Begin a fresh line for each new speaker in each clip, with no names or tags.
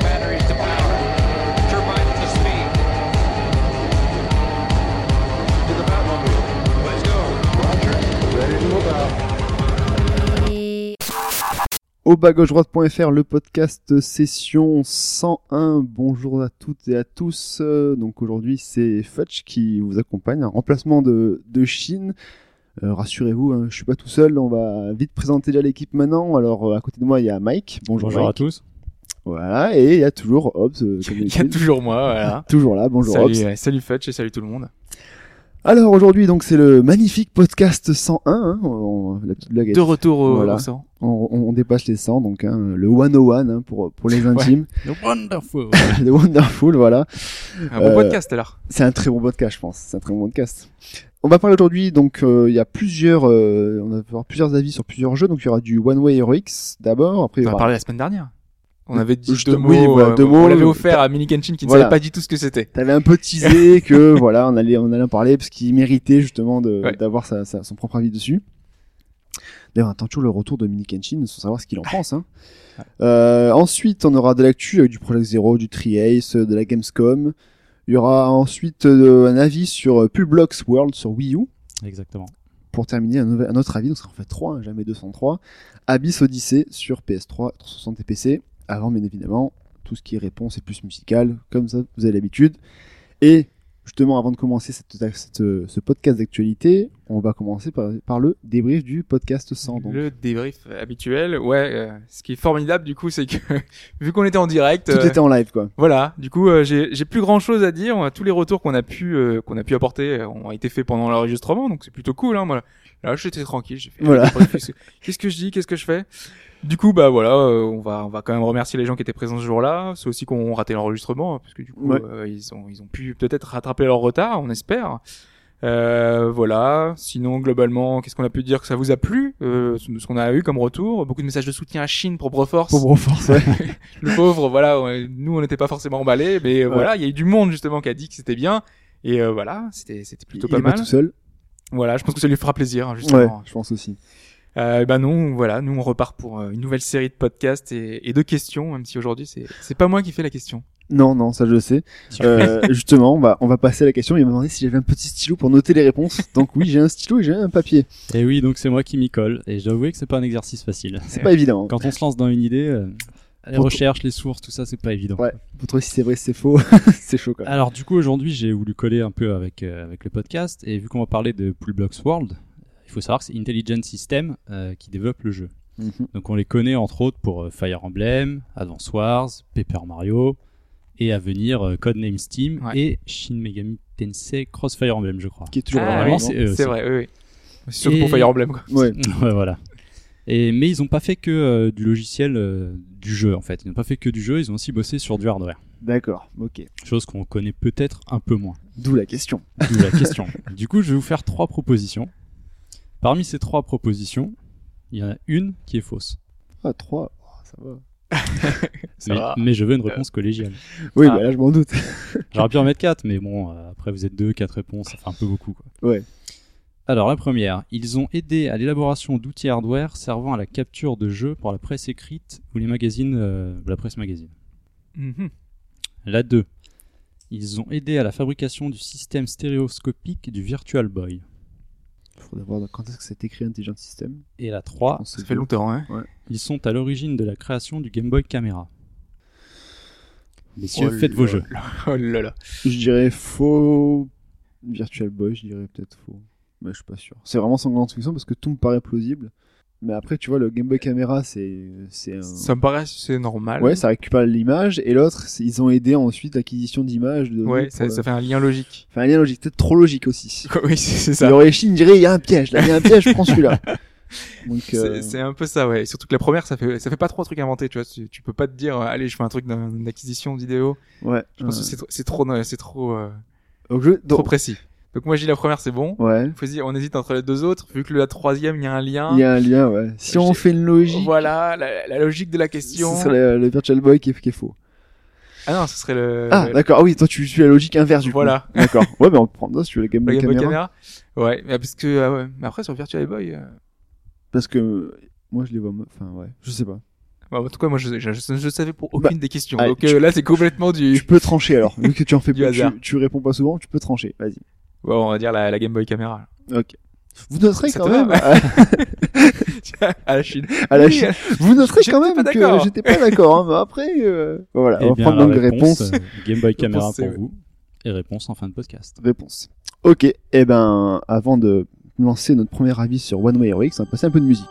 batteries to power. Turbines to speed. To the Batmobile. Let's go.
Au bas-gauche-droite.fr, le podcast session 101. Bonjour à toutes et à tous. Euh, Donc aujourd'hui, c'est Fudge qui vous accompagne, un remplacement de, de Chine. Euh, Rassurez-vous, hein, je suis pas tout seul. On va vite présenter déjà l'équipe maintenant. Alors euh, à côté de moi, il y a Mike. Bonjour,
Bonjour à
Mike.
tous.
Voilà, et il y a toujours Hobbs. euh, comme
Il y a
d'habitude.
toujours moi, voilà.
Toujours là. Bonjour Hobbs.
salut, euh, salut Fudge et salut tout le monde.
Alors aujourd'hui, donc c'est le magnifique podcast 101. hein. On- la petite blague est-
De retour au,
Voilà.
au sang.
on, on dépasse les 100, donc hein, le 101 hein, pour pour les intimes.
Wonderful.
le Wonderful, voilà.
Un bon
Euh,
podcast alors.
C'est un très bon podcast, je pense. C'est un très bon podcast. On va parler aujourd'hui, donc euh, il y a plusieurs, euh, on va avoir plusieurs avis sur plusieurs jeux. Donc il y aura du One Way Heroics d'abord, après il y
On en a
aura-
parlé la semaine dernière. On avait dit
Juste-
deux mots.
Euh, oui, voilà,
euh,
deux
on
mots.
l'avait offert à Mini Kenshin qui ne
Voilà.
savait pas du tout ce que c'était.
T'avais un peu teasé que voilà, on allait, on allait en parler parce qu'il méritait justement de-
Ouais.
d'avoir sa- sa- son propre avis dessus. D'ailleurs, on attend toujours le retour de Mini Kenshin sans savoir ce qu'il en pense. Hein. Euh, ensuite, on aura de l'actu avec du Project Zero, du Tri-Ace, de la Gamescom. Il y aura ensuite euh, un avis sur euh, Publox World sur Wii U.
Exactement.
Pour terminer, un, nouvel- un autre avis, donc ça en fait 3, jamais 203. Abyss Odyssey sur PS3, 360 et PC. Avant, bien évidemment, tout ce qui est réponse et plus musicale, comme ça, vous avez l'habitude. Et justement, avant de commencer cette, cette- euh, ce podcast d'actualité, on va commencer par, par le débrief du podcast 100. Donc.
Le débrief habituel. Ouais, euh, ce qui est formidable du coup, c'est que vu qu'on était en direct,
Tout
euh,
était en live, quoi.
Voilà, du coup, euh, j'ai j'ai plus grand chose à dire. On a tous les retours qu'on a pu euh, qu'on a pu apporter euh, ont été faits pendant l'enregistrement, donc c'est plutôt cool. Hein, voilà. Là, j'étais tranquille. J'ai fait.
Voilà.
Qu'est-ce que- qu'est-ce que je dis Qu'est-ce que je fais Du coup, bah voilà, euh, on va on va quand même remercier les gens qui étaient présents ce jour-là. Ceux aussi qui ont raté l'enregistrement, parce que du coup,
Ouais.
euh, ils ont ils ont pu peut-être rattraper leur retard, on espère. Euh, voilà. Sinon, globalement, qu'est-ce qu'on a pu dire que ça vous a plu euh, Ce qu'on a eu comme retour, beaucoup de messages de soutien à Chine pour Broforce
Pauvre force, ouais.
le pauvre, voilà, on- nous on n'était pas forcément emballés, mais euh,
Ouais.
voilà, il y a eu du monde justement qui a dit que c'était bien. Et euh, voilà, c'était c'était
Il
plutôt
est
pas
pas
mal.
tout seul.
Voilà, je pense que ça lui fera plaisir hein,
Ouais,
justement.
je pense aussi.
Euh, ben non, voilà, nous on repart pour euh, une nouvelle série de podcasts et, et de questions, même si aujourd'hui c'est c'est pas moi qui fais la question.
Non, non, ça je le sais. Euh, justement, on va, on va passer à la question. Il m'a demandé si j'avais un petit stylo pour noter les réponses. Donc oui, j'ai un stylo et j'ai un papier.
Et oui, donc c'est moi qui m'y colle. Et je dois avouer que c'est pas un exercice facile.
C'est pas évident.
Quand on se lance dans une idée, euh, les
Pour-
recherches, les sources, tout ça, c'est pas évident.
Ouais. hein. Pour trouver si c'est vrai, si c'est faux, c'est chaud
Ah.
quand même.
Alors du coup, aujourd'hui, j'ai voulu coller un peu avec, euh, avec le podcast. Et vu qu'on va parler de Pullblocks World, il faut savoir que c'est Intelligent System euh, qui développe le jeu.
Mhm.
Donc on les connaît entre autres pour euh, Fire Emblem, Advance Wars, Paper Mario, et à venir euh, Codename Steam
Ouais.
et Shin Megami Tensei Crossfire Emblem, je crois.
Qui est toujours
Ah,
là,
Normalement,
oui,
c'est eux
C'est
aussi.
vrai, oui. oui. C'est sûr que
Et-
pour Fire Emblem quoi.
Ouais.
ouais, voilà. Et, mais ils n'ont pas fait que euh, du logiciel euh, du jeu en fait. Ils n'ont pas fait que du jeu, ils ont aussi bossé sur du hardware.
D'accord, ok.
Chose qu'on connaît peut-être un peu moins.
D'où la question.
D'où la question. du coup, je vais vous faire trois propositions. Parmi ces trois propositions, il y en a une qui est fausse.
Ah, 3, ça va.
Ça
Mais,
va. Euh.
mais je veux une réponse collégiale.
Oui,
Ah.
bah là, je m'en doute.
J'aurais pu en mettre quatre, mais bon, euh, après vous êtes deux, quatre réponses, ça fait un peu beaucoup. Quoi.
Ouais.
Alors la première, ils ont aidé à l'élaboration d'outils hardware servant à la capture de jeux pour la presse écrite ou les magazines, euh, la presse magazine.
Mhm.
La 2. Ils ont aidé à la fabrication du système stéréoscopique du Virtual Boy.
Faudrait voir quand est-ce que c'est écrit Intelligent System.
Et la 3.
On sait
Ça fait
que-
longtemps, hein.
Ils sont à l'origine de la création du Game Boy Camera. Messieurs,
Oh
faites
là
vos jeux.
là, Oh là là.
Je dirais faux. Virtual Boy, je dirais peut-être faux. Mais je suis pas sûr. C'est vraiment sans grande fiction parce que tout me paraît plausible. Mais après, tu vois, le Game Boy Camera, c'est. c'est un-
Ça me paraît c'est normal.
Euh. Ouais, ça récupère l'image. Et l'autre, c'est- ils ont aidé ensuite l'acquisition d'images. De...
Ouais,
pour
ça,
le-
ça fait un lien logique.
Enfin, un lien logique. Peut-être trop logique aussi.
Oui, c'est c'est ça.
Le Réchi me dirait il y a un piège. Là, il y a un piège, je prends celui-là. Donc. euh,
C'est c'est un peu ça, ouais. Et surtout que la première, ça fait, ça fait pas trop un truc inventé, tu vois. Tu, tu peux pas te dire, euh, allez, je fais un truc d'un- d'acquisition vidéo.
Ouais.
Je pense que c'est trop, c'est trop, euh, c'est trop, euh,
Donc, je-
trop
donc-
précis. Donc moi, j'ai la première, c'est bon.
Ouais.
Faut se dire, on hésite entre les deux autres. Vu que la troisième, il y a un lien.
Il y a un lien, ouais. Si on
Hein J'ai-
fait une logique,
Voilà, la, la logique de la
ce
question.
serait le, le Virtual Boy qui est, qui est faux.
Ah non, ce serait le.
Ah,
le-
d'accord. Ah oui, toi, tu suis la logique inverse, du coup.
Voilà.
D'accord. Ouais, mais on prend ça si tu veux la gamme
le
de
Game Boy
caméra.
Camera. Ouais, mais parce que ah ouais. mais après sur Virtual Boy, euh,
Parce que euh, moi, je les vois. mo- Enfin, ouais, je sais pas.
bah, en tout cas moi je, je, je- je savais pour aucune des questions.
Bah, allez,
Donc
tu-
euh, là c'est complètement
Tu
du.
peux trancher alors. Vu que tu en fais
Du
pas-
hasard.
tu, tu réponds pas souvent, tu peux trancher. Vas-y.
Ouais, on va dire la, la Game Boy Camera.
Ok. Vous noterez
Ça
quand
te
même,
va
à,
à la Chine.
à la
Oui,
Chine, vous noterez
j'étais
quand
pas
même que
d'accord.
j'étais pas d'accord. hein, mais après, euh, voilà,
Eh
on va
bien,
prendre
la
donc réponse.
euh, Game Boy Camera
Réponse,
pour
c'est-
vous. Et réponse en fin de podcast.
Réponse. Ok, et ben avant de lancer notre premier avis sur One Way RX, on va passer un peu de musique.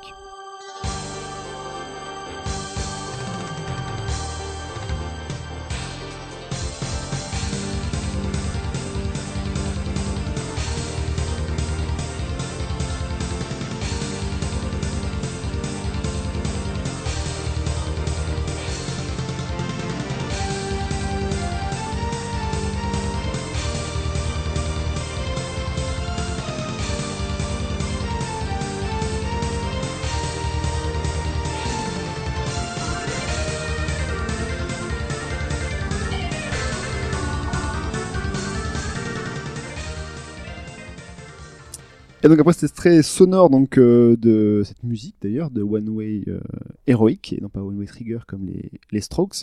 Et donc après cet extrait sonore donc euh, de cette musique d'ailleurs de One Way euh, Heroic et non pas One Way Trigger comme les, les Strokes,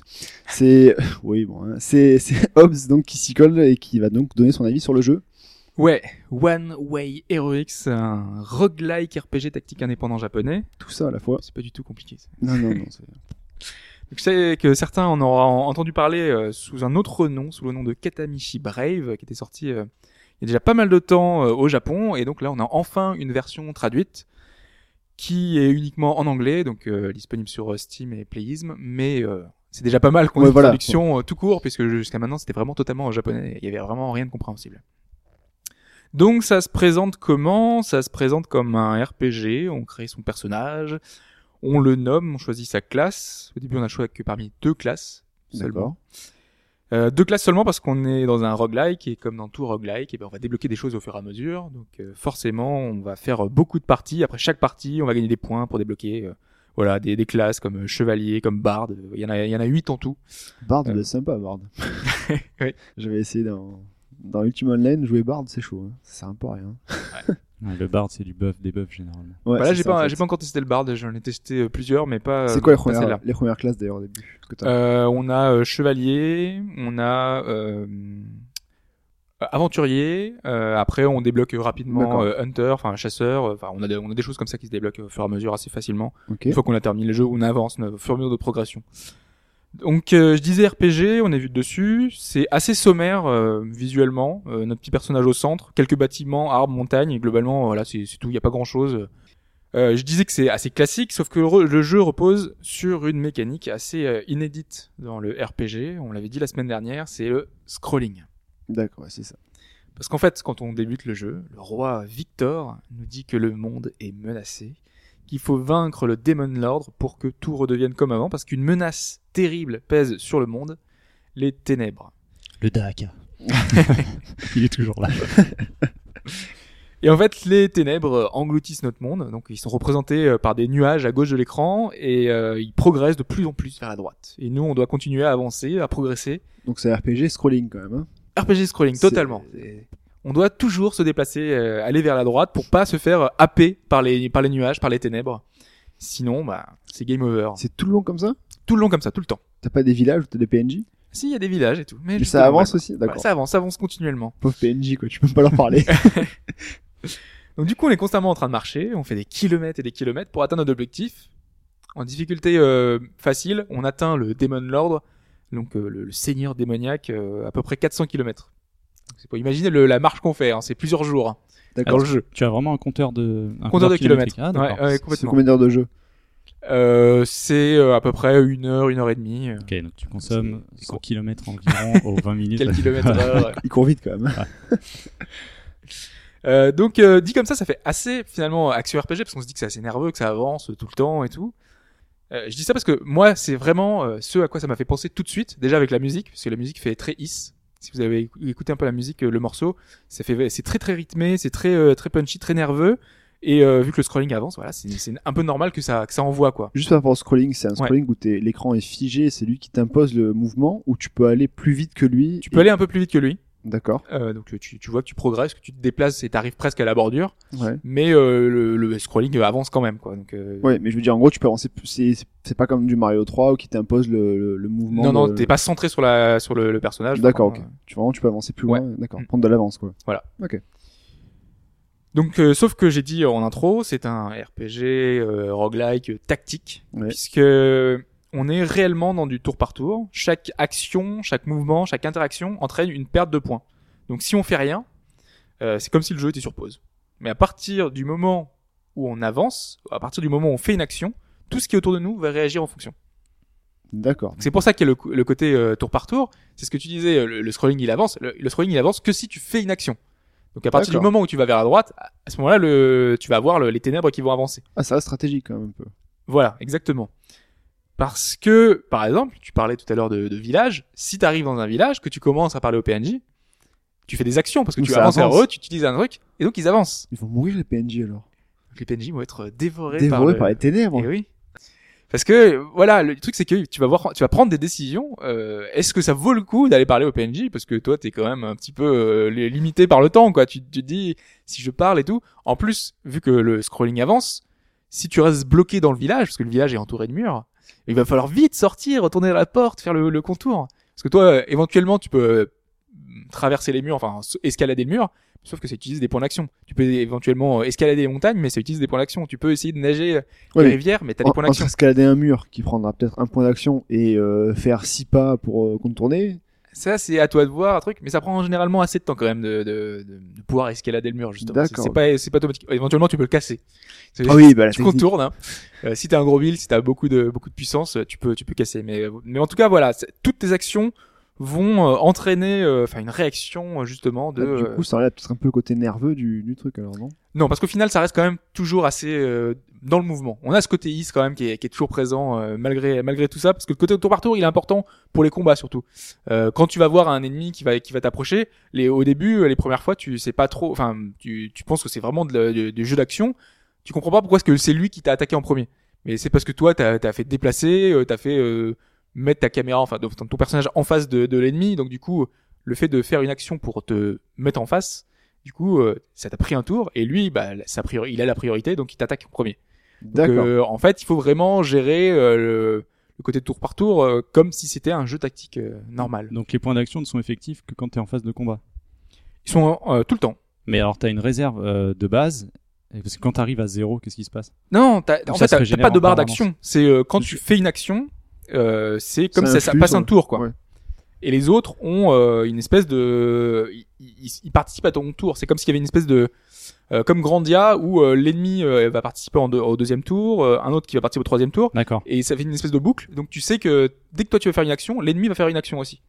c'est oui bon hein, c'est c'est Hobbs donc qui s'y colle et qui va donc donner son avis sur le jeu.
Ouais, One Way Heroics, un roguelike RPG tactique indépendant japonais.
Tout ça à la fois.
C'est pas du tout compliqué. ça.
Non non non. c'est-
Je sais que certains en auront entendu parler euh, sous un autre nom, sous le nom de Katamichi Brave, qui était sorti euh, il y a déjà pas mal de temps euh, au Japon, et donc là on a enfin une version traduite qui est uniquement en anglais, donc euh, disponible sur euh, Steam et Playism, mais euh, c'est déjà pas mal qu'on ait
Ouais,
une
voilà.
traduction euh, tout court, puisque jusqu'à maintenant c'était vraiment totalement en japonais, et il y avait vraiment rien de compréhensible. Donc ça se présente comment Ça se présente comme un RPG, on crée son personnage, on le nomme, on choisit sa classe. Au début, on a le choix que parmi deux classes seulement.
D'accord.
Euh, deux classes seulement parce qu'on est dans un roguelike et comme dans tout roguelike, et ben on va débloquer des choses au fur et à mesure. Donc euh, forcément, on va faire euh, beaucoup de parties. Après chaque partie, on va gagner des points pour débloquer euh, voilà des, des classes comme euh, chevalier, comme barde. Il y en a il y en a huit en tout.
Bard
Euh.
il est sympa Bard.
Oui.
J'avais essayé dans dans Ultima Online jouer Bard c'est chaud hein. ça sert un peu à rien.
Ouais, le bard, c'est du buff, des buffs généralement.
Ouais,
voilà,
c'est
j'ai
ça, en
pas
fait.
j'ai pas encore testé le barde. J'en ai testé euh, plusieurs, mais pas.
C'est
euh,
quoi les
pas
premières
celle-là.
les premières classes d'ailleurs au début que t'as
Euh, on a euh, chevalier, on a euh, euh, aventurier. euh, après, on débloque rapidement
D'accord.
euh, hunter, enfin chasseur. euh, Enfin, on a des, on a des choses comme ça qui se débloquent au fur et à mesure assez facilement.
Ok.
Une fois qu'on a terminé le jeu, on avance euh, au fur et à mesure de progression. Donc, euh, je disais RPG, on est vu de dessus. C'est assez sommaire euh, visuellement. euh, notre petit personnage au centre, quelques bâtiments, arbres, montagnes. et Globalement, voilà, c'est c'est tout. Il n'y a pas grand chose. Euh, je disais que c'est assez classique, sauf que le, re- le jeu repose sur une mécanique assez euh, inédite dans le RPG. On l'avait dit la semaine dernière, c'est le scrolling.
D'accord ouais, c'est ça.
Parce qu'en fait, quand on débute le jeu, le roi Victor nous dit que le monde est menacé, qu'il faut vaincre le Demon Lord pour que tout redevienne comme avant, parce qu'une menace terrible pèse sur le monde, les ténèbres.
Le DAC. Il est toujours là.
Et en fait, les ténèbres engloutissent notre monde, donc ils sont représentés euh, par des nuages à gauche de l'écran et euh, ils progressent de plus en plus vers la droite. Et nous, on doit continuer à avancer, à progresser.
Donc c'est RPG scrolling quand même hein.
RPG scrolling,
C'est-
totalement. On doit toujours se déplacer, euh, aller vers la droite pour pas se faire happer par les, par les nuages, par les ténèbres. Sinon, bah, c'est game over.
C'est tout le long comme ça
Tout le long comme ça, tout le temps.
T'as pas des villages ou t'as des PNJ
Si, il y a des villages et tout. Mais
Mais
justement,
ça avance
voilà.
aussi D'accord.
Ouais, ça avance, ça avance continuellement.
Pauvre PNJ, quoi, tu peux pas leur parler.
Donc du coup, on est constamment en train de marcher, on fait des kilomètres et des kilomètres pour atteindre notre objectif. En difficulté euh, facile, on atteint le Demon Lord, donc euh, le, le seigneur démoniaque, euh, à peu près 400 kilomètres. Donc, c'est pour imaginer le- la marche qu'on fait, hein, c'est plusieurs jours hein, dans
D'accord.
le jeu.
Tu as vraiment un compteur de. Un
Compteur de
kilométrique.
kilomètres.
Ah, d'accord.
Ouais, ouais,
C'est
complètement.
combien d'heures de jeu
Euh, c'est euh, à peu près une heure, une heure et demie. euh,
Ok, donc tu consommes
C'est-
100 km environ aux 20 minutes.
Quel kilomètre heure
Il court vite quand même. hein.
Euh, donc euh, dit comme ça, ça fait assez finalement action RPG parce qu'on se dit que c'est assez nerveux, que ça avance tout le temps et tout. Euh, je dis ça parce que moi, c'est vraiment euh, ce à quoi ça m'a fait penser tout de suite. Déjà avec la musique, parce que la musique fait très hiss. Si vous avez éc- écouté un peu la musique, euh, le morceau, ça fait, c'est très très rythmé, c'est très euh, très punchy, très nerveux. Et euh, vu que le scrolling avance, voilà, c'est c'est un peu normal que ça, que ça envoie, quoi.
Juste par rapport au scrolling, c'est un
Ouais.
scrolling où t'es- l'écran est figé, c'est lui qui t'impose le mouvement, où tu peux aller plus vite que lui.
Tu peux aller un peu plus vite que lui.
D'accord.
Euh, donc euh, tu, tu vois que tu progresses, que tu te déplaces et t'arrives presque à la bordure,
Ouais.
mais euh, le, le scrolling avance quand même, quoi. Donc euh,
Ouais, mais je veux dire, en gros, tu peux avancer. plus- C'est c'est pas comme du Mario 3 où qui t'impose le, le- le mouvement.
non, non,
de-
t'es pas centré sur la sur le, le personnage.
D'accord, ok.
vraiment, euh.
Tu vraiment, tu peux avancer plus loin. D'accord.
Mm.
Prendre de l'avance, quoi.
Donc euh, sauf que j'ai dit en intro, c'est un RPG euh, roguelike euh, tactique,
Ouais.
puisque on est réellement dans du tour par tour. Chaque action, chaque mouvement, chaque interaction entraîne une perte de points. Donc si on fait rien, euh, c'est comme si le jeu était sur pause. Mais à partir du moment où on avance, à partir du moment où on fait une action, tout ce qui est autour de nous va réagir en fonction.
D'accord.
C'est pour ça qu'il y a le, co- le côté euh, tour par tour. C'est ce que tu disais, euh, le, le scrolling il avance. Le, le scrolling il avance que si tu fais une action. Donc à partir du
D'accord.
moment où tu vas vers la droite, à à ce moment-là, le, tu vas voir le- les ténèbres qui vont avancer.
Ah, ça reste stratégique quand même un peu.
Voilà, exactement. Parce que, par exemple, tu parlais tout à l'heure de, de village. Si tu arrives dans un village, que tu commences à parler au PNJ, tu fais des actions parce que
Ou
tu
ça
avances vers
avance.
eux, tu utilises un truc, et donc ils avancent.
Ils vont mourir les PNJ alors.
Les PNJ vont être dévorés,
Dévorés par,
le-
les ténèbres.
eh oui. Parce que voilà, le truc c'est que tu vas voir, tu vas prendre des décisions. euh, Est-ce que ça vaut le coup d'aller parler au PNJ parce que toi t'es quand même un petit peu euh, li- limité par le temps, quoi. Tu, tu te dis si je parle et tout. En plus, vu que le scrolling avance, si tu restes bloqué dans le village parce que le village est entouré de murs, il va falloir vite sortir, retourner à la porte, faire le, le contour. Parce que toi, euh, éventuellement, tu peux euh, traverser les murs, enfin s- escalader le mur. Sauf que ça utilise des points d'action. Tu peux éventuellement euh, escalader les montagnes, mais ça utilise des points d'action. Tu peux essayer de nager euh,
Ouais,
les
mais
rivières, mais t'as des
en-
points
entre
d'action.
escalader un mur qui prendra peut-être un point d'action et euh, faire six pas pour euh, contourner.
Ça, c'est à toi de voir un truc, mais ça prend généralement assez de temps quand même de, de, de, de pouvoir escalader le mur, justement. C'est
D'accord.
c'est pas, c'est pas automatique. Éventuellement, tu peux le casser. C'est-
Ah oui, bah la
tu
technique.
contournes. Hein. Euh, si t'as un gros build, si t'as beaucoup de beaucoup de puissance, euh, tu peux tu peux casser. Mais euh, mais en tout cas voilà, c'est- toutes tes actions vont euh, entraîner euh, enfin une réaction euh, justement de.
Ah, Du coup,
euh,
ça relève peut-être un peu le côté nerveux du, du truc alors non
Non parce qu'au final ça reste quand même toujours assez euh, dans le mouvement. On a ce côté is quand même qui est, qui est toujours présent euh, malgré malgré tout ça parce que le côté tour par tour il est important pour les combats surtout. Euh, quand tu vas voir un ennemi qui va qui va t'approcher, les au début euh, les premières fois tu sais pas trop, enfin tu tu penses que c'est vraiment de la- de- du jeu d'action tu comprends pas pourquoi est-ce que c'est lui qui t'a attaqué en premier. Mais c'est parce que toi, t'as as fait te déplacer, euh, t'as fait euh, mettre ta caméra, enfin ton, ton personnage en face de, de l'ennemi. Donc du coup, le fait de faire une action pour te mettre en face, du coup, euh, ça t'a pris un tour. Et lui, bah, sa priori- il a la priorité, donc il t'attaque en premier. Donc,
D'accord.
euh, en fait, il faut vraiment gérer euh, le, le côté tour par tour euh, comme si c'était un jeu tactique euh, normal.
Donc les points d'action ne sont effectifs que quand tu es en phase de combat.
Ils sont euh, tout le temps.
Mais alors tu as une réserve euh, de base, et parce que quand tu arrives à zéro, qu'est-ce qui se passe
Non, t'as- en fait,
ça se
t'as- t'as
régénère
pas de
en
barre
permanence.
d'action. C'est euh, quand tu
Monsieur.
fais une action, euh, c'est comme
Ça
ça, ça
influe
passe
sur-
un tour, quoi.
ouais.
Et les autres ont euh, une espèce de, ils, ils- ils participent à ton tour. C'est comme s'il y avait une espèce de, euh, comme Grandia où euh, l'ennemi euh, va participer en deux- au deuxième tour, euh, un autre qui va participer au troisième tour,
D'accord.
et ça fait une espèce de boucle. Donc tu sais que dès que toi tu vas faire une action, l'ennemi va faire une action aussi.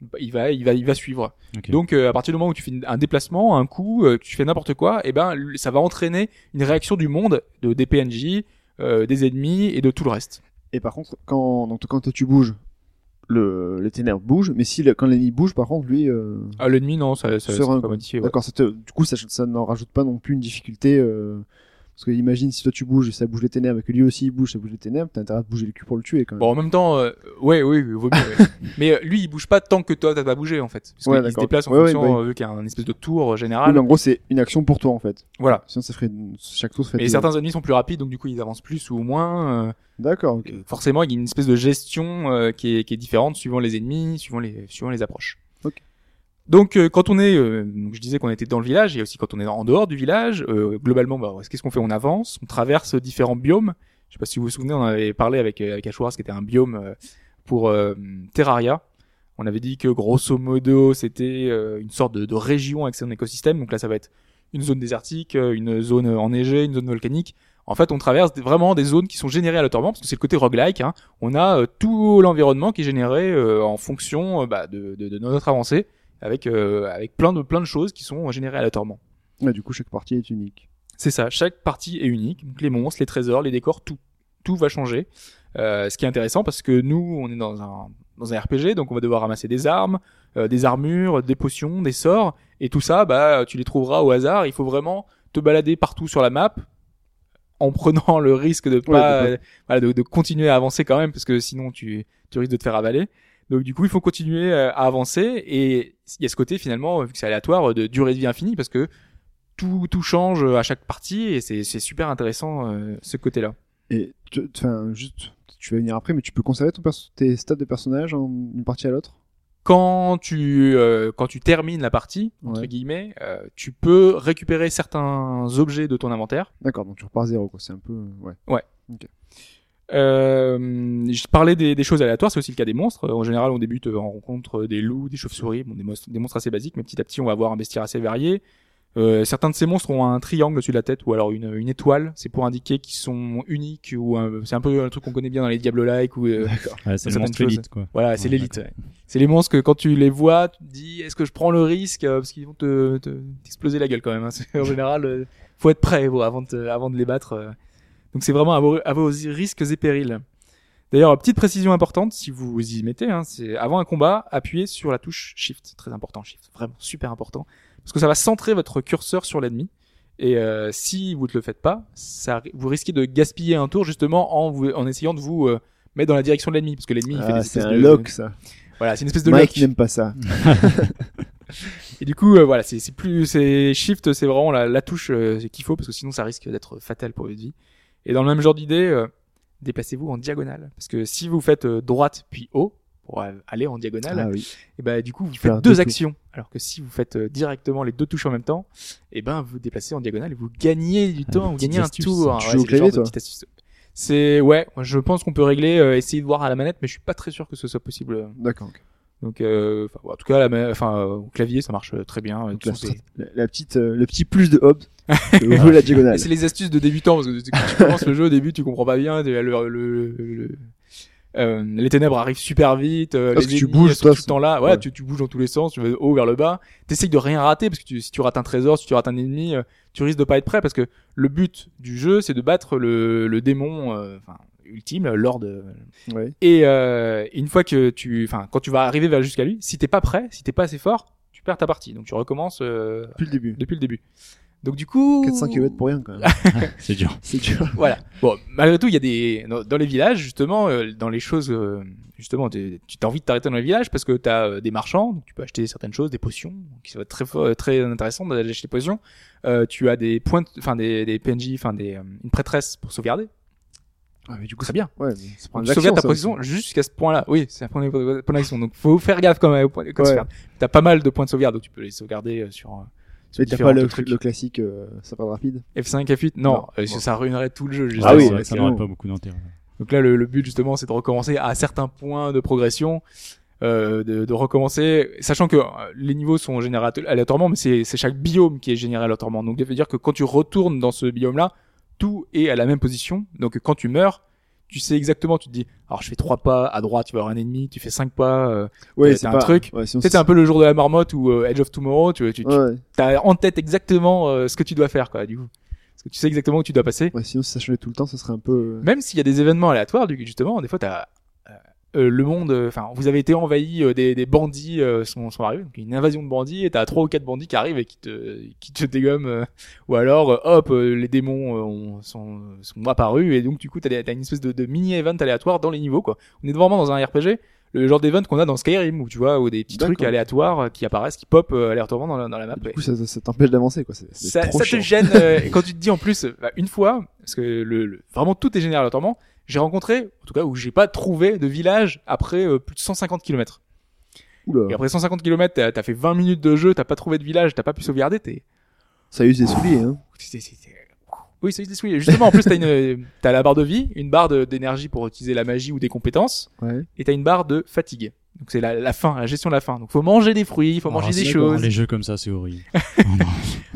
Bah, Il va, il va, il va suivre.
Ok.
Donc euh, à partir du moment où tu fais une- un déplacement, un coup, euh, que tu fais n'importe quoi, et ben l- ça va entraîner une réaction du monde, de des PNJ, euh, des ennemis et de tout le reste.
Et par contre, quand, donc, quand toi, tu bouges, le, les ténèbres bougent, mais si le- quand l'ennemi bouge, par contre, lui. euh,
Ah l'ennemi non, ça, ça, ça
Serein,
c'est pas
quoi.
modifié. ouais.
D'accord, ça te- du coup, ça, ça n'en rajoute pas non plus une difficulté. euh, Parce que imagine si toi tu bouges et ça bouge les ténèbres et que lui aussi il bouge, ça bouge les ténèbres, t'as intérêt à te bouger le cul pour le tuer quand même.
Bon en même temps, euh, ouais, oui, oui, vaut mieux. ouais. Mais euh, lui il bouge pas tant que toi t'as pas bougé en fait, parce
Ouais,
qu'il se
d'accord.
déplace en
Ouais, ouais,
fonction
bah
euh, vu qu'il y a un espèce de tour euh,
Oui,
général.
mais en gros, c'est une action pour toi en fait.
Voilà.
Sinon, ça ferait une- chaque tour, ça fait.
Mais
deux.
certains ennemis sont plus rapides, donc du coup ils avancent plus ou moins. euh,
D'accord, ok.
euh, forcément, il y a une espèce de gestion euh, qui, est, qui est différente suivant les ennemis, suivant les, suivant les approches.
Ok.
Donc, euh, quand on est, euh, donc je disais qu'on était dans le village, et aussi quand on est en dehors du village, euh, globalement, bah, qu'est-ce qu'on fait On avance, on traverse différents biomes. Je sais pas si vous vous souvenez, on avait parlé avec, euh, avec Ashwaras, qui était un biome euh, pour euh, Terraria. On avait dit que grosso modo, c'était euh, une sorte de, de région avec son écosystème. Donc là, ça va être une zone désertique, euh, une zone enneigée, une zone volcanique. En fait, on traverse des- vraiment des zones qui sont générées aléatoirement, parce que c'est le côté roguelike. Hein. On a euh, tout l'environnement qui est généré euh, en fonction euh, bah, de, de- de notre avancée, avec, euh, avec plein, de, plein de choses qui sont générées aléatoirement.
Ouais, du coup, chaque partie est unique.
C'est ça, chaque partie est unique. Donc les monstres, les trésors, les décors, tout. Tout va changer. Euh, ce qui est intéressant parce que nous, on est dans un, dans un RPG, donc on va devoir ramasser des armes, euh, des armures, des potions, des sorts. Et tout ça, bah, tu les trouveras au hasard. Il faut vraiment te balader partout sur la map en prenant le risque de
Ouais,
pas,
de
euh, voilà, de, de continuer à avancer quand même, parce que sinon tu, tu risques de te faire avaler. Donc du coup, il faut continuer euh, à avancer, et il y a ce côté finalement, vu que c'est aléatoire, de durée de vie infinie, parce que tout, tout change à chaque partie, et c'est c'est super intéressant euh, ce côté-là.
Et tu, enfin, juste, tu vas venir après, mais tu peux conserver ton perso- tes stats de personnage en- d'une partie à l'autre
quand tu euh, quand tu termines la partie entre
Ouais.
guillemets, euh, tu peux récupérer certains objets de ton inventaire.
D'accord, donc tu repars zéro, quoi. C'est un peu. Ouais.
Euh, je parlais des, des choses aléatoires, c'est aussi le cas des monstres. En général, on débute euh, en rencontre des loups, des chauves-souris, bon, des, monstres, des monstres assez basiques, mais petit à petit, on va avoir un bestiaire assez varié. Euh, certains de ces monstres ont un triangle au-dessus de la tête ou alors une, une étoile. C'est pour indiquer qu'ils sont uniques ou un- c'est un peu un truc qu'on connaît bien dans les Diablo-like ou euh,
Ouais, c'est
Certaines
le monstre
choses.
élite, quoi.
Voilà, c'est
Ouais,
l'élite. ouais. C'est les monstres que quand tu les vois, tu te dis est-ce que je prends le risque euh, parce qu'ils vont te te- t'exploser la gueule quand même. hein. C'est- En général, euh, faut être prêt bon, avant de te- avant de les battre. euh. Donc c'est vraiment à vos, à vos risques et périls. D'ailleurs, petite précision importante, si vous y mettez, hein, c'est avant un combat, appuyez sur la touche Shift. C'est Très important, Shift, vraiment super important, parce que ça va centrer votre curseur sur l'ennemi. Et euh, si vous ne le faites pas, ça, ri- vous risquez de gaspiller un tour justement en, vous- en essayant de vous euh, mettre dans la direction de l'ennemi, parce que l'ennemi il fait des
Ah, c'est
espèces
un
de-
lock, ça.
voilà, c'est une espèce de
Mike
lock.
n'aime pas ça.
Et du coup, euh, voilà, c'est c'est plus, c'est shift, c'est vraiment la, la touche euh, qu'il faut parce que sinon ça risque d'être fatal pour votre vie. Et dans le même genre d'idée, euh, déplacez-vous en diagonale parce que si vous faites euh, droite puis haut pour euh, aller en diagonale,
Ah oui.
et ben du coup vous
perds
faites
deux
deux
tours.
actions. Alors que si vous faites euh, directement les deux touches en même temps, et ben vous vous déplacez en diagonale et vous gagnez du
Ah,
temps,
des
vous
petites
gagnez un
astuces.
tour.
Tu
Ouais,
joues au
c'est le genre
clavier,
de
toi
petite astuce. C'est ouais, moi, je pense qu'on peut régler, euh, essayer de voir à la manette, mais je suis pas très sûr que ce soit possible. euh,
D'accord. ok.
donc, euh, enfin, bon, en tout cas, la ma- enfin, euh, au clavier, ça marche euh, très bien.
Donc
De
la,
toute façon,
strat- la- la petite, euh, le petit plus de Hobbes, euh, au jeu de la
c'est
diagonale.
c'est les astuces de débutant parce que tu- quand tu commences le jeu au début, tu comprends pas bien. tu- le- le- le- euh, les ténèbres arrivent super vite. euh,
Parce
les
que tu
ennemis
bouges,
sont
toi,
tout le temps là. Ouais,
ouais.
Tu, tu bouges dans tous les sens. Tu vas de haut vers le bas. T'essayes de rien rater parce que tu- si tu rates un trésor, si tu rates un ennemi, euh, tu risques de pas être prêt parce que le but du jeu, c'est de battre le, le démon, euh, enfin ultime, Lord, euh,
Ouais.
Et euh, une fois que tu, enfin, quand tu vas arriver vers jusqu'à lui, si t'es pas prêt, si t'es pas assez fort, tu perds ta partie. Donc tu recommences euh,
Depuis le début.
depuis le début. Donc du coup,
400 km pour rien, quand
Ah.
même.
C'est dur.
c'est dur.
Voilà. Bon, malgré tout, il y a des dans, dans les villages justement, euh, dans les choses euh, justement, t'es- tu as envie de t'arrêter dans les villages parce que tu as des marchands, donc tu peux acheter certaines choses, des potions, qui ça va être très fo- euh, très intéressant d'aller acheter des potions. Euh, tu as des points, enfin des, des PNJ, enfin des euh, une prêtresse pour sauvegarder.
Ah, mais du
Très bien.
Ouais, mais ça prend
Tu
de l'action,
sauvegardes ta
ça,
position
aussi.
jusqu'à ce point-là. Oui, c'est un point de- point d'action. Donc, faut faire gaffe quand même au point de, quand
Ouais.
tu sauvegardes. T'as pas mal de points de sauvegarde, donc tu peux les sauvegarder euh, sur, euh, sur
Mais t'as pas
différents
le,
trucs.
le classique, euh, ça part rapide.
F5, F8. Non,
Non.
euh, ça- ça ruinerait tout le jeu, justement.
Ah oui,
Ça-
bah,
ça
carrément.
n'aurait pas beaucoup d'intérêt.
Donc là, le, le but justement, c'est de recommencer à certains points de progression, euh, de, de recommencer, sachant que euh, les niveaux sont générés aléatoirement, mais c'est c'est chaque biome qui est généré aléatoirement. Donc ça veut dire que quand tu retournes dans ce biome-là, tout est à la même position. Donc quand tu meurs, tu sais exactement, tu te dis, alors je fais trois pas à droite, tu vas avoir un ennemi, tu fais cinq pas. euh,
Ouais,
t'as
c'est
un
pas.
truc.
Ouais, sinon,
tu sais, c'est un peu le jour de la marmotte ou euh, Edge of Tomorrow, tu, tu, tu
Ouais,
as en tête exactement euh, ce que tu dois faire, quoi, du coup. Parce que tu sais exactement où tu dois passer.
ouais, sinon, si ça changeait tout le temps, ça serait un peu. euh,
Même s'il y a des événements aléatoires, du- justement, des fois, t'as euh, euh, le monde. Enfin, vous avez été envahi, euh, des, des bandits euh, sont, sont arrivés, donc une invasion de bandits, et t'as trois ou quatre bandits qui arrivent et qui te, qui te dégomment. euh, ou alors, euh, hop, euh, les démons euh, ont- sont, sont apparus, et donc du coup, t'as des- t'as une espèce de, de mini-event aléatoire dans les niveaux, quoi. On est vraiment dans un RPG, le genre d'event qu'on a dans Skyrim, où tu vois, où des petits trucs
D'accord.
aléatoires euh, qui apparaissent, qui pop euh, aléatoirement dans la, dans la map.
Du
et-
coup, ça, ça- ça t'empêche d'avancer, quoi. C'est c'est
ça,
trop
ça
chiant.
te gêne euh, et quand tu te dis en plus euh, bah, une fois parce que le, le- vraiment tout est généré aléatoirement j'ai rencontré en tout cas où j'ai pas trouvé de village après euh, plus de 150 km et
Oula,
après 150 km t'as t'as fait 20 minutes de jeu t'as pas trouvé de village t'as pas pu sauvegarder t'es
ça use des souliers, hein.
c'est- c'est- c'est- oui ça existe oui justement en plus t'as une t'as la barre de vie une barre de- d'énergie pour utiliser la magie ou des compétences
Ouais.
et t'as une barre de fatigue donc c'est la, la faim la gestion de la faim donc faut manger des fruits
Oh,
faut
Ah,
manger des
c'est d'accord,
choses
Les jeux comme ça, c'est horrible.
Donc,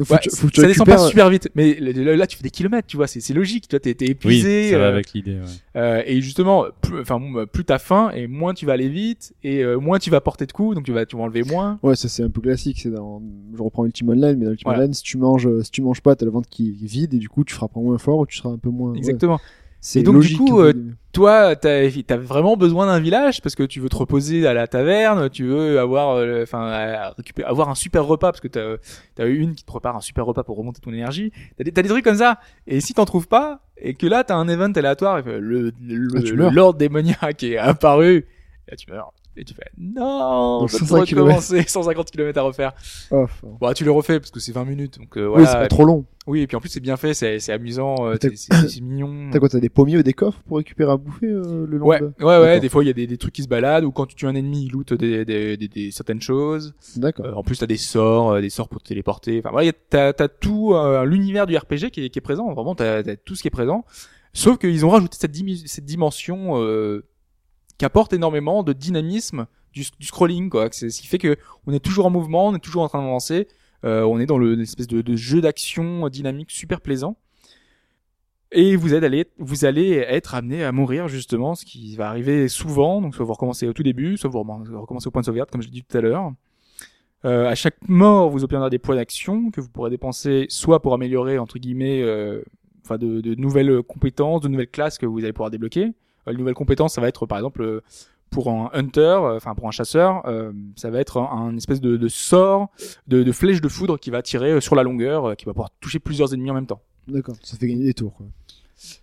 faut
Ouais,
que tu- faut que tu
ça descend pas
récupères- euh,
super vite, mais le- le- là tu fais des kilomètres, tu vois, c'est c'est logique, tu vois, t'es t'es
oui,
épuisé.
ça va
euh,
avec l'idée. ouais.
euh, et justement, plus, enfin, bon, bah, plus t'as faim et moins tu vas aller vite et euh, moins tu vas porter de coups, donc tu vas, tu vas enlever moins.
euh, Ouais, ça c'est un peu classique. C'est dans, je reprends Ultima Online, mais dans Ultima
Voilà.
euh, Online, si tu manges, si tu manges pas, t'as le ventre qui est vide et du coup tu frappes moins fort ou tu seras un peu moins. ouais.
Exactement.
C'est
Et donc, du
logique.
coup, euh, Toi, t'as t'as vraiment besoin d'un village parce que tu veux te reposer à la taverne, tu veux avoir, euh, le- enfin, à récupérer- avoir un super repas parce que t'as t'as eu une qui te prépare un super repas pour remonter ton énergie. T'as des, t'as des trucs comme ça. Et si t'en trouves pas et que là t'as un event aléatoire, et que le, le,
Ah, tu
le
meurs.
lord démoniaque est apparu, là tu meurs. Et tu fais non,
Donc,
je
105 kilomètres.
150 km à refaire.
Oh, enfin.
Bon, tu le refais parce que c'est 20 minutes, donc euh,
Oui, c'est
voilà.
pas trop long.
Oui, et puis en plus c'est bien fait, c'est c'est amusant, euh,
T'as-
c'est- c'est c'est mignon.
T'as quoi T'as des pommiers ou des coffres pour récupérer à bouffer euh, le long
Ouais,
de...
ouais, ouais.
D'accord.
Des fois, il y a des, des trucs qui se baladent ou quand tu tues un ennemi, il loot des, des, des, des- certaines choses.
D'accord.
Euh, en plus, t'as des sorts, euh, des sorts pour te téléporter. Enfin, voilà, y a- t'as t'as tout euh, l'univers du RPG qui est, qui est présent. Vraiment, t'as t'as tout ce qui est présent. Sauf qu'ils ont rajouté cette, dimi- cette dimension euh, qui apporte énormément de dynamisme du, du scrolling, quoi. Que c'est- Ce qui fait que on est toujours en mouvement, on est toujours en train d'avancer. Euh, on est dans le- l'espèce de, de jeu d'action euh, dynamique super plaisant. Et vous êtes allé, vous allez être amené à mourir justement, ce qui va arriver souvent. Donc soit vous recommencez au tout début, soit vous remen- recommencez au point de sauvegarde, comme je l'ai dit tout à l'heure. Euh, à chaque mort, vous obtiendrez des points d'action que vous pourrez dépenser soit pour améliorer entre guillemets, euh, enfin de, de nouvelles compétences, de nouvelles classes que vous allez pouvoir débloquer. Euh, les nouvelles compétences, ça va être par exemple euh, pour un hunter, euh, enfin pour un chasseur, euh, ça va être un, un espèce de, de sort de, de flèche de foudre qui va tirer euh, sur la longueur, euh, qui va pouvoir toucher plusieurs ennemis en même temps.
D'accord. Ça fait gagner des tours. Quoi.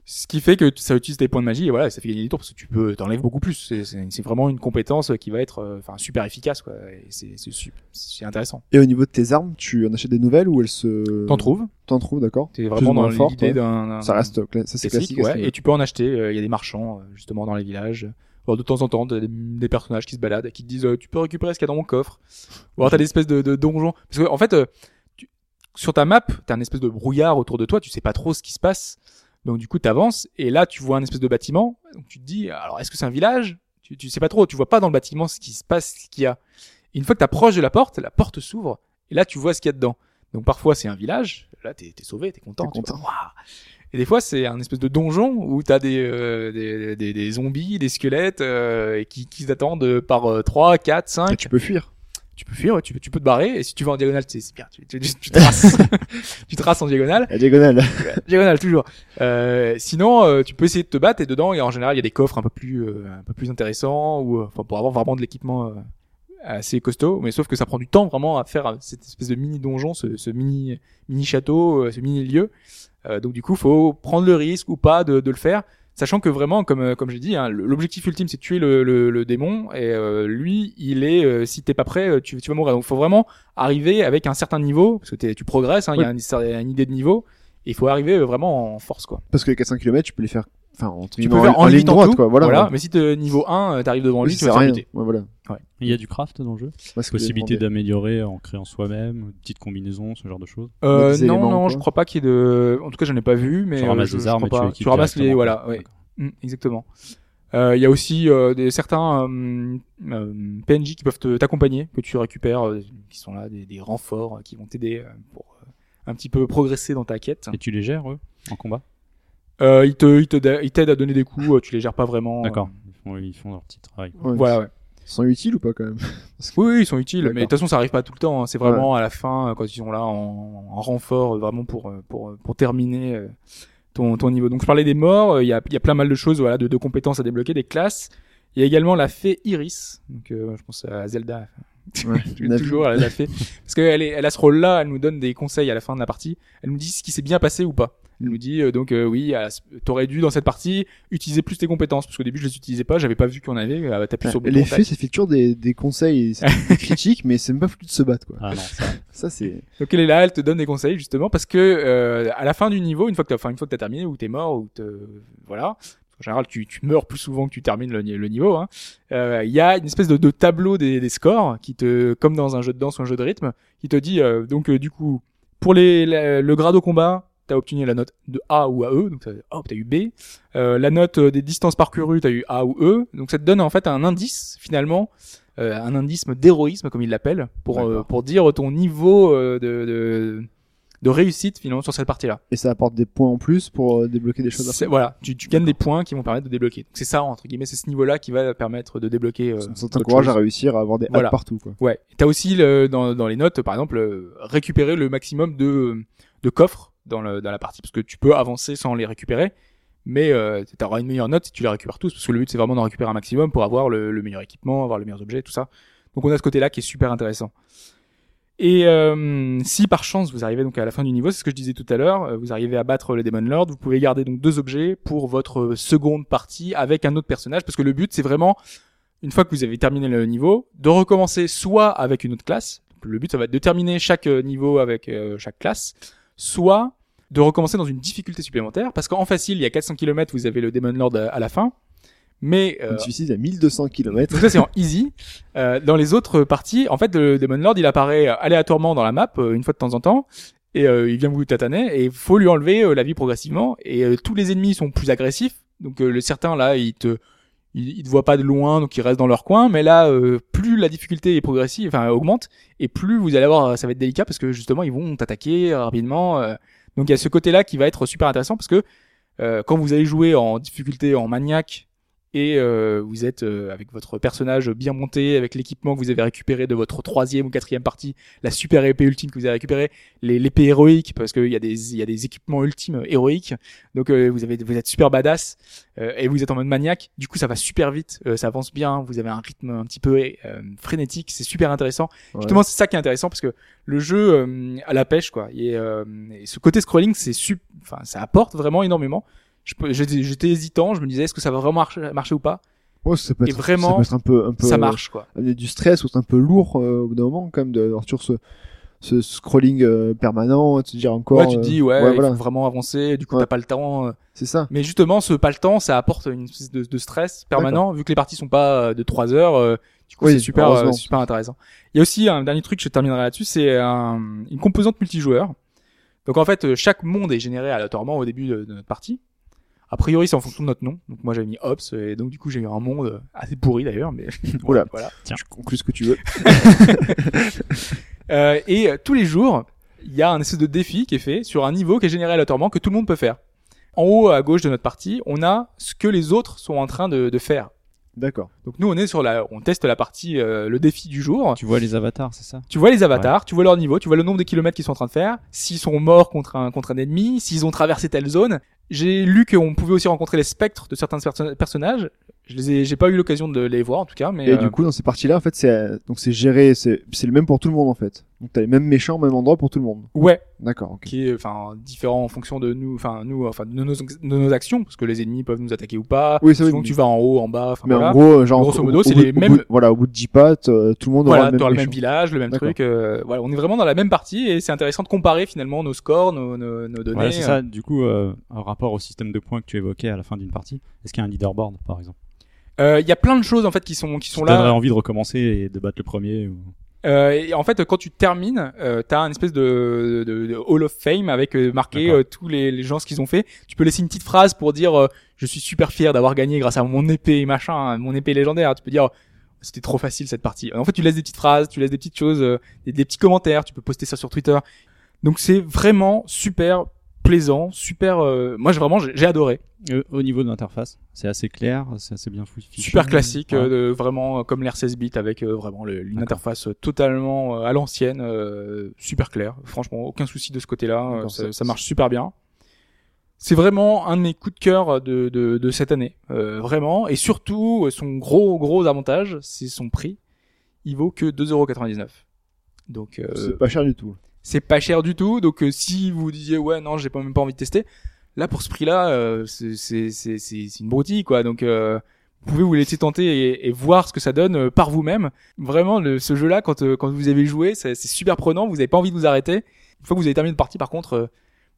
Ce qui fait que t- ça utilise des points de magie et voilà, ça fait gagner des tours parce que tu peux t'enlèves beaucoup plus. C'est- C'est c'est vraiment une compétence qui va être euh, enfin super efficace quoi. Et C'est c'est sup- c'est intéressant.
Et au niveau de tes armes, tu en achètes des nouvelles ou elles se.
T'en trouves
T'en trouves, d'accord.
T'es
Plus
vraiment
ou moins
dans
fortes,
l'idée
ouais.
d'un d'un-
Ça reste, cla- ça c'est
classique,
classique. à ce
ouais.
niveau.
Et tu peux en acheter. euh, Il y a des marchands euh, justement dans les villages. Alors, de temps en temps, t'as des, des personnages qui se baladent et qui te disent euh, tu peux récupérer ce qu'il y a dans mon coffre. Ou alors t'as l'espèce de, de donjon. Parce que en fait, euh, tu- sur ta map, t'as un espèce de brouillard autour de toi. Tu sais pas trop ce qui se passe. Donc du coup, t'avances et là, tu vois un espèce de bâtiment. Donc tu te dis alors est-ce que c'est un village tu, tu sais pas trop. Tu vois pas dans le bâtiment ce qui se passe, ce qu'il y a. Et une fois que t'approches de la porte, la porte s'ouvre et là, tu vois ce qu'il y a dedans. Donc parfois c'est un village, là t'es t'es sauvé, t'es content,
T'es
tu vois, Waouh et des fois, c'est un espèce de donjon où t'as des, euh, des, des, des zombies, des squelettes euh, et qui, qui t'attendent par euh, 3, 4,
Et
5.
tu peux fuir.
Tu peux fuir, ouais, tu, peux- tu peux te barrer. Et si tu vas en diagonale, c'est c'est bien. Tu, tu, tu- tu traces, tu traces en diagonale.
La diagonale.
Diagonale, toujours. Euh, sinon, euh, tu peux essayer de te battre. Et dedans, et en général, il y a des coffres un peu plus, euh, un peu plus intéressants ou euh, enfin, pour avoir vraiment de l'équipement euh, assez costaud. Mais sauf que ça prend du temps vraiment à faire euh, cette espèce de mini donjon, ce, ce mini, mini château, euh, ce mini lieu. Euh, donc du coup, faut prendre le risque ou pas de, de le faire, sachant que vraiment, comme euh, comme j'ai dit, hein, le- l'objectif ultime c'est de tuer le, le, le démon et euh, lui, il est euh, si t'es pas prêt, euh, tu, tu vas mourir. Donc faut vraiment arriver avec un certain niveau parce que t'es- tu progresses, hein, il y a un- cer- une, idée de niveau. et Il faut arriver euh, vraiment en force quoi.
Parce que les 4-5 km, tu peux les faire. Enfin, en,
Tu peux faire en,
ligne
huit en
droite,
tout,
quoi. Voilà. ouais.
Mais si t'es niveau 1, euh, t'arrives devant
Oui,
lui,
ça
tu vas te
sert à
faire
rien.
buter.
Ouais, voilà.
Il y a du craft dans le jeu
Moi, ce que j'allais
Possibilité
demander.
d'améliorer en créant soi-même, une petite combinaison, ce genre de choses.
Ou
Euh,
des
non,
éléments,
non,
quoi.
je crois pas qu'il y ait de. En tout cas, j'en ai pas vu, mais
Tu
euh,
ramasses
je-
des
je
armes
crois
et tu
pas.
équipes
tu ramasses les,
directement.
voilà, ouais.
D'accord.
Mm, exactement. Euh, Il y a aussi euh, des, certains euh, euh, PNJ qui peuvent te- t'accompagner, que tu récupères, euh, qui sont là, des, des renforts euh, qui vont t'aider euh, pour euh, un petit peu progresser dans ta quête.
Et tu les gères, eux, en combat
Euh, ils te- ils te- ils t'aident à donner des coups, euh, tu les gères pas vraiment.
D'accord. Ils font, ils font leur petit travail.
Ouais.
Euh, voilà, ouais.
Ils sont utiles ou pas, quand même
Oui, oui, ils sont utiles, mais de
D'accord.
toute façon, ça arrive pas tout le temps. hein. C'est vraiment à la fin, euh, quand ils sont là en, en renfort, euh, vraiment pour euh, pour euh, pour terminer euh, ton ton niveau. Donc je parlais des morts. euh, Il y a il y a plein mal de choses, voilà, de, de compétences à débloquer, des classes. Il y a également la fée Iris. Donc euh, je pense à Zelda.
Ouais, Navi.
toujours à la fée, parce qu'elle est elle a ce rôle-là. Elle nous donne des conseils à la fin de la partie. Elle nous dit ce qui s'est bien passé ou pas. Elle nous dit euh, donc euh, oui, à ce- t'aurais dû dans cette partie utiliser plus tes compétences, parce qu'au début je les utilisais pas, j'avais pas vu qu'on avait. Euh, T'appuies sur le bouton,
Les faits, ça fait toujours des, des conseils, et c'est des critiques, mais c'est même pas plus de se battre, quoi.
Ah non, ça.
Ça, c'est.
Donc elle est là, elle te donne des conseils justement parce que euh, à la fin du niveau, une fois que t'as, enfin une fois que t'as terminé ou t'es mort ou te voilà, en général tu, tu meurs plus souvent que tu termines le, ni- le niveau. hein. Euh, Il y a une espèce de, de tableau des, des scores qui te, comme dans un jeu de danse ou un jeu de rythme, qui te dit euh, donc euh, du coup pour les la- le grade au combat, t'as obtenu la note de A ou AE, donc t'as, hop t'as eu B. Euh, la note euh, des distances parcourues, t'as eu A ou E, donc ça te donne en fait un indice finalement euh, un indice d'héroïsme comme il l'appelle pour euh, pour dire ton niveau euh, de, de de réussite finalement sur cette partie-là.
Et ça apporte des points en plus pour euh, débloquer des choses.
C'est-
après.
Voilà, tu, tu gagnes des points qui vont permettre de débloquer. Donc, C'est ça entre guillemets, c'est ce niveau-là qui va permettre de débloquer. Euh,
Ça- Ça
d'autres
t'encourage
choses.
à réussir à avoir des hacks
Voilà.
partout, quoi.
Ouais. Et T'as aussi le- dans, dans les notes, par exemple, euh, récupérer le maximum de, de coffres dans, le, dans la partie, parce que tu peux avancer sans les récupérer. mais euh, t'auras une meilleure note si tu les récupères tous, parce que le but c'est vraiment d'en récupérer un maximum pour avoir le, le meilleur équipement, avoir les meilleurs objets, tout ça. Donc on a ce côté-là qui est super intéressant. Et euh, si par chance vous arrivez donc à la fin du niveau, c'est ce que je disais tout à l'heure, euh, vous arrivez à battre le Demon Lord, vous pouvez garder donc deux objets pour votre euh, seconde partie avec un autre personnage, parce que le but c'est vraiment, une fois que vous avez terminé le niveau, de recommencer soit avec une autre classe, le but ça va être de terminer chaque euh, niveau avec euh, chaque classe, soit de recommencer dans une difficulté supplémentaire, parce qu'en facile il y a 400 km, vous avez le Demon Lord euh, à, à la fin, mais euh,
difficile à 1200 km.
donc ça c'est en easy. Euh, dans les autres parties, en fait, le Demon Lord il apparaît euh, aléatoirement dans la map euh, une fois de temps en temps et euh, il vient vous tataner et il faut lui enlever euh, la vie progressivement et euh, tous les ennemis sont plus agressifs. Donc euh, le certain là, il te il, il te voit pas de loin donc il reste dans leur coin mais là euh, plus la difficulté est progressive enfin augmente et plus vous allez avoir ça va être délicat parce que justement ils vont t'attaquer euh, rapidement euh. donc il y a ce côté là qui va être super intéressant parce que euh, quand vous allez jouer en difficulté en maniaque et euh, vous êtes euh, avec votre personnage bien monté, avec l'équipement que vous avez récupéré de votre troisième ou quatrième partie, la super épée ultime que vous avez récupérée, les- l'épée héroïque parce qu'il y a des il y a des équipements ultimes euh, héroïques, donc euh, vous avez vous êtes super badass euh, et vous êtes en mode maniaque. Du coup, ça va super vite, euh, ça avance bien, vous avez un rythme un petit peu euh, frénétique, c'est super intéressant. Justement, c'est ça qui est intéressant parce que le jeu euh, à la pêche quoi. Et, euh, et ce côté scrolling, c'est sup- enfin ça apporte vraiment énormément. Je peux- J'étais j'étais hésitant, je me disais est-ce que ça va vraiment marcher, marcher ou pas
Ouais, Oh, ça peut
Et
être,
vraiment,
ça peut être un peu, un peu,
Ça marche quoi.
euh, du stress ou c'est un peu lourd euh, au bout d'un moment quand même d'avoir toujours ce, ce scrolling euh, permanent, de se dire encore.
Ouais, tu te
euh,
dis ouais, il
voilà,
faut vraiment avancer, du coup
Ouais.
t'as pas le temps. euh.
c'est ça.
Mais justement, ce pas le temps, ça apporte une espèce de, de stress permanent vu que les parties sont pas euh, de 3 heures. euh, du coup,
Oui,
c'est super,
heureusement.
euh, c'est super intéressant. Il y a aussi un dernier truc, je terminerai là-dessus, c'est un- une composante multijoueur. Donc en fait, euh, chaque monde est généré aléatoirement au début de, de notre partie. A priori, c'est en fonction de notre nom. Donc moi, j'avais mis Ops, et donc du coup, j'ai eu un monde euh, assez pourri d'ailleurs, mais
Oula.
voilà.
Tu conclus ce que tu veux.
Euh, et euh, tous les jours, il y a un espèce de défi qui est fait sur un niveau qui est généré aléatoirement que tout le monde peut faire. En haut à gauche de notre partie, on a ce que les autres sont en train de, de faire.
D'accord.
Donc nous, on est sur la, on teste la partie euh, le défi du jour.
Tu vois les avatars, c'est ça
Tu vois les avatars, tu vois leur niveau, tu vois le nombre de kilomètres qu'ils sont en train de faire, s'ils sont morts contre un contre un ennemi, s'ils ont traversé telle zone. J'ai lu qu'on pouvait aussi rencontrer les spectres de certains perso- personnages. Je les ai, j'ai pas eu l'occasion de les voir en tout cas, mais
Et,
euh,
du coup, dans ces parties-là, en fait, c'est euh, donc c'est géré, c'est c'est le même pour tout le monde en fait. Donc t'as les mêmes méchants au même endroit pour tout le monde.
ouais,
D'accord. ok.
qui est enfin différent en fonction de nous enfin nous enfin de nos, de nos actions parce que les ennemis peuvent nous attaquer ou pas
Oui, c'est vrai,
souvent
mais-
tu vas en haut en bas enfin
Mais
voilà
en gros, euh, genre
Grosso
au-
modo,
au
c'est
bout-
les
au bout-
mêmes-
Voilà, au bout de 10 pattes, euh, tout le monde aura
voilà
le même
dans le même
méchant.
village le même
D'accord.
truc euh, voilà on est vraiment dans la même partie et c'est intéressant de comparer finalement nos scores nos nos, nos données
Voilà, c'est
euh.
ça. Du coup, euh, un rapport au système de points que tu évoquais à la fin d'une partie. Est-ce qu'il y a un leaderboard, par exemple
Euh, il y a plein de choses en fait qui sont qui sont
Qui donnerait
là
envie de recommencer et de battre le premier ou-
Euh, et en fait quand tu termines euh, t'as un espèce de, de, de hall of fame avec euh, marqué
D'accord.
euh, tous les, les gens ce qu'ils ont fait tu peux laisser une petite phrase pour dire euh, je suis super fier d'avoir gagné grâce à mon épée machin hein, mon épée légendaire tu peux dire c'était trop facile cette partie en fait tu laisses des petites phrases tu laisses des petites choses euh, des, des petits commentaires tu peux poster ça sur Twitter donc c'est vraiment super plaisant super euh, moi j'ai vraiment j'ai j'ai adoré
Euh, Au niveau de l'interface, c'est assez clair, c'est assez bien fou. fichu.
super classique
Ouais.
euh, de- vraiment euh, comme l'air 16 bits avec euh, vraiment le- une
D'accord.
interface euh, totalement euh, à l'ancienne euh, super claire franchement aucun souci de ce côté là
D'accord,
ça,
ça-
ça marche super bien c'est vraiment un de mes coups de cœur euh, de, de, de cette année euh, vraiment et surtout euh, son gros gros avantage c'est son prix il vaut que 2,99€ donc euh,
C'est pas cher du tout.
c'est pas cher du tout donc euh, si vous disiez ouais non j'ai pas même pas envie de tester là pour ce prix là c'est c'est c'est c'est c'est une broutille quoi donc euh, vous pouvez vous laisser tenter et, et voir ce que ça donne euh, par vous-même vraiment le, ce jeu là quand euh, quand vous avez joué c'est c'est super prenant vous avez pas envie de vous arrêter une fois que vous avez terminé une partie par contre euh,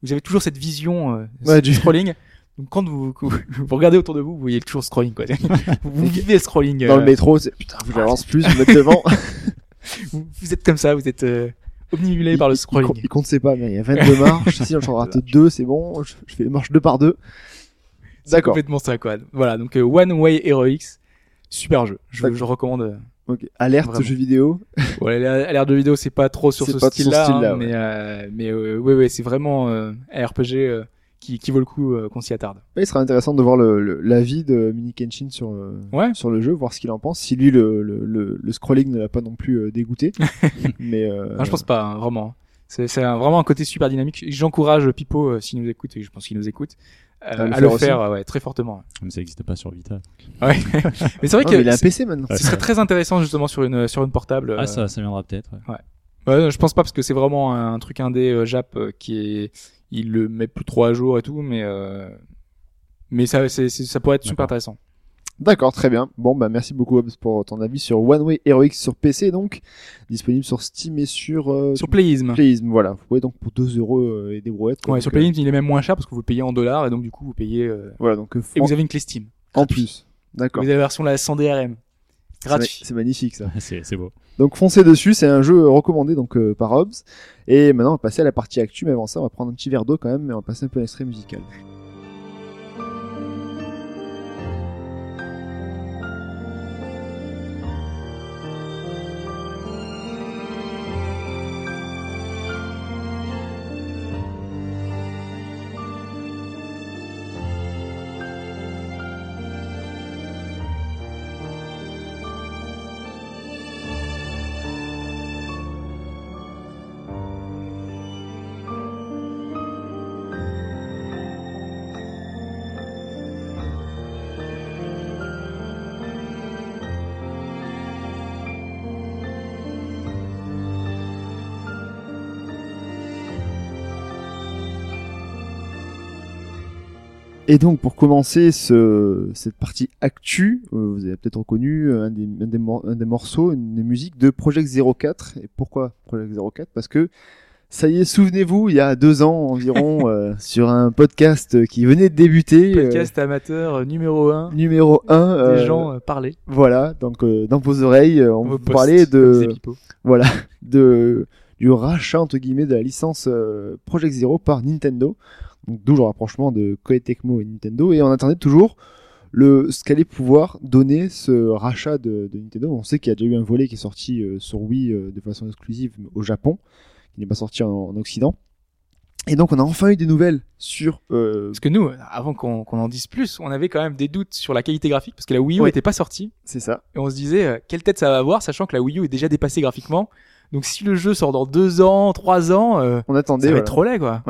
vous avez toujours cette vision euh,
Ouais,
ce
du-
scrolling donc quand vous, vous vous regardez autour de vous vous voyez toujours le scrolling quoi vous vivez le scrolling
Dans
euh,
le métro, c'est putain, vous j'avance plus, vous mettez devant.
vous, vous êtes comme ça vous êtes euh, omnibulé par le
Il,
scrolling
compte- il compte ses pas, mais il y a 22 marches. si j'en rate deux, c'est bon. Je, je fais les marches deux par deux. D'accord.
complètement ça quoi. Voilà, donc euh, One Way Heroics, super jeu. Je,
D'accord.
je recommande.
Ok. Alerte
Vraiment.
jeu vidéo.
Ouais, à l'air de vidéo, c'est pas trop sur
C'est
ce
pas de son
style-là,
style-là,
hein,
ouais.
mais euh, mais euh, ouais ouais, c'est vraiment euh, un RPG euh, qui qui vaut le coup euh, qu'on s'y attarde.
Ouais, il sera intéressant de voir le- le- l'avis de Mini Kenshin sur, euh,
Ouais.
sur le jeu, voir ce qu'il en pense. Si lui, le, le, le, le scrolling ne l'a pas non plus euh, dégoûté. mais euh,
Enfin, je pense Ah, pas hein, vraiment. C'est c'est un- vraiment un côté super dynamique. J'encourage Pipo, euh, s'il nous écoute, et je pense qu'il nous écoute, euh,
À le
à le
faire aussi.
faire, euh, ouais, très fortement.
Comme Ah, ça n'existait pas sur Vita.
Ouais. mais c'est vrai
Ah, Non,
que
mais il a un
c'est-
PC maintenant.
ce serait très intéressant justement sur une sur une portable. euh,
Ah, ça, ça viendra peut-être. ouais.
Ouais, non, je pense pas parce que c'est vraiment un truc indé euh, Jap euh, qui est, il le met plus trop à jour et tout, mais euh, mais ça, c'est, c'est- ça pourrait être super
D'accord.
intéressant.
D'accord, très bien. Bon, bah merci beaucoup Hobbs pour ton avis sur One Way Heroics sur PC, donc disponible sur Steam et sur, euh,
Sur Playism,
Playism. Voilà, vous pouvez donc pour 2 euros euh, et des brouettes. quoi.
ouais,
Donc,
sur
euh,
Playism, il est même moins cher parce que vous payez en dollars et donc du coup vous payez euh,
Voilà, donc euh,
et
en,
vous avez une clé Steam.
en plus.
Vous
D'accord.
avez la version la sans DRM,
C'est ma-
gratuit.
C'est magnifique ça.
c'est c'est beau.
Donc foncez dessus, c'est un jeu recommandé donc euh, par Hobbs. Et maintenant on va passer à la partie actu, mais avant ça on va prendre un petit verre d'eau quand même, mais on va passer un peu à l'extrait musical. Et donc pour commencer ce, cette partie actu, euh, vous avez peut-être reconnu euh, un des, un, des mor- un des morceaux, une des musiques de Project 04. Et pourquoi Project 04 Parce que ça y est, souvenez-vous, il y a deux ans environ, euh, sur un podcast qui venait de débuter, euh,
Podcast amateur euh, numéro un.
numéro 1,
Des gens euh, parler.
voilà, donc euh, dans vos oreilles, euh, on
Vos
vous
posts,
parlait
comme
de
disait Pipo.
de du rachat entre guillemets de la licence euh, Project Zero par Nintendo. Donc d'où le rapprochement de Koei Tecmo et Nintendo et on attendait toujours le ce qu'allait pouvoir donner ce rachat de, de Nintendo. On sait qu'il y a déjà eu un volet qui est sorti euh, sur Wii euh, de façon exclusive au Japon, qui n'est pas sorti en, en Occident. Et donc on a enfin eu des nouvelles sur euh,
Parce que nous, avant qu'on, qu'on en dise plus, on avait quand même des doutes sur la qualité graphique parce que la Wii U
Oui.
était pas sortie.
c'est ça.
et on se disait euh, quelle tête ça va avoir sachant que la Wii U est déjà dépassée graphiquement donc si le jeu sort dans deux ans trois ans euh,
On
ça
attendait
va
voilà.
être trop laid quoi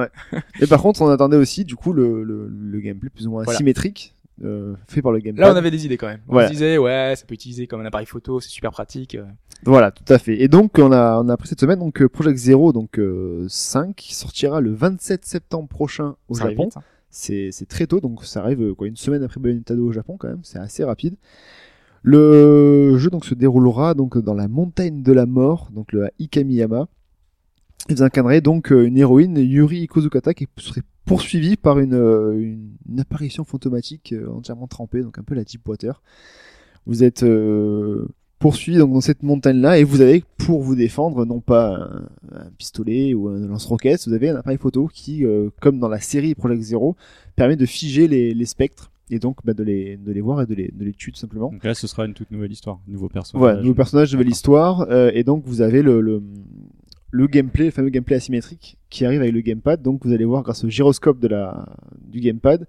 Et par contre, on attendait aussi du coup le, le, le gameplay plus ou moins
Voilà.
asymétrique euh, fait par le gameplay.
là on avait des idées quand même on
Voilà.
se disait ouais ça peut utiliser comme un appareil photo c'est super pratique euh.
Voilà, tout à fait. Et donc on a on a appris cette semaine donc euh, Project Zero donc euh, 5 qui sortira le 27 septembre prochain au
Ça arrive
Japon.
vite, hein.
C'est c'est très tôt donc ça arrive euh, quoi une semaine après Bayonetta 2 au Japon quand même, c'est assez rapide. Le jeu donc se déroulera donc dans la montagne de la mort, donc le à Ikamiyama. Et vous incarnerez donc euh, une héroïne Yuri Ikozukata qui serait poursuivie par une, euh, une, une apparition fantomatique euh, entièrement trempée, donc un peu la Deepwater. Vous êtes euh, poursuivi donc dans cette montagne là et vous avez pour vous défendre non pas un, un pistolet ou un lance-roquettes, vous avez un appareil photo qui, euh, comme dans la série Project Zero, permet de figer les, les spectres et donc bah, de, les, de les voir et de les, de les tuer tout simplement.
Donc là, ce sera une toute nouvelle histoire, nouveau personnage.
Voilà, nouveau personnage, nouvelle
D'accord.
histoire, euh, et donc vous avez le, le, le gameplay, le fameux gameplay asymétrique qui arrive avec le gamepad, donc vous allez voir grâce au gyroscope de la, du gamepad,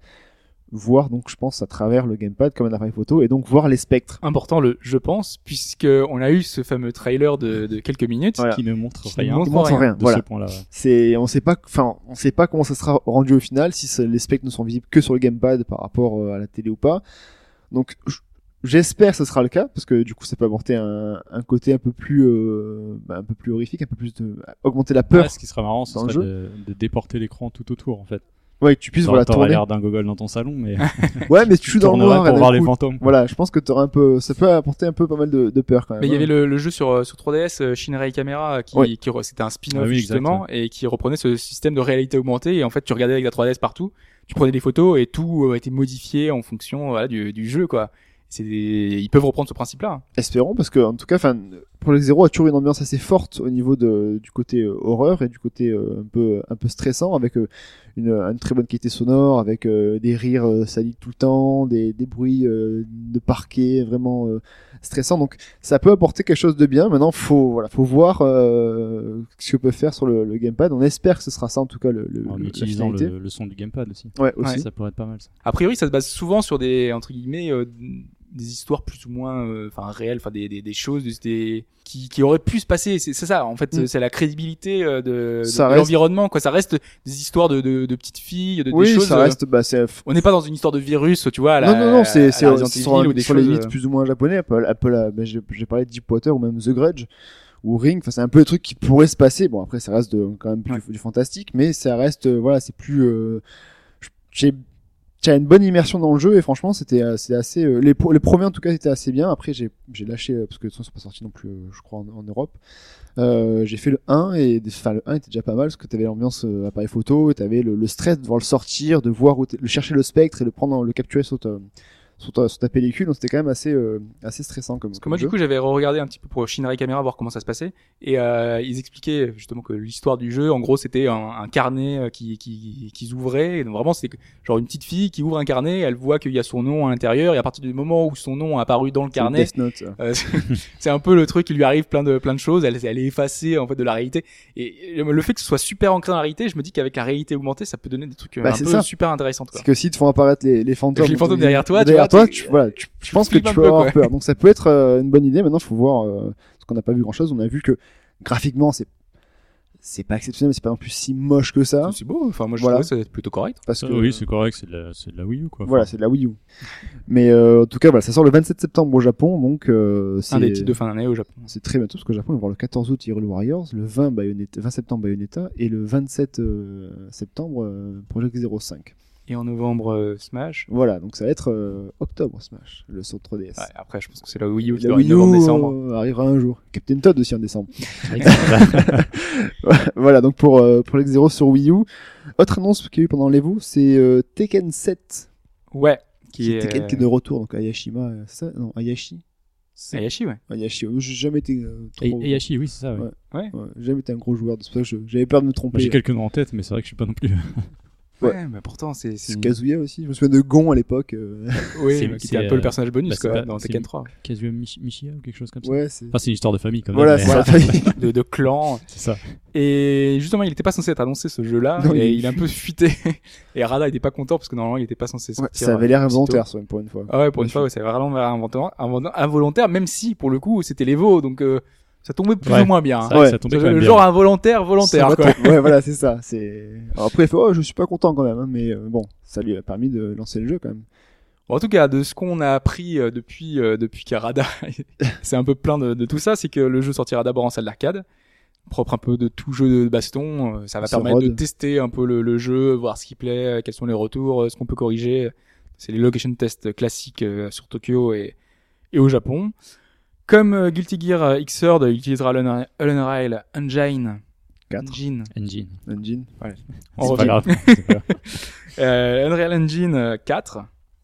voir donc je pense à travers le gamepad comme un appareil photo, et donc voir les spectres.
important le je pense puisque on a eu ce fameux trailer de, de quelques minutes
Voilà.
qui ne montre
Qui ne
rien
montre
Ils montrent
rien
rien,
de
voilà.
ce point-là. ouais.
C'est, on sait pas, enfin, on sait pas comment ça sera rendu au final, si ça- les spectres ne sont visibles que sur le gamepad par rapport euh, à la télé ou pas. Donc, j- j'espère que ce sera le cas, parce que du coup, ça peut apporter un, un côté un peu plus, euh, bah, un peu plus horrifique, un peu plus de, augmenter la peur.
Ouais, ce qui serait marrant, ce
dans le
serait de, de déporter l'écran tout autour en fait.
Ouais, que tu puisses,
T'auras
voilà,
t'auras
tourner.
l'air d'un gogol dans ton salon, mais
Ouais, mais tu
tu
joues dans le
tourneras
noir.
pour
et
voir
d'un
les
coup,
fantômes.
Voilà, je pense que t'auras un peu, ça peut apporter un peu pas mal de, de peur quand même.
mais il y
hein.
avait le, le jeu sur euh, sur 3DS euh, Shinrai Camera qui,
Oui.
qui re- c'était un spin-off
Ah oui, exact,
justement et qui reprenait ce système de réalité augmentée et en fait tu regardais avec la 3DS partout tu prenais des photos et tout euh, a été modifié en fonction voilà, du, du jeu quoi c'est des- ils peuvent reprendre ce principe là
Espérons, parce que en tout cas, enfin, pour les zéros, a toujours une ambiance assez forte au niveau de, du côté euh, horreur et du côté euh, un peu, un peu stressant, avec euh, une, une très bonne qualité sonore, avec euh, des rires euh, salis tout le temps, des, des bruits euh, de parquet vraiment euh, stressants. Donc, ça peut apporter quelque chose de bien. Maintenant, faut, voilà, faut voir euh, ce que peut faire sur le, le gamepad. On espère que ce sera ça en tout cas le, le
En
Euh, la
utilisant
finalité.
le, le son du gamepad aussi.
Ouais, aussi.
Ça pourrait être pas mal ça.
A priori, ça se base souvent sur des entre guillemets euh, des histoires plus ou moins euh, enfin réelles enfin des, des, des choses des, des- qui, qui auraient pu se passer c'est c'est ça en fait
Mm.
c'est la crédibilité euh, de, de-
Ça
de
reste-
l'environnement quoi ça reste des histoires de, de, de petites filles de
oui,
des choses
ça
euh,
reste. Bah, c'est-
on n'est pas dans une histoire de virus tu vois à la,
non, non, non,
à la
c'est c'est-
Resident
c'est sur,
Evil
un-
ou des
sur les
choses,
limites
euh,
plus ou moins japonais. Apple, Apple a- bah, j'ai j'ai parlé de Deepwater ou même The Grudge ou Ring. Enfin, c'est un peu le truc qui pourrait se passer. Bon, après, ça reste de- quand même du-
Ouais.
du, fantastique, mais ça reste, euh, voilà, c'est plus. euh, j'ai j'ai une bonne immersion dans le jeu et franchement, c'était euh, c'est assez. euh, les, pro- les premiers en tout cas étaient assez bien. Après, j'ai j'ai lâché euh, parce que de toute façon, ils sont pas sortis non plus, euh, je crois, en, en Europe. Euh, j'ai fait le 1 et enfin le 1 était déjà pas mal parce que t'avais l'ambiance euh, appareil photo, t'avais le, le stress de voir le sortir, de voir où t'es- le chercher le spectre et le prendre, le capturer sur ta, sur ta, sur ta pellicule. Donc c'était quand même assez euh, assez stressant comme.
Parce que moi, du coup, j'avais regardé un petit peu pour Shinrai Camera, voir comment ça se passait. Et euh, ils expliquaient justement que l'histoire du jeu, en gros, c'était un, un carnet euh, qui qui qu'ils ouvraient. Et donc, vraiment, c'est que- genre une petite fille qui ouvre un carnet, elle voit qu'il y a son nom à l'intérieur. Et à partir du moment où son nom a apparu dans le carnet,
Death Note. hein.
euh, c'est- c'est un peu le truc qui lui arrive plein de plein de choses. Elle, elle est effacée en fait de la réalité. Et euh, le fait que ce soit super ancré dans la réalité, je me dis qu'avec la réalité augmentée, ça peut donner des trucs euh,
Bah,
un
c'est
peu
ça.
super intéressants. Quoi.
C'est que si te font apparaître les, les fantômes,
Les fantômes derrière toi, tu
derrière
vois,
toi,
tu-
tu, voilà, tu, je pense que
flippes un
tu peux
peu,
avoir
quoi.
peur. Donc ça peut être euh, une bonne idée. Maintenant, faut voir euh, parce qu'on n'a pas vu grand chose. On a vu que graphiquement, c'est c'est pas exceptionnel, mais c'est pas non plus si moche que ça.
C'est beau. Enfin, moi,
Ah.
je
Voilà.
trouve que c'est plutôt correct.
Parce
Ça,
que
oui, c'est correct, c'est de, la- c'est de la Wii U quoi.
voilà,
Enfin,
c'est de la Wii U. Mais euh, en tout cas, voilà, ça sort le 27 septembre au Japon, donc euh, c'est
Un des titres de fin d'année au Japon.
c'est très bientôt parce que le Japon va voir le 14 août Hyrule Warriors, le 20, Bayonetta, 20 septembre Bayonetta et le 27 euh, septembre euh, Project 05.
Et en novembre, euh, Smash.
Voilà, donc ça va être euh, octobre Smash, le saut 3DS.
Ouais, après, je pense que c'est la Wii U qui
La
doit
Wii U
novembre, décembre.
euh, arrivera un jour. Captain Todd aussi en décembre. voilà, donc pour euh, Project Zero sur Wii U. Autre annonce qu'il y a eu pendant l'Evo, c'est euh, Tekken 7.
Ouais, qui
euh, C'est
est. euh,
Tekken qui est de retour, donc Ayashima, euh, c'est ça Non, Ayashi
C'est Ayashi, ouais.
Ayashi, euh, j'ai jamais été euh, trop...
Et, et Yashi, oui, c'est ça. oui.
Ouais.
Ouais.
Ouais, j'ai jamais été un gros joueur, c'est pour ça que je- j'avais peur de me
Moi, J'ai
tromper.
quelques noms en tête, mais c'est vrai que je suis pas non plus. euh,
Ouais,
Ouais.
mais pourtant, c'est. C'est
C'est Kazuya aussi, je me souviens de Gon à l'époque. euh.
Oui,
C'est-
mais qui
c'est,
était un peu le
euh,
personnage bonus,
bah, c'est
quoi,
pas-
dans
c'est-
Tekken 3.
Kazuya Michi- Michia ou quelque chose comme ça.
Ouais, c'est...
Enfin, c'est une histoire de famille quand même.
voilà,
mais-
c'est la famille.
De, de clan.
c'est ça.
Et justement, il était pas censé être annoncé ce jeu-là.
Non, il
Et
est
il a un peu fuité. Et Rada était pas content parce que normalement, il était pas censé
Ouais,
sortir.
ça avait l'air
euh, aussitôt.
involontaire, ça, pour une fois.
Ah ouais, pour une
Bien
fois, ouais, c'est vraiment involontaire, invol- involontaire, même si, pour le coup, c'était les veaux, donc euh, ça tombait plus
Ouais.
ou moins bien. hein.
C'est vrai que
Ouais.
ça tombait quand même
Le
bien.
genre involontaire,
Ça
volontaire.
va
hein, quoi.
tomber. Ouais, voilà, c'est ça. C'est. Alors après, il fait, oh, je suis pas content quand même, hein, mais euh, bon, ça lui a permis de lancer le jeu quand même.
Bon, en tout cas, de ce qu'on a appris euh, depuis euh, depuis Karada, c'est un peu plein de, de tout ça, c'est que le jeu sortira d'abord en salle d'arcade, propre un peu de tout jeu de baston. euh, Ça va
Ça
permettre de
rôde.
tester un peu le, le jeu, voir ce qui plaît, euh, quels sont les retours, euh, ce qu'on peut corriger. C'est les location tests classiques euh, sur Tokyo et et au Japon. Comme euh, Guilty Gear euh, Xrd utilisera l'Unreal Unreal Engine.
Quatre.
Engine.
Engine.
Engine.
On
C'est
revient.
pas grave. c'est pas grave.
Euh, Unreal Engine euh, 4.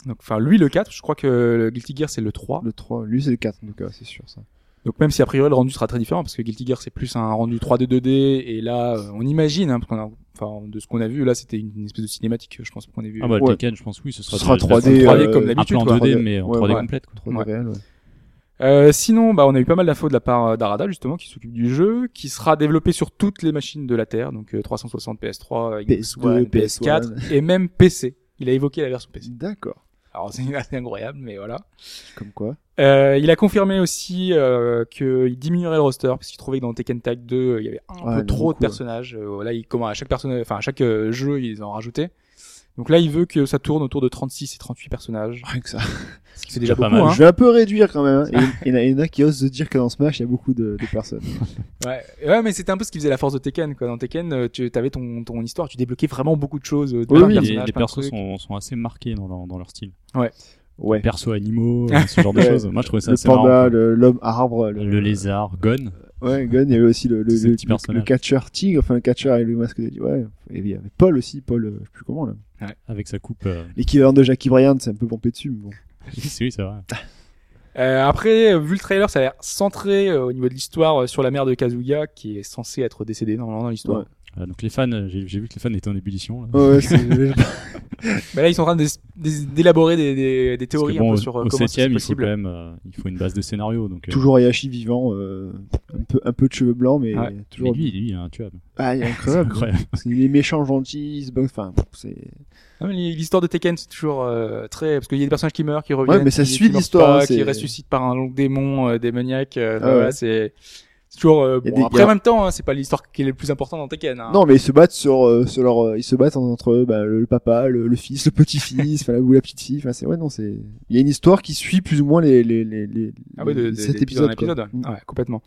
Donc, enfin, lui, le 4. Je crois que le Guilty Gear, c'est le 3.
Le 3. Lui, c'est le 4, en tout cas, c'est sûr, ça.
Donc même si a priori le rendu sera très différent parce que Guilty Gear c'est plus un rendu 3D 2D et là euh, on imagine hein, parce qu'on a- enfin de ce qu'on a vu là c'était une espèce de cinématique je pense qu'on a vu. euh,
Ah bah,
Ouais.
Tekken, je pense, oui, ce sera,
Ce sera
de la-
3D,
un
3D comme
euh,
plan
d'habitude quoi.
2D,
3D,
mais en
ouais,
3D
ouais.
complète. quoi.
3D
Ouais.
réel, ouais.
Euh, sinon bah on a eu pas mal d'infos de la part euh, d'Arada justement qui s'occupe du jeu qui sera développé sur toutes les machines de la Terre donc euh, 360 PS3, euh, Xbox,
PS2,
PS4 et même PC. Il a évoqué la version PC.
D'accord.
Alors c'est assez incroyable mais voilà.
Comme quoi.
Euh, il a confirmé aussi euh, qu'il diminuerait le roster parce qu'il trouvait que dans Tekken Tag 2 euh, il y avait un
Ouais, il y en
peu
a
trop de
beaucoup, ouais.
personnages. Euh, là, il comment à chaque personnage, enfin à chaque euh, jeu, ils en rajoutaient. Donc là, il veut que ça tourne autour de 36 et 38 personnages,
Rien que ça.
ce qui fait déjà
pas
beaucoup.
mal.
Hein.
Je vais un peu réduire quand même. hein. Il, il y en a- il y en a qui osent se dire que dans Smash, il y a beaucoup de, de personnes.
Ouais. ouais, mais c'était un peu ce qui faisait la force de Tekken. Quoi. Dans Tekken, euh, tu avais ton, ton histoire, tu débloquais vraiment beaucoup de choses. euh,
Oui,
plein de
oui,
Les- les,
personnages, plein de
persos
trucs.
sont, sont assez marqués dans leur, dans leur style.
Ouais.
Persos animaux, euh, ce genre de
Ouais.
choses. Moi, je trouvais ça
Le
assez marrant.
panda, le- l'homme arbre, le,
Le lézard, Gon.
Ouais, Gun, il y avait aussi le, le,
C'est
le,
petit personnage.
le catcheur tigre, enfin le catcheur avec le masque. de- Ouais, et il y avait Paul aussi, Paul, euh, je sais plus comment là.
avec sa coupe. euh,
L'équivalent de Jackie Bryant, c'est un peu pompé dessus, mais bon.
oui, c'est oui, c'est vrai.
Euh, après, euh, vu le trailer, ça a l'air centré euh, au niveau de l'histoire euh, sur la mère de Kazuya qui est censée être décédée normalement dans l'histoire.
Ouais.
Voilà, donc les fans, euh, j'ai j'ai vu que les fans étaient en ébullition. Là.
Ouais, c'est-
Mais là, ils sont en train d'es- d'es- d'élaborer des, des, des
Parce que
théories
bon,
un
au-
peu sur euh,
au
comment c'est
septième, il faut
possible.
quand même, euh, il faut une base de scénario. Donc euh,
Toujours Ayashi vivant, euh, un peu, un peu de cheveux blancs, mais
Ouais.
Mais
toujours.
lui, lui, il est intuable.
Ah, il est
C'est
incroyable.
incroyable.
Parce qu'il est méchant, gentil, il se bat- Enfin, pff, c'est.
Non, mais l'histoire de Tekken, c'est toujours euh, très parce qu'il y a des personnages qui meurent, qui reviennent,
mais ça
qui- qui
suit
meurent
l'histoire,
pas,
hein,
qui
c'est-
ressuscitent par un long démon, euh, démoniaque. euh,
Ah
voilà,
ouais.
c'est c'est toujours. euh,
Il y a
bon,
des-
après,
il y a-
en même temps, hein, c'est pas l'histoire qui est le plus important dans Tekken. hein.
Non, mais ils se battent sur, euh, sur leur, euh, ils se battent entre euh, bah, le, le papa, le, le fils, le petit-fils, enfin, la- ou la petite fille. Enfin, c'est ouais, non, c'est. Il y a une histoire qui suit plus ou moins les les les les.
Ah oui, de, de,
cet
d'épisode en
épisode. Mm.
épisode, Ah. ouais. Ouais, complètement.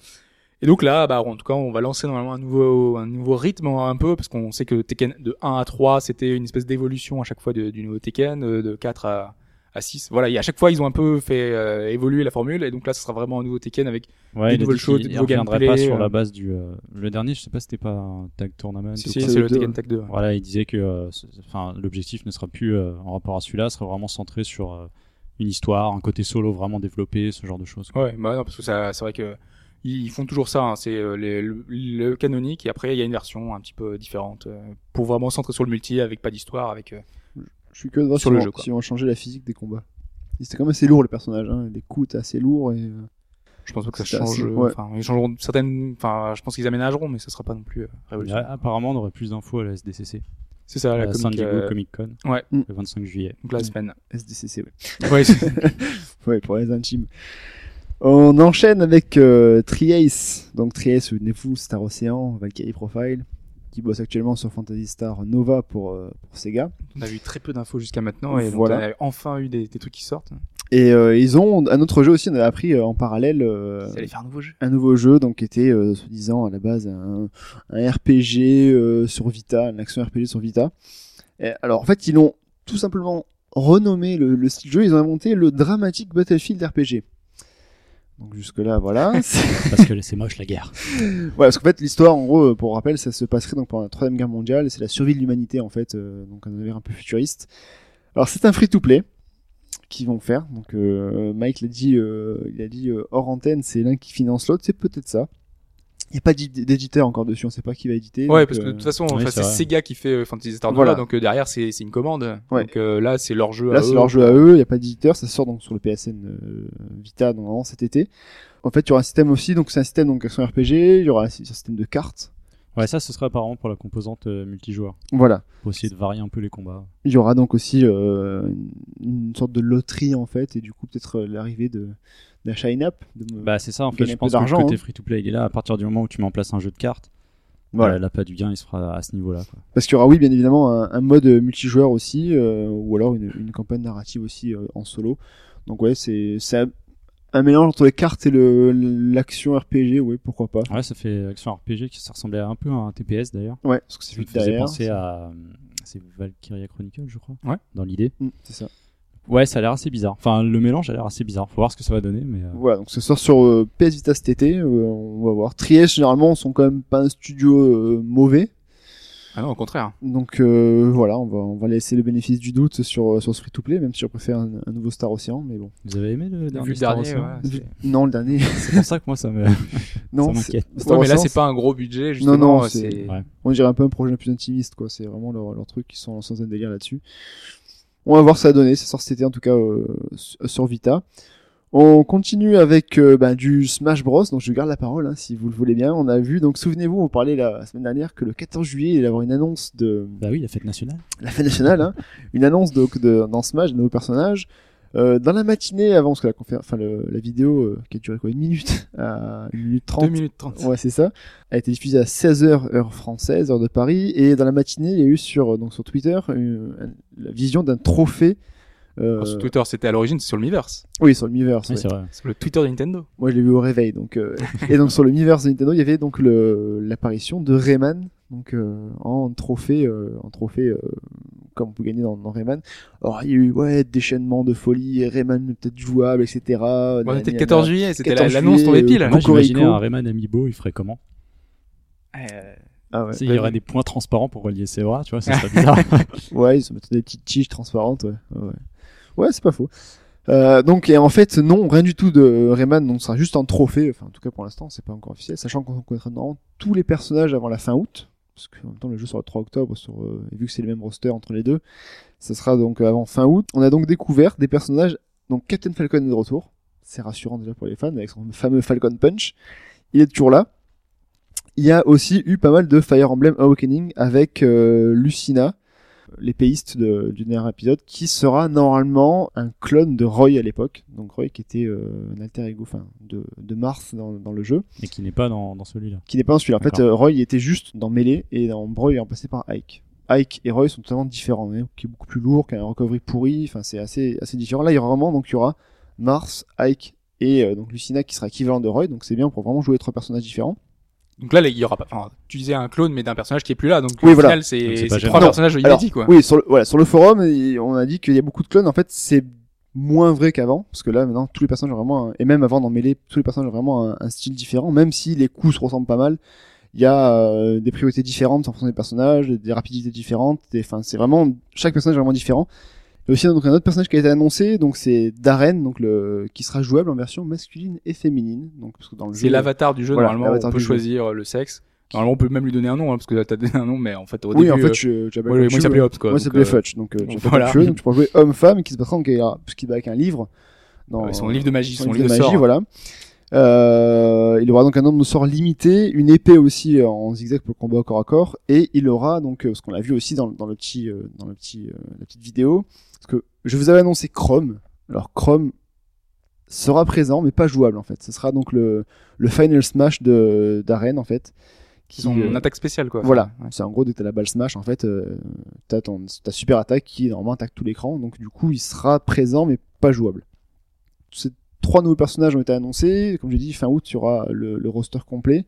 Et donc là, bah, en tout cas, on va lancer normalement un nouveau, un nouveau rythme hein, un peu, parce qu'on sait que Tekken de 1 à 3, c'était une espèce d'évolution à chaque fois de- du nouveau Tekken, euh, de 4 à, à 6. Voilà, et à chaque fois, ils ont un peu fait euh, évoluer la formule, et donc là, ce sera vraiment un nouveau Tekken avec...
Ouais,
Des
il a dit
nouvelles
qu'il-
choses, des
il
nouveaux
reviendrait
gameplays,
pas sur
euh.
la base du. euh, Le dernier, je sais pas si c'était pas un tag tournament.
Si,
ou
si,
quoi.
c'est le
deux,
Tekken
ouais.
Tag 2. ouais.
Voilà, il disait que euh, c'est- c'est- enfin, l'objectif ne sera plus euh, en rapport à celui-là, sera vraiment centré sur euh, une histoire, un côté solo vraiment développé, ce genre de choses. quoi.
Ouais, bah non, parce que ça, c'est vrai que ils font toujours ça. hein, c'est euh, les- le, le canonique et après il y a une version un petit peu différente euh, pour vraiment centrer sur le multi avec pas d'histoire, avec euh,
Je suis curieux de voir
Sur
si
le
on-
jeu, quoi.
si on changeait la physique des combats. Et C'était quand même assez lourd les personnages, hein. les coups étaient assez lourds et. euh,
je pense pas que ça
C'est
change.
assez-
euh,
ouais.
Enfin, ils changeront certaines. Enfin, je pense qu'ils aménageront, mais ça sera pas non plus euh,
Mais,
révolutionnaire.
ah, apparemment, on aurait plus d'infos à la SDCC,
C'est ça, la
à San
comique,
Diego
euh,
Comic Con,
ouais.
le 25 juillet.
donc la semaine.
SDCC, ouais.
Ouais, c'est-
ouais, pour les intimes. On enchaîne avec euh, Triace. Donc Triace, souvenez-vous, Star Ocean, Valkyrie Profile, qui bosse actuellement sur Fantasy Star Nova pour, euh, pour Sega.
on a eu très peu d'infos jusqu'à maintenant et donc
Voilà.
on a enfin eu des, des trucs qui sortent.
Et euh, ils ont un autre jeu aussi, on avait appris euh, en parallèle euh,
Ils allaient faire un nouveau jeu.
un nouveau jeu donc qui était euh, soi-disant à la base un, un RPG euh, sur Vita, un action RPG sur Vita. Et, alors en fait, ils l'ont tout simplement renommé le, le style de jeu, ils ont inventé le dramatique Battlefield RPG. Donc jusque-là, voilà. C'est-
Parce que c'est moche la guerre.
Ouais, parce qu'en fait, l'histoire, en gros, euh, pour rappel, ça se passerait donc pendant la Troisième Guerre mondiale, et c'est la survie de l'humanité, en fait, euh, donc un navire un peu futuriste. Alors, c'est un free-to-play qu'ils vont faire. Donc, euh, Mike l'a dit, euh, il a dit euh, hors antenne, c'est l'un qui finance l'autre, c'est peut-être ça. Il n'y a pas d'id- d'éditeur encore dessus, on sait pas qui va éditer.
Ouais,
donc,
parce que de
euh,
toute façon,
oui,
enfin,
c'est
c'est
vrai.
Sega qui fait euh, Fantasy Star
Voilà.
Nova, donc euh, derrière c'est c'est une commande.
Ouais.
Donc euh, là, c'est leur jeu. à
Là, c'est
eux.
leur jeu à eux, il n'y a pas d'éditeur, ça sort donc sur le PSN euh, Vita normalement cet été. En fait, il y aura un système aussi, donc c'est un système donc action RPG, il y aura un sy- un système de cartes.
Ouais, ça, ce serait apparemment pour la composante euh, multijoueur,
Voilà.
pour essayer de varier un peu les combats.
Il y aura donc aussi euh, une sorte de loterie en fait, et du coup peut-être euh, l'arrivée de d'un shine up. de-
Bah, c'est ça, en fait,
Gagner
je
un peu
pense que le
d'argent,
côté
hein.
free-to-play, il est là, à partir du moment où tu mets en place un jeu de cartes,
voilà.
euh, l'appât du gain, il se fera à ce niveau-là. quoi.
Parce qu'il y aura oui bien évidemment un, un mode multijoueur aussi, euh, ou alors une, une campagne narrative aussi euh, en solo. Donc ouais, c'est c'est un, un mélange entre les cartes et le l'action RPG. Ouais, pourquoi pas.
Ouais, ça fait action RPG, qui ça ressemblait un peu à un TPS d'ailleurs.
Ouais, parce que c'est
Ça me
vite
faisait
derrière.
penser à. euh, C'est Valkyria Chronicle, je crois.
Ouais.
Dans l'idée.
Mm, c'est ça.
Ouais, ça a l'air assez bizarre. Enfin, le mélange a l'air assez bizarre. Faut voir ce que ça va donner, mais. euh,
Voilà, donc ça sort sur euh, PS Vita cet été. euh, on va voir. Trieste généralement sont quand même pas un studio euh, mauvais.
Ah non, au contraire.
Donc euh, voilà, on va, on va laisser le bénéfice du doute sur, sur ce free-to-play, même si on préfère un, un nouveau Star Ocean, mais bon.
Vous avez aimé le
Vu
dernier
le
Star
dernier,
Ocean
ouais, c'est-
Non, le dernier,
C'est pour ça que moi, ça me.
non, c'est-
m'inquiète.
Star
Ouais, mais là,
Ocean,
c'est pas un gros budget, justement.
non,
euh,
c'est-
c'est-
Ouais.
on dirait un peu un projet plus intimiste, quoi. C'est vraiment leur, leur truc, ils sont sans un délire là-dessus. On va voir ça donner, ça sort cet été en tout cas euh, sur- sur Vita. On continue avec euh, ben, du Smash Bros, donc je garde la parole hein, si vous le voulez bien. On a vu, donc souvenez-vous, on parlait la semaine dernière que le 14 juillet, il allait y avoir une annonce de,
Bah oui, la fête nationale.
la fête nationale, hein, une annonce donc de, dans Smash, de nouveaux personnages. Euh, dans la matinée, avant parce que la, confé- enfin, le- la vidéo euh, qui a duré quoi, une minute à une minute
2
trente,
minutes 30.
ouais c'est ça, a été diffusée à 16h heure française, heure de Paris, et dans la matinée, il y a eu sur euh, donc sur Twitter une- un- la vision d'un trophée. euh,
Alors, Oh, Sur Twitter, c'était à l'origine, c'est sur le Miiverse.
oui, sur le Miiverse.
Oui,
ouais.
c'est vrai.
Sur le Twitter de Nintendo.
Moi, je l'ai vu au réveil. Donc, euh, et donc sur le Miiverse de Nintendo, il y avait donc le- l'apparition de Rayman, donc euh, en trophée, euh, en trophée euh, comme on peut gagner dans, dans Rayman. Alors il y a eu ouais déchaînement de folie, Rayman peut-être jouable, etc. Bah,
Bon, c'était le 14 juillet, c'était la-
14
l'annonce tombée
euh, juillet,
pile.
euh,
Moi,
Cocorico.
j'imaginais un Rayman Amiibo, il ferait comment
Euh,
Ah ouais.
Tu sais, Il y aurait des points transparents pour relier ses bras, tu vois, ça serait bizarre.
Ouais, ils se mettent des petites tiges transparentes. Ouais, ouais. ouais. Ouais, c'est pas faux. Euh, donc et en fait non rien du tout de Rayman donc ce sera juste un trophée enfin en tout cas pour l'instant c'est pas encore officiel sachant qu'on connaîtra normalement tous les personnages avant la fin août parce que en même temps le jeu sera le 3 octobre sur, euh, et vu que c'est le même roster entre les deux ça sera donc avant fin août on a donc découvert des personnages donc Captain Falcon est de retour c'est rassurant déjà pour les fans avec son fameux Falcon Punch il est toujours là. Il y a aussi eu pas mal de Fire Emblem Awakening avec euh, Lucina, l'épéiste de- du dernier épisode, qui sera normalement un clone de Roy à l'époque. Donc Roy qui était euh, un alter ego, enfin de, de Mars dans, dans le jeu,
et qui n'est pas dans, dans celui-là.
qui n'est pas un celui-là. En fait,
D'accord.
euh, Roy était juste dans Melee et dans Brawl, il est remplacé par Ike. Ike et Roy sont totalement différents, hein, qui est beaucoup plus lourd, qui a un recovery pourri, enfin c'est assez, assez différent. Là, il y aura vraiment, donc il y aura Mars, Ike et euh, donc Lucina qui sera équivalent de Roy, donc c'est bien pour vraiment jouer trois personnages différents.
Donc là, il y aura pas. Enfin, tu disais un clone, mais d'un personnage qui est plus là. Donc
Oui,
au
voilà.
final,
Donc,
c'est
c'est pas
c'est
gênant.
trois
Non.
personnages inédits, quoi.
Oui, sur le, voilà, sur le forum, il- on a dit qu'il y a beaucoup de clones. En fait, c'est moins vrai qu'avant, parce que là, maintenant, tous les personnages ont vraiment, un- et même avant d'en mêler, tous les personnages ont vraiment un, un style différent, même si les coups se ressemblent pas mal. Il y a euh, des priorités différentes en fonction des personnages, des rapidités différentes. des- Enfin, c'est vraiment chaque personnage est vraiment différent. Il y a aussi donc, un autre personnage qui a été annoncé, donc c'est Darren, donc le qui sera jouable en version masculine et féminine. Donc parce que dans le
C'est
jeu,
l'avatar du jeu,
Voilà,
normalement.
l'avatar
On peut
du jeu.
choisir euh, le sexe. Normalement, on peut même lui donner un nom, hein, parce que là, t'as donné un nom, mais en fait, au
Oui,
début.
en
euh,
fait, je- j'appelle comme
moi, moi,
je
il
veux.
s'appelait Hobbs,
Moi,
quoi. donc,
c'est s'appelait
euh,
Fudge, donc euh, j'appelle
voilà.
comme tu veux. Donc, tu pourras jouer homme-femme qui se battra en guerre, parce qu'il bat avec un livre. Dans,
Ouais, son livre de magie,
son
son
livre de
livre de
magie,
sorts.
voilà. Euh, il aura donc un nombre de sorts limité, une épée aussi euh, en zigzag pour le combat au corps à corps, et il aura donc euh, ce qu'on a vu aussi dans, dans le petit, euh, dans le petit, euh, la petite vidéo, parce que je vous avais annoncé Chrome. Alors Chrome sera présent, mais pas jouable en fait. Ce sera donc le, le final smash de d'Aren en fait. qui,
Son
euh,
attaque spéciale, quoi.
voilà, c'est en gros dès que t'as la balle smash en fait, euh, t'as ton- ta super attaque qui normalement attaque tout l'écran, donc du coup il sera présent mais pas jouable. Ces trois nouveaux personnages ont été annoncés, comme j'ai dit fin août il y aura le, le roster complet.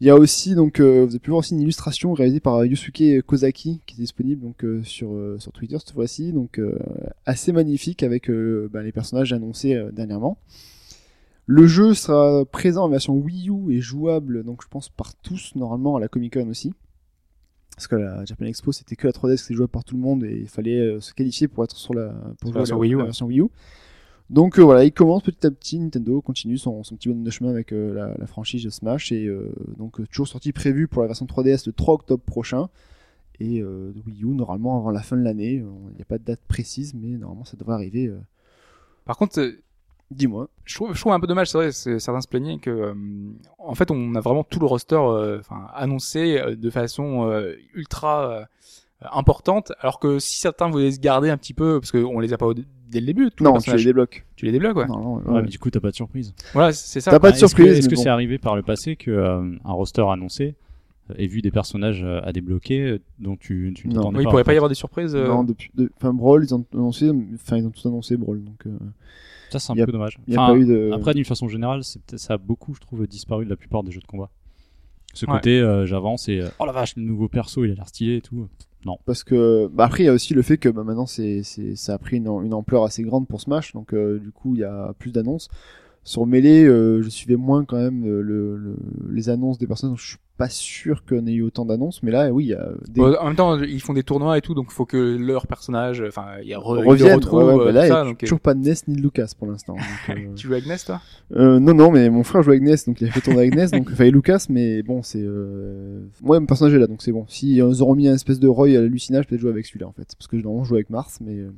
Il y a aussi donc euh, vous avez pu voir aussi une illustration réalisée par Yusuke Kozaki qui est disponible donc euh, sur euh, sur Twitter cette fois-ci, donc euh, assez magnifique avec euh, bah, les personnages annoncés euh, dernièrement. Le jeu sera présent en version Wii U et jouable, donc je pense par tous normalement à la Comic Con aussi. Parce que la Japan Expo c'était que la 3DS, c'était jouable par tout le monde et il fallait euh, se qualifier pour être sur la, pour
Sur
jouer à
la version Wii U,
la
ouais.
version Wii U. Donc euh, voilà, il commence petit à petit, Nintendo continue son, son petit bonhomme de chemin avec euh, la, la franchise Smash et euh, donc euh, toujours sortie prévue pour la version 3DS le 3 octobre prochain et euh, Wii U normalement avant la fin de l'année. Euh, Il n'y a pas de date précise mais normalement ça devrait arriver. euh,
Par contre, euh,
Dis-moi.
je trouve, je trouve un peu dommage, c'est vrai, c'est- certains se plaignaient que, euh, en fait, on a vraiment tout le roster euh, enfin, annoncé euh, de façon euh, ultra euh, importante, alors que si certains voulaient se garder un petit peu, parce qu'on les a pas au- dès le début, tous les
Non, tu les
personnages,
débloques.
tu les débloques, ouais.
Non, non,
Ouais,
ouais.
mais du coup, t'as pas de surprise.
Voilà, c'est ça.
T'as pas
Ah,
de
est-ce que-
surprise.
Est-ce que
mais bon.
c'est arrivé par le passé que euh, un roster annoncé euh, ait vu des personnages euh, à débloquer euh, dont tu, tu
Non.
t'attendais
Oui, il
pas,
pourrait
en
pas
fait.
y avoir des surprises. euh,
Non, depuis, de- enfin Brawl, ils ont annoncé, enfin ils ont tout annoncé Brawl, donc euh,
Ça, c'est un
y a-
peu dommage.
il n'y a
Enfin,
pas eu de.
Après, d'une façon générale, c'est peut-être- ça a beaucoup, je trouve, disparu de la plupart des jeux de combat. Ce
Ouais.
côté, euh, j'avance et euh, oh la vache, le nouveau perso, il a l'air stylé et tout.
Parce que bah, après il y a aussi le fait que bah, maintenant c'est, c'est ça a pris une, une ampleur assez grande pour Smash, donc euh, du coup il y a plus d'annonces. Sur Melee, euh, je suivais moins quand même euh, le, le- les annonces des personnes, donc je suis pas sûr qu'on ait eu autant d'annonces, mais là oui il y a des
Bon, en même temps, ils font des tournois et tout, donc faut que leur personnage, euh, enfin, il re, ils le
reviennent.
retrouvent,
ouais, ouais,
euh,
mais là il
tout
y
ça,
a
donc, euh,
toujours pas de Ness ni de Lucas pour l'instant. donc, euh,
tu joues avec Ness, toi
Euh, non, non, mais mon frère jouait avec Ness, donc il a fait tourner avec Ness, donc il fallait Lucas, mais bon, c'est. Euh... Moi, mon personnage est là, donc c'est bon. Si euh, ils auront mis un espèce de Roy à l'hallucinage, peut-être jouer avec celui-là, en fait. Parce que normalement, je joue avec Mars, mais. euh,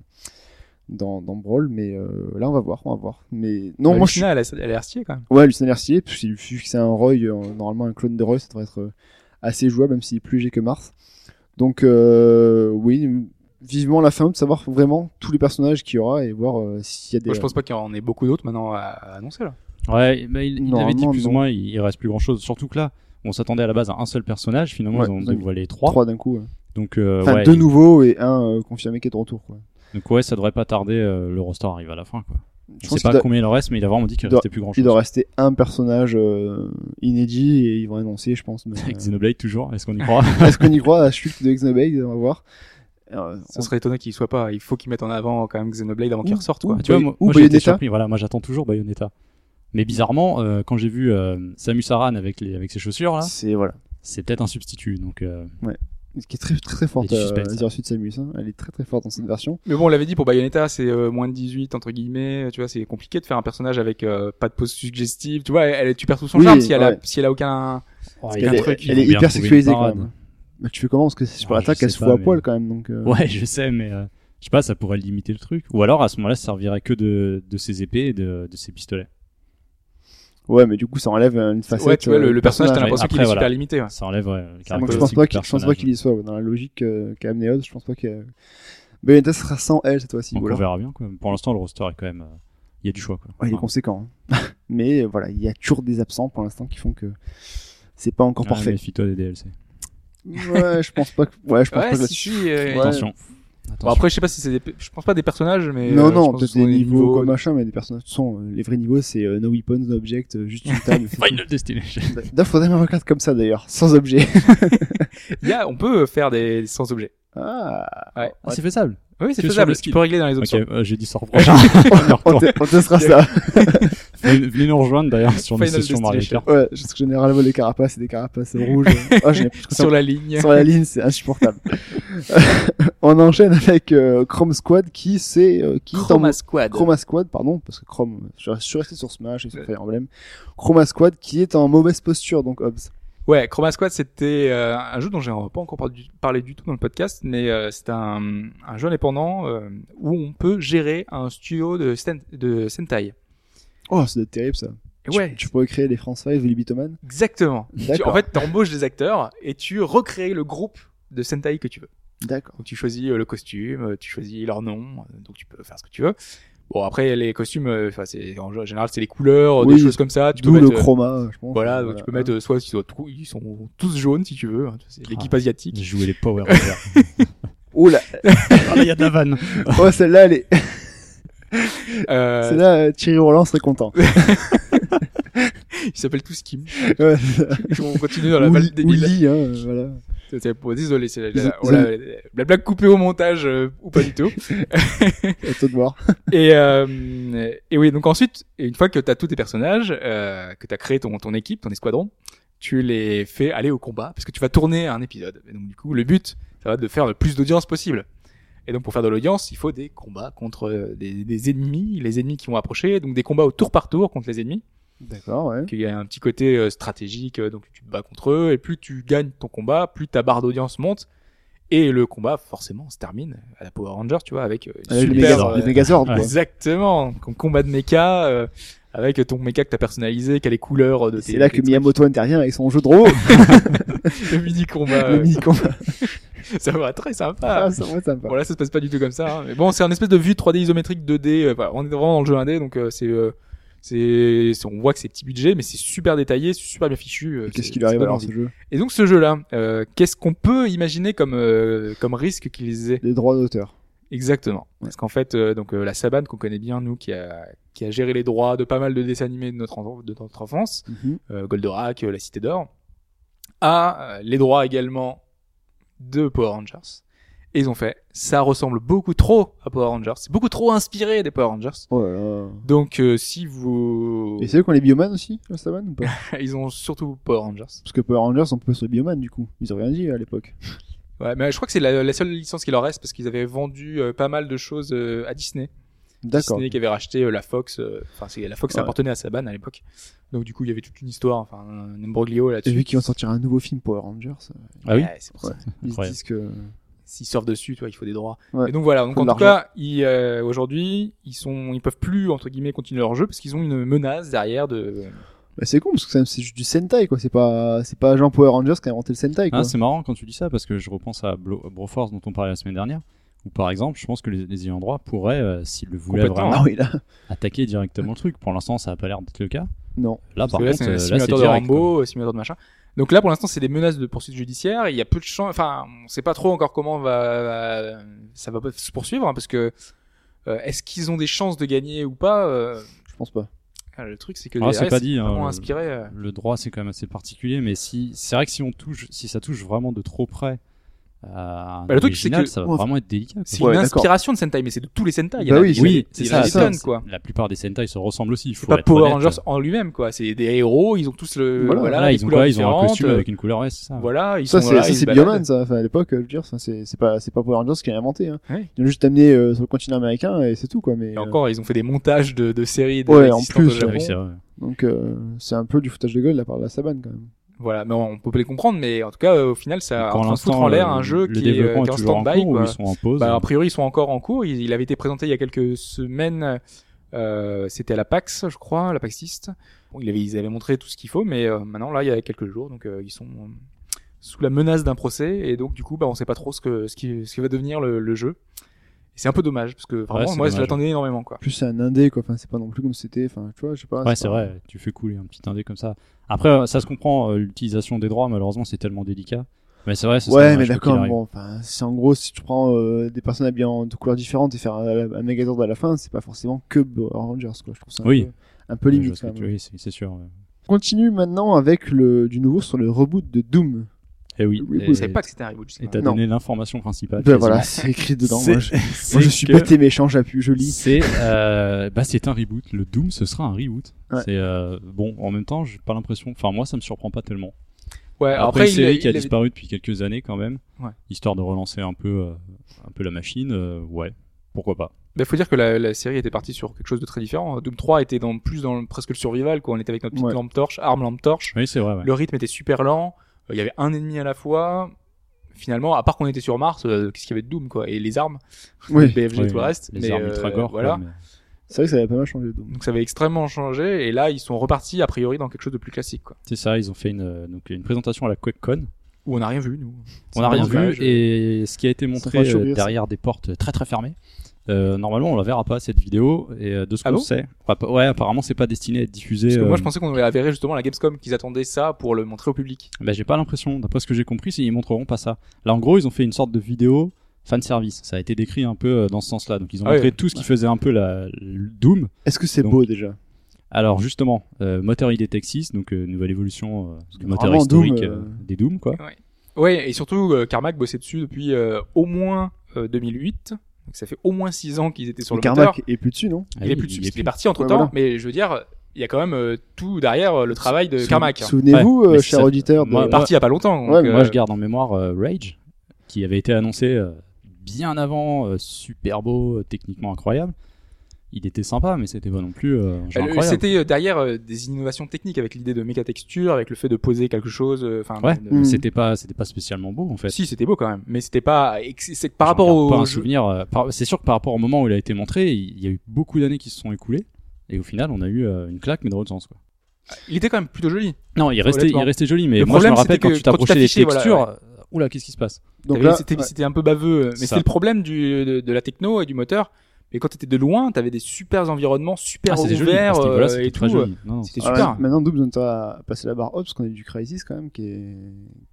Dans, dans Brawl, mais euh, là, on va voir, on va voir. Mais non,
Bah,
moi, je suis.
Lucina, elle, a- elle est stylée quand même.
Ouais, Lucien Mercier, parce que vu que c'est un Roy, euh, normalement un clone de Roy, ça devrait être euh, assez jouable, même s'il est plus léger que Mars. Donc, euh, oui, vivement la fin de savoir vraiment tous les personnages qu'il y aura et voir euh, s'il y a des.
Moi, je pense pas qu'il y en ait beaucoup d'autres maintenant à, à annoncer là.
Ouais, bah, il, il avait dit
Normalement,
plus ou
non.
moins, il, il reste plus grand chose. Surtout que là, on s'attendait à la base à un seul personnage, finalement,
Ouais,
ils ont
ils ont mis
dévoilé trois.
trois d'un coup. ouais.
Donc, euh,
Enfin,
ouais,
deux
il-
nouveaux et un euh, confirmé qui est de retour, quoi.
donc, ouais, ça devrait pas tarder, euh, le roster arrive à la fin, quoi. Je,
Je
sais
pense
pas
qu'il doit-
combien il en reste, mais il a vraiment dit qu'il
il doit-
restait plus grand
il
chose.
doit rester un personnage euh, inédit et ils vont annoncer, je pense. mais,
Avec
euh,
Xenoblade, toujours, est-ce qu'on y croit
Est-ce qu'on y croit à la chute de Xenoblade On va voir. Euh,
Ce serait étonnant qu'il soit pas. Il faut qu'ils mettent en avant quand même Xenoblade avant
Ouh,
qu'il ressorte quoi.
ouh.
Tu vois,
Bay-
moi,
ou
moi, j'ai été
Bayonetta.
surpris. Voilà, moi j'attends toujours Bayonetta. Mais bizarrement, euh, quand j'ai vu euh, Samus Aran avec, les, avec ses chaussures,
on-
là,
C'est voilà,
c'est peut-être un substitut. Donc, euh,
ce qui est très très, très forte.
Et du
Euh,
suspense,
Zero Suit Samus, hein. elle est très très forte dans cette version.
Mais bon, on l'avait dit pour Bayonetta, c'est euh, moins de 18 entre guillemets. Tu vois, c'est compliqué de faire un personnage avec euh, pas de pose suggestive. Tu vois, elle, elle- tu perds tout son
Oui,
charme si elle a
ouais.
si elle a aucun.
parce
y a
elle
un
est,
truc,
ils
elle est
vont bien
hyper
trouver une
sexualisée quand
parade.
même. Mais tu fais comment Parce que c'est sur
Ah,
l'attaque,
je
elle
sais
se fout
pas,
à poil
mais-
quand même. Donc, euh,
Ouais, je sais, mais euh, je sais pas, ça pourrait limiter le truc. Ou alors à ce moment-là, ça servirait que de, de ses épées et de, de ses pistolets.
Ouais, mais du coup, ça enlève une facette.
ouais, tu vois,
euh,
le, le
du
personnage, t'as
personnage,
l'impression
ouais.
qu'il est
Après,
super
voilà.
limité. ouais.
Ça enlève ouais, les
Ah, moi, je
caractéristiques
pense pas
du
qu'il je pense pas
personnage.
qu'il y soit ouais, dans la logique euh, qu'a amené Oz, je pense pas que Bayonetta sera sans elle cette fois-ci.
Donc,
ou alors-
on verra bien. Quoi. Pour l'instant, le roster est quand même. euh, Il y a du choix. Quoi.
Ouais, il est
Enfin,
conséquent. hein. mais euh, voilà, il y a toujours des absents pour l'instant qui font que c'est pas encore
Ah,
ouais,
parfait.
Ah, Méfie-toi des DLC.
Ouais, je pense pas que ouais, je pense pas
Ouais,
que
si,
là-dessus-
si, euh,
Ouais.
Attention.
Bon, après, je sais pas si c'est des... Je pense pas des personnages, mais.
Non,
euh,
non,
je pense que
peut-être
ce sont
des niveaux comme machin, mais des personnages sont euh, les vrais niveaux, c'est euh, no weapons, no object, euh, juste une table. c'est
Final Destination.
tout. D'ailleurs, faudrait me regarder comme ça d'ailleurs, sans objet.
Il y a- on peut faire des sans objets.
Ah,
Ah, c'est faisable.
Oui, c'est
Que sur
faisable.
le
Tu
skill.
peux régler dans les
Ok,
options.
euh, j'ai dit ça au prochain.
on, te- on testera ça.
venez, venez nous rejoindre d'ailleurs sur nos
Final
sessions Mario
Destination.
Kart.
Ouais, juste que généralement les carapaces, c'est des carapaces rouges. Ah, je n'ai plus que ça.
Sur la ligne.
sur la ligne, c'est insupportable. on enchaîne avec euh, Chrome Squad qui c'est euh, qui est en-
Chroma Squad.
Chroma Squad, pardon, parce que Chrome, je suis resté sur Smash et sur Fire Emblem. Chroma Squad qui est en mauvaise posture, donc Hobbs.
Ouais, Chroma Squad, c'était euh, un jeu dont j'ai pas encore par- du- parlé du tout dans le podcast, mais euh, c'est un, un jeu indépendant euh, où on peut gérer un studio de, sen- de Sentai.
Oh, c'est terrible ça.
Et
Tu-
Ouais,
Tu, pourrais créer les France Five et les Bitoman.
exactement. Tu- en
D'accord.
fait, t'embauches des acteurs et tu recrées le groupe de Sentai que tu veux.
D'accord.
Donc tu choisis euh, le costume, euh, tu choisis leur nom, euh, donc tu peux faire ce que tu veux. Bon, après, les costumes, euh, enfin, c'est, en général, c'est les couleurs, euh,
Oui,
des choses comme ça. Tu peux
D'où le
mettre, euh,
chroma, je pense.
Voilà, donc tu peux mettre euh, soit ils sont, tous- ils sont tous jaunes si tu veux, hein, c'est l'équipe
Ah.
asiatique.
Jouer les Power Rangers.
Oh là,
Ah, là, Il y a de la vanne.
oh celle-là, elle est...
Euh,
celle-là, euh, Thierry Roland serait content.
ils s'appellent tous Kim.
Ouais, c'est ça.
On continue dans la
Ou-
vallée des
ou
mille.
Lee, hein, euh, voilà.
C'est- c'est- bon, Désolé, c'est la,
Désolé.
la- on l'a- la blague coupée au montage euh, ou pas du tout.
À toi de voir.
et, euh, et oui, donc ensuite, une fois que t'as tous tes personnages, euh, que t'as créé ton, ton équipe, ton escadron, tu les fais aller au combat parce que tu vas tourner un épisode. Et donc du coup, le but, ça va être de faire le plus d'audience possible. Et donc pour faire de l'audience, il faut des combats contre euh, des, des ennemis, les ennemis qui vont approcher, donc des combats au tour par tour contre les ennemis.
D'accord, ouais.
qu'il y a un petit côté euh, stratégique, euh, donc tu te bats contre eux, et plus tu gagnes ton combat, plus ta barre d'audience monte, et le combat, forcément, se termine à la Power Ranger, tu vois, avec euh, une
Avec les
super...
Megazord,
euh,
les Megazord, quoi.
Exactement, comme combat de mecha, euh, avec ton mecha que t'as personnalisé, qui a les couleurs de tes...
C'est là que
tes trucs.
Miyamoto intervient avec son jeu de rôle,
Le mini-combat,
le
euh,
mini-combat.
ça va être très sympa
Ah, c'est vrai, sympa.
Bon là ça se passe pas du tout comme ça, hein. mais bon c'est un espèce de vue 3D isométrique 2D, euh, enfin, on est vraiment dans le jeu indé donc euh, c'est... euh, c'est, c'est- on voit que c'est petit budget, mais c'est super détaillé, c'est super bien fichu. euh,
Et Qu'est-ce
c'est-
qui lui
ça
arrive
donne
alors,
envie.
ce jeu
Et donc ce jeu-là, euh, qu'est-ce qu'on peut imaginer comme euh, comme risque qu'ils aient
Les droits d'auteur.
Exactement. Parce qu'en fait, euh, donc euh, la Sabane qu'on connaît bien nous, qui a qui a géré les droits de pas mal de dessins animés de notre en- de notre enfance,
Mhm.
euh, Goldorak, euh, La Cité d'Or, a euh, les droits également de Power Rangers. Et ils ont fait, ça ressemble beaucoup trop à Power Rangers, c'est beaucoup trop inspiré des Power Rangers.
Oh là là.
Donc euh, si vous,
Et c'est eux qui ont les Bioman aussi, la Saban ou pas
ils ont surtout Power Rangers.
Parce que Power Rangers, on peut sur les Bioman du coup. Ils ont rien dit à l'époque.
Ouais, mais je crois que c'est la, la seule licence qui leur reste parce qu'ils avaient vendu euh, pas mal de choses euh, à Disney.
D'accord.
Disney qui avait racheté euh, la Fox. euh, Enfin, c'est la Fox
Ouais.
appartenait à Saban à l'époque. Donc du coup, il y avait toute une histoire, enfin un imbroglio
Et vu
là-dessus.
qu'ils vont sortir un nouveau film Power Rangers, euh,
Ah oui
Ouais, c'est pour ça.
ils se
Incroyable.
disent que.
S'ils surfent dessus, tu vois, il faut des droits.
Ouais.
Et donc voilà. Donc
Faut
en
de
tout cas, ils, euh, aujourd'hui, ils sont, ils peuvent plus entre guillemets continuer leur jeu parce qu'ils ont une menace derrière de.
Bah, c'est con parce que ça- c'est juste du Sentai quoi. C'est pas, c'est pas Jean Power Rangers qui a inventé le Sentai quoi.
Ah, c'est marrant quand tu dis ça parce que je repense à, Blo- à Broforce dont on parlait la semaine dernière. Où par exemple, je pense que les, les ayants droit pourraient, euh, s'ils le voulaient
Complètement.
vraiment,
Ah oui là.
attaquer directement le truc. Pour l'instant, ça n'a pas l'air d'être le cas.
Non.
Là, par
Parce que là,
contre,
c'est un
euh, là, c'est
simulateur de
direct, quoi.
Rambo, euh, simulateur de machin. Donc là, pour l'instant, c'est des menaces de poursuites judiciaires. Il y a peu de chance. Enfin, on sait pas trop encore comment va, va- ça va se poursuivre hein, parce que euh, est-ce qu'ils ont des chances de gagner ou pas euh,
Je pense pas.
ah, Le truc, c'est que
Ah,
derrière,
c'est pas dit, hein,
vraiment
le-
inspiré. euh.
le droit c'est quand même assez particulier mais si c'est vrai que si on touche si ça touche vraiment de trop près euh, à un
Bah, le truc, c'est
original,
que-
ça va
Ouais,
vraiment être délicat quoi.
C'est
Ouais,
une
d'accord.
inspiration de Sentai, mais c'est de tous les Sentai. Il y en
Bah
a
oui,
des-
oui,
il y
c'est
en a
ça,
des
ça,
tonnes,
c'est-
quoi.
la plupart des Sentai se ressemblent aussi il
C'est
faut
pas
être
Power
honnête. hein.
Rangers en lui-même, quoi. C'est des héros. Ils ont tous le.
Voilà,
Voilà,
voilà,
des
ils ont
couleurs
quoi ils ont un
différentes,
costume
euh,
avec une couleur ouais c'est ça
Voilà, ils
Ça
sont
c'est,
là,
ça,
ils se
c'est
baladent.
Bioman ça. Enfin à l'époque, euh, je veux dire, ça, c'est, c'est pas, c'est pas Power Rangers qui l'a inventé. Hein.
Ouais.
Ils l'ont juste amené euh, sur le continent américain et c'est tout quoi. Mais
Et
euh,
encore, ils ont fait des montages de, de séries. de-
Ouais, en
existantes
plus,
au
ouais.
Ah
Japon.
oui, c'est vrai.
donc euh, c'est un peu du foutage de gueule de la part de la Saban quand même.
Voilà, mais on peut pas les comprendre, mais en tout cas, euh, au final, ça est
pour
en train de foutre
l'instant
en l'air
euh,
un jeu
le
qui est, euh,
développement
qui est en
toujours en
stand-by.
cours ou
quoi.
ils sont en pause
Bah,
euh,
a priori, ils sont encore en cours. Il, il avait été présenté il y a quelques semaines Euh, c'était à la PAX, je crois, la PAXiste. Bon, il avait- ils avaient montré tout ce qu'il faut, mais euh, maintenant, là, il y a quelques jours, donc euh, ils sont euh, sous la menace d'un procès, et donc du coup, bah, on sait pas trop ce que ce qui, ce qui va devenir le, le jeu. Et c'est un peu dommage, parce que vraiment,
c'est
moi, je
dommage.
l'attendais énormément, quoi.
Plus c'est un indé quoi, enfin c'est pas non plus comme c'était, enfin tu vois, je sais pas.
Ouais,
pas-
c'est vrai, tu fais couler un petit indé comme ça. Après, euh, ça se comprend, euh, l'utilisation des droits, malheureusement, c'est tellement délicat. Mais c'est hein, vrai, c'est
Ouais, mais d'accord, bon, enfin, c'est en gros, si tu prends euh, des personnes habillées en de couleurs différentes et faire un, un Megazord à la fin, c'est pas forcément que Power Rangers, quoi. Je trouve ça un,
Oui.
peu, un peu limite, quand même.
Oui, c'est c'est sûr. ouais.
On continue maintenant avec le, du nouveau sur le reboot de Doom.
Eh oui,
Oui,
et-
Je savais pas que c'était un reboot.
Et
justement.
t'as
Non.
donné l'information principale.
Ben
quasiment.
voilà, c'est écrit dedans.
Bah, C'est-
Moi, je,
c'est
moi, je suis
que-
bête et méchant, j'appuie, je lis.
C'est euh, bah, c'est un reboot. Le Doom, ce sera un reboot.
Ouais.
C'est euh, bon. En même temps, j'ai pas l'impression. Enfin, moi, ça me surprend pas tellement.
Ouais,
Après,
après,
une
il-
série
il
qui a
avait-
disparu depuis quelques années quand même,
Ouais.
histoire de relancer un peu euh, un peu la machine. euh, ouais, pourquoi pas.
Bah, faut dire que la, la série était partie sur quelque chose de très différent. Doom 3 était dans, plus dans le- presque le survival, quoi. On était avec notre petite
Ouais.
lampe torche, arme lampe torche.
Oui, c'est vrai. ouais.
Le rythme était super lent. euh, Il y avait un ennemi à la fois. Finalement, à part qu'on était sur Mars, euh, qu'est-ce qu'il y avait de Doom, quoi. Et les armes, le
Oui,
BFG
Oui,
et tout le reste.
Les
mais,
armes
euh,
ultra-gore, quoi,
Voilà.
mais-
c'est vrai que ça avait pas mal changé Doom.
Donc ça avait extrêmement changé. Et là, ils sont repartis, a priori, dans quelque chose de plus classique, quoi.
C'est ça. Ils ont fait une euh, donc une présentation à la QuakeCon.
Où on n'a rien vu, nous.
On n'a
C'est
rien vu
dommage.
et ce qui a été montré
fera
euh,
sourire, ça.
derrière des portes très très fermées. euh, normalement, on la verra pas cette vidéo et euh, de ce
Ah
qu'on
bon
sait. enfin, pa- ouais, apparemment, c'est pas destiné à être diffusé.
Parce que moi,
euh,
je pensais qu'on avait avéré justement à la Gamescom qu'ils attendaient ça pour le montrer au public.
Bah, j'ai pas l'impression, d'après ce que j'ai compris, c'est- ils montreront pas ça. Là, en gros, ils ont fait une sorte de vidéo fan service. Ça a été décrit un peu euh, dans ce sens-là. Donc, ils ont
Ah
montré
oui.
tout ce qui faisait un peu la le Doom.
Est-ce que c'est
Donc,
beau déjà
Alors, justement, euh, moteur idtech 6, donc euh, nouvelle évolution euh, du moteur
vraiment, Doom,
historique
euh,
euh, des Doom, quoi.
Ouais, et surtout, euh, Carmack bossait dessus depuis euh, au moins euh, 2008. Donc ça fait au moins 6 ans qu'ils étaient sur
Le
le moteur.
Carmack est plus dessus, non
Ah
Il
oui,
est plus dessus.
il est
parce qu'il est
plus.
parti entre temps,
Ouais, voilà.
mais je veux dire, il y a quand même euh, tout derrière euh, le travail de
Sou-
Carmack. hein.
Souvenez-vous,
Ouais,
euh,
mais
cher
ça-
auditeur, de-
moi,
Il est parti il y a pas longtemps. donc,
Ouais, mais
euh,
Moi, je garde en mémoire euh, Rage, qui avait été annoncé euh, bien avant, euh, super beau, euh, techniquement incroyable. Il était sympa, mais c'était pas non plus euh, un jeu
euh,
incroyable.
C'était euh, derrière euh, des innovations techniques avec l'idée de méca-texture, avec le fait de poser quelque chose. euh, Enfin,
Ouais,
de-
mais
Mm.
c'était pas, c'était pas spécialement beau en fait.
si c'était beau quand même, mais c'était pas. et que c'est- C'est que par
J'en
rapport
garde
au
pas un
jeu-
souvenir. euh, par- C'est sûr que par rapport au moment où il a été montré, il y a eu beaucoup d'années qui se sont écoulées. Et au final, on a eu euh, une claque, mais dans l'autre sens. Quoi.
il était quand même plutôt joli.
Non, il restait, il
Honnêtement.
restait joli, mais
Le
moi je me
problème,
rappelle
c'était
quand
que quand
tu
tu
t'approchais des
t'affichais, voilà,
textures. euh, Oula, qu'est-ce qui se passe
donc
T'avais-
là,
C'était
ouais,
c'était un peu baveux, euh, mais
Ça.
c'était le problème du, de, de la techno et du moteur. Mais quand t'étais de loin, t'avais des super environnements, super
Ah, c'était joli. À
ouverts
ce niveau-là,
euh,
c'était
et
très
tout. euh,
joli. Non, non.
C'était
ouais,
super.
maintenant Doom, on à passer la barre hop, parce qu'on a du Crisis quand même, qui est,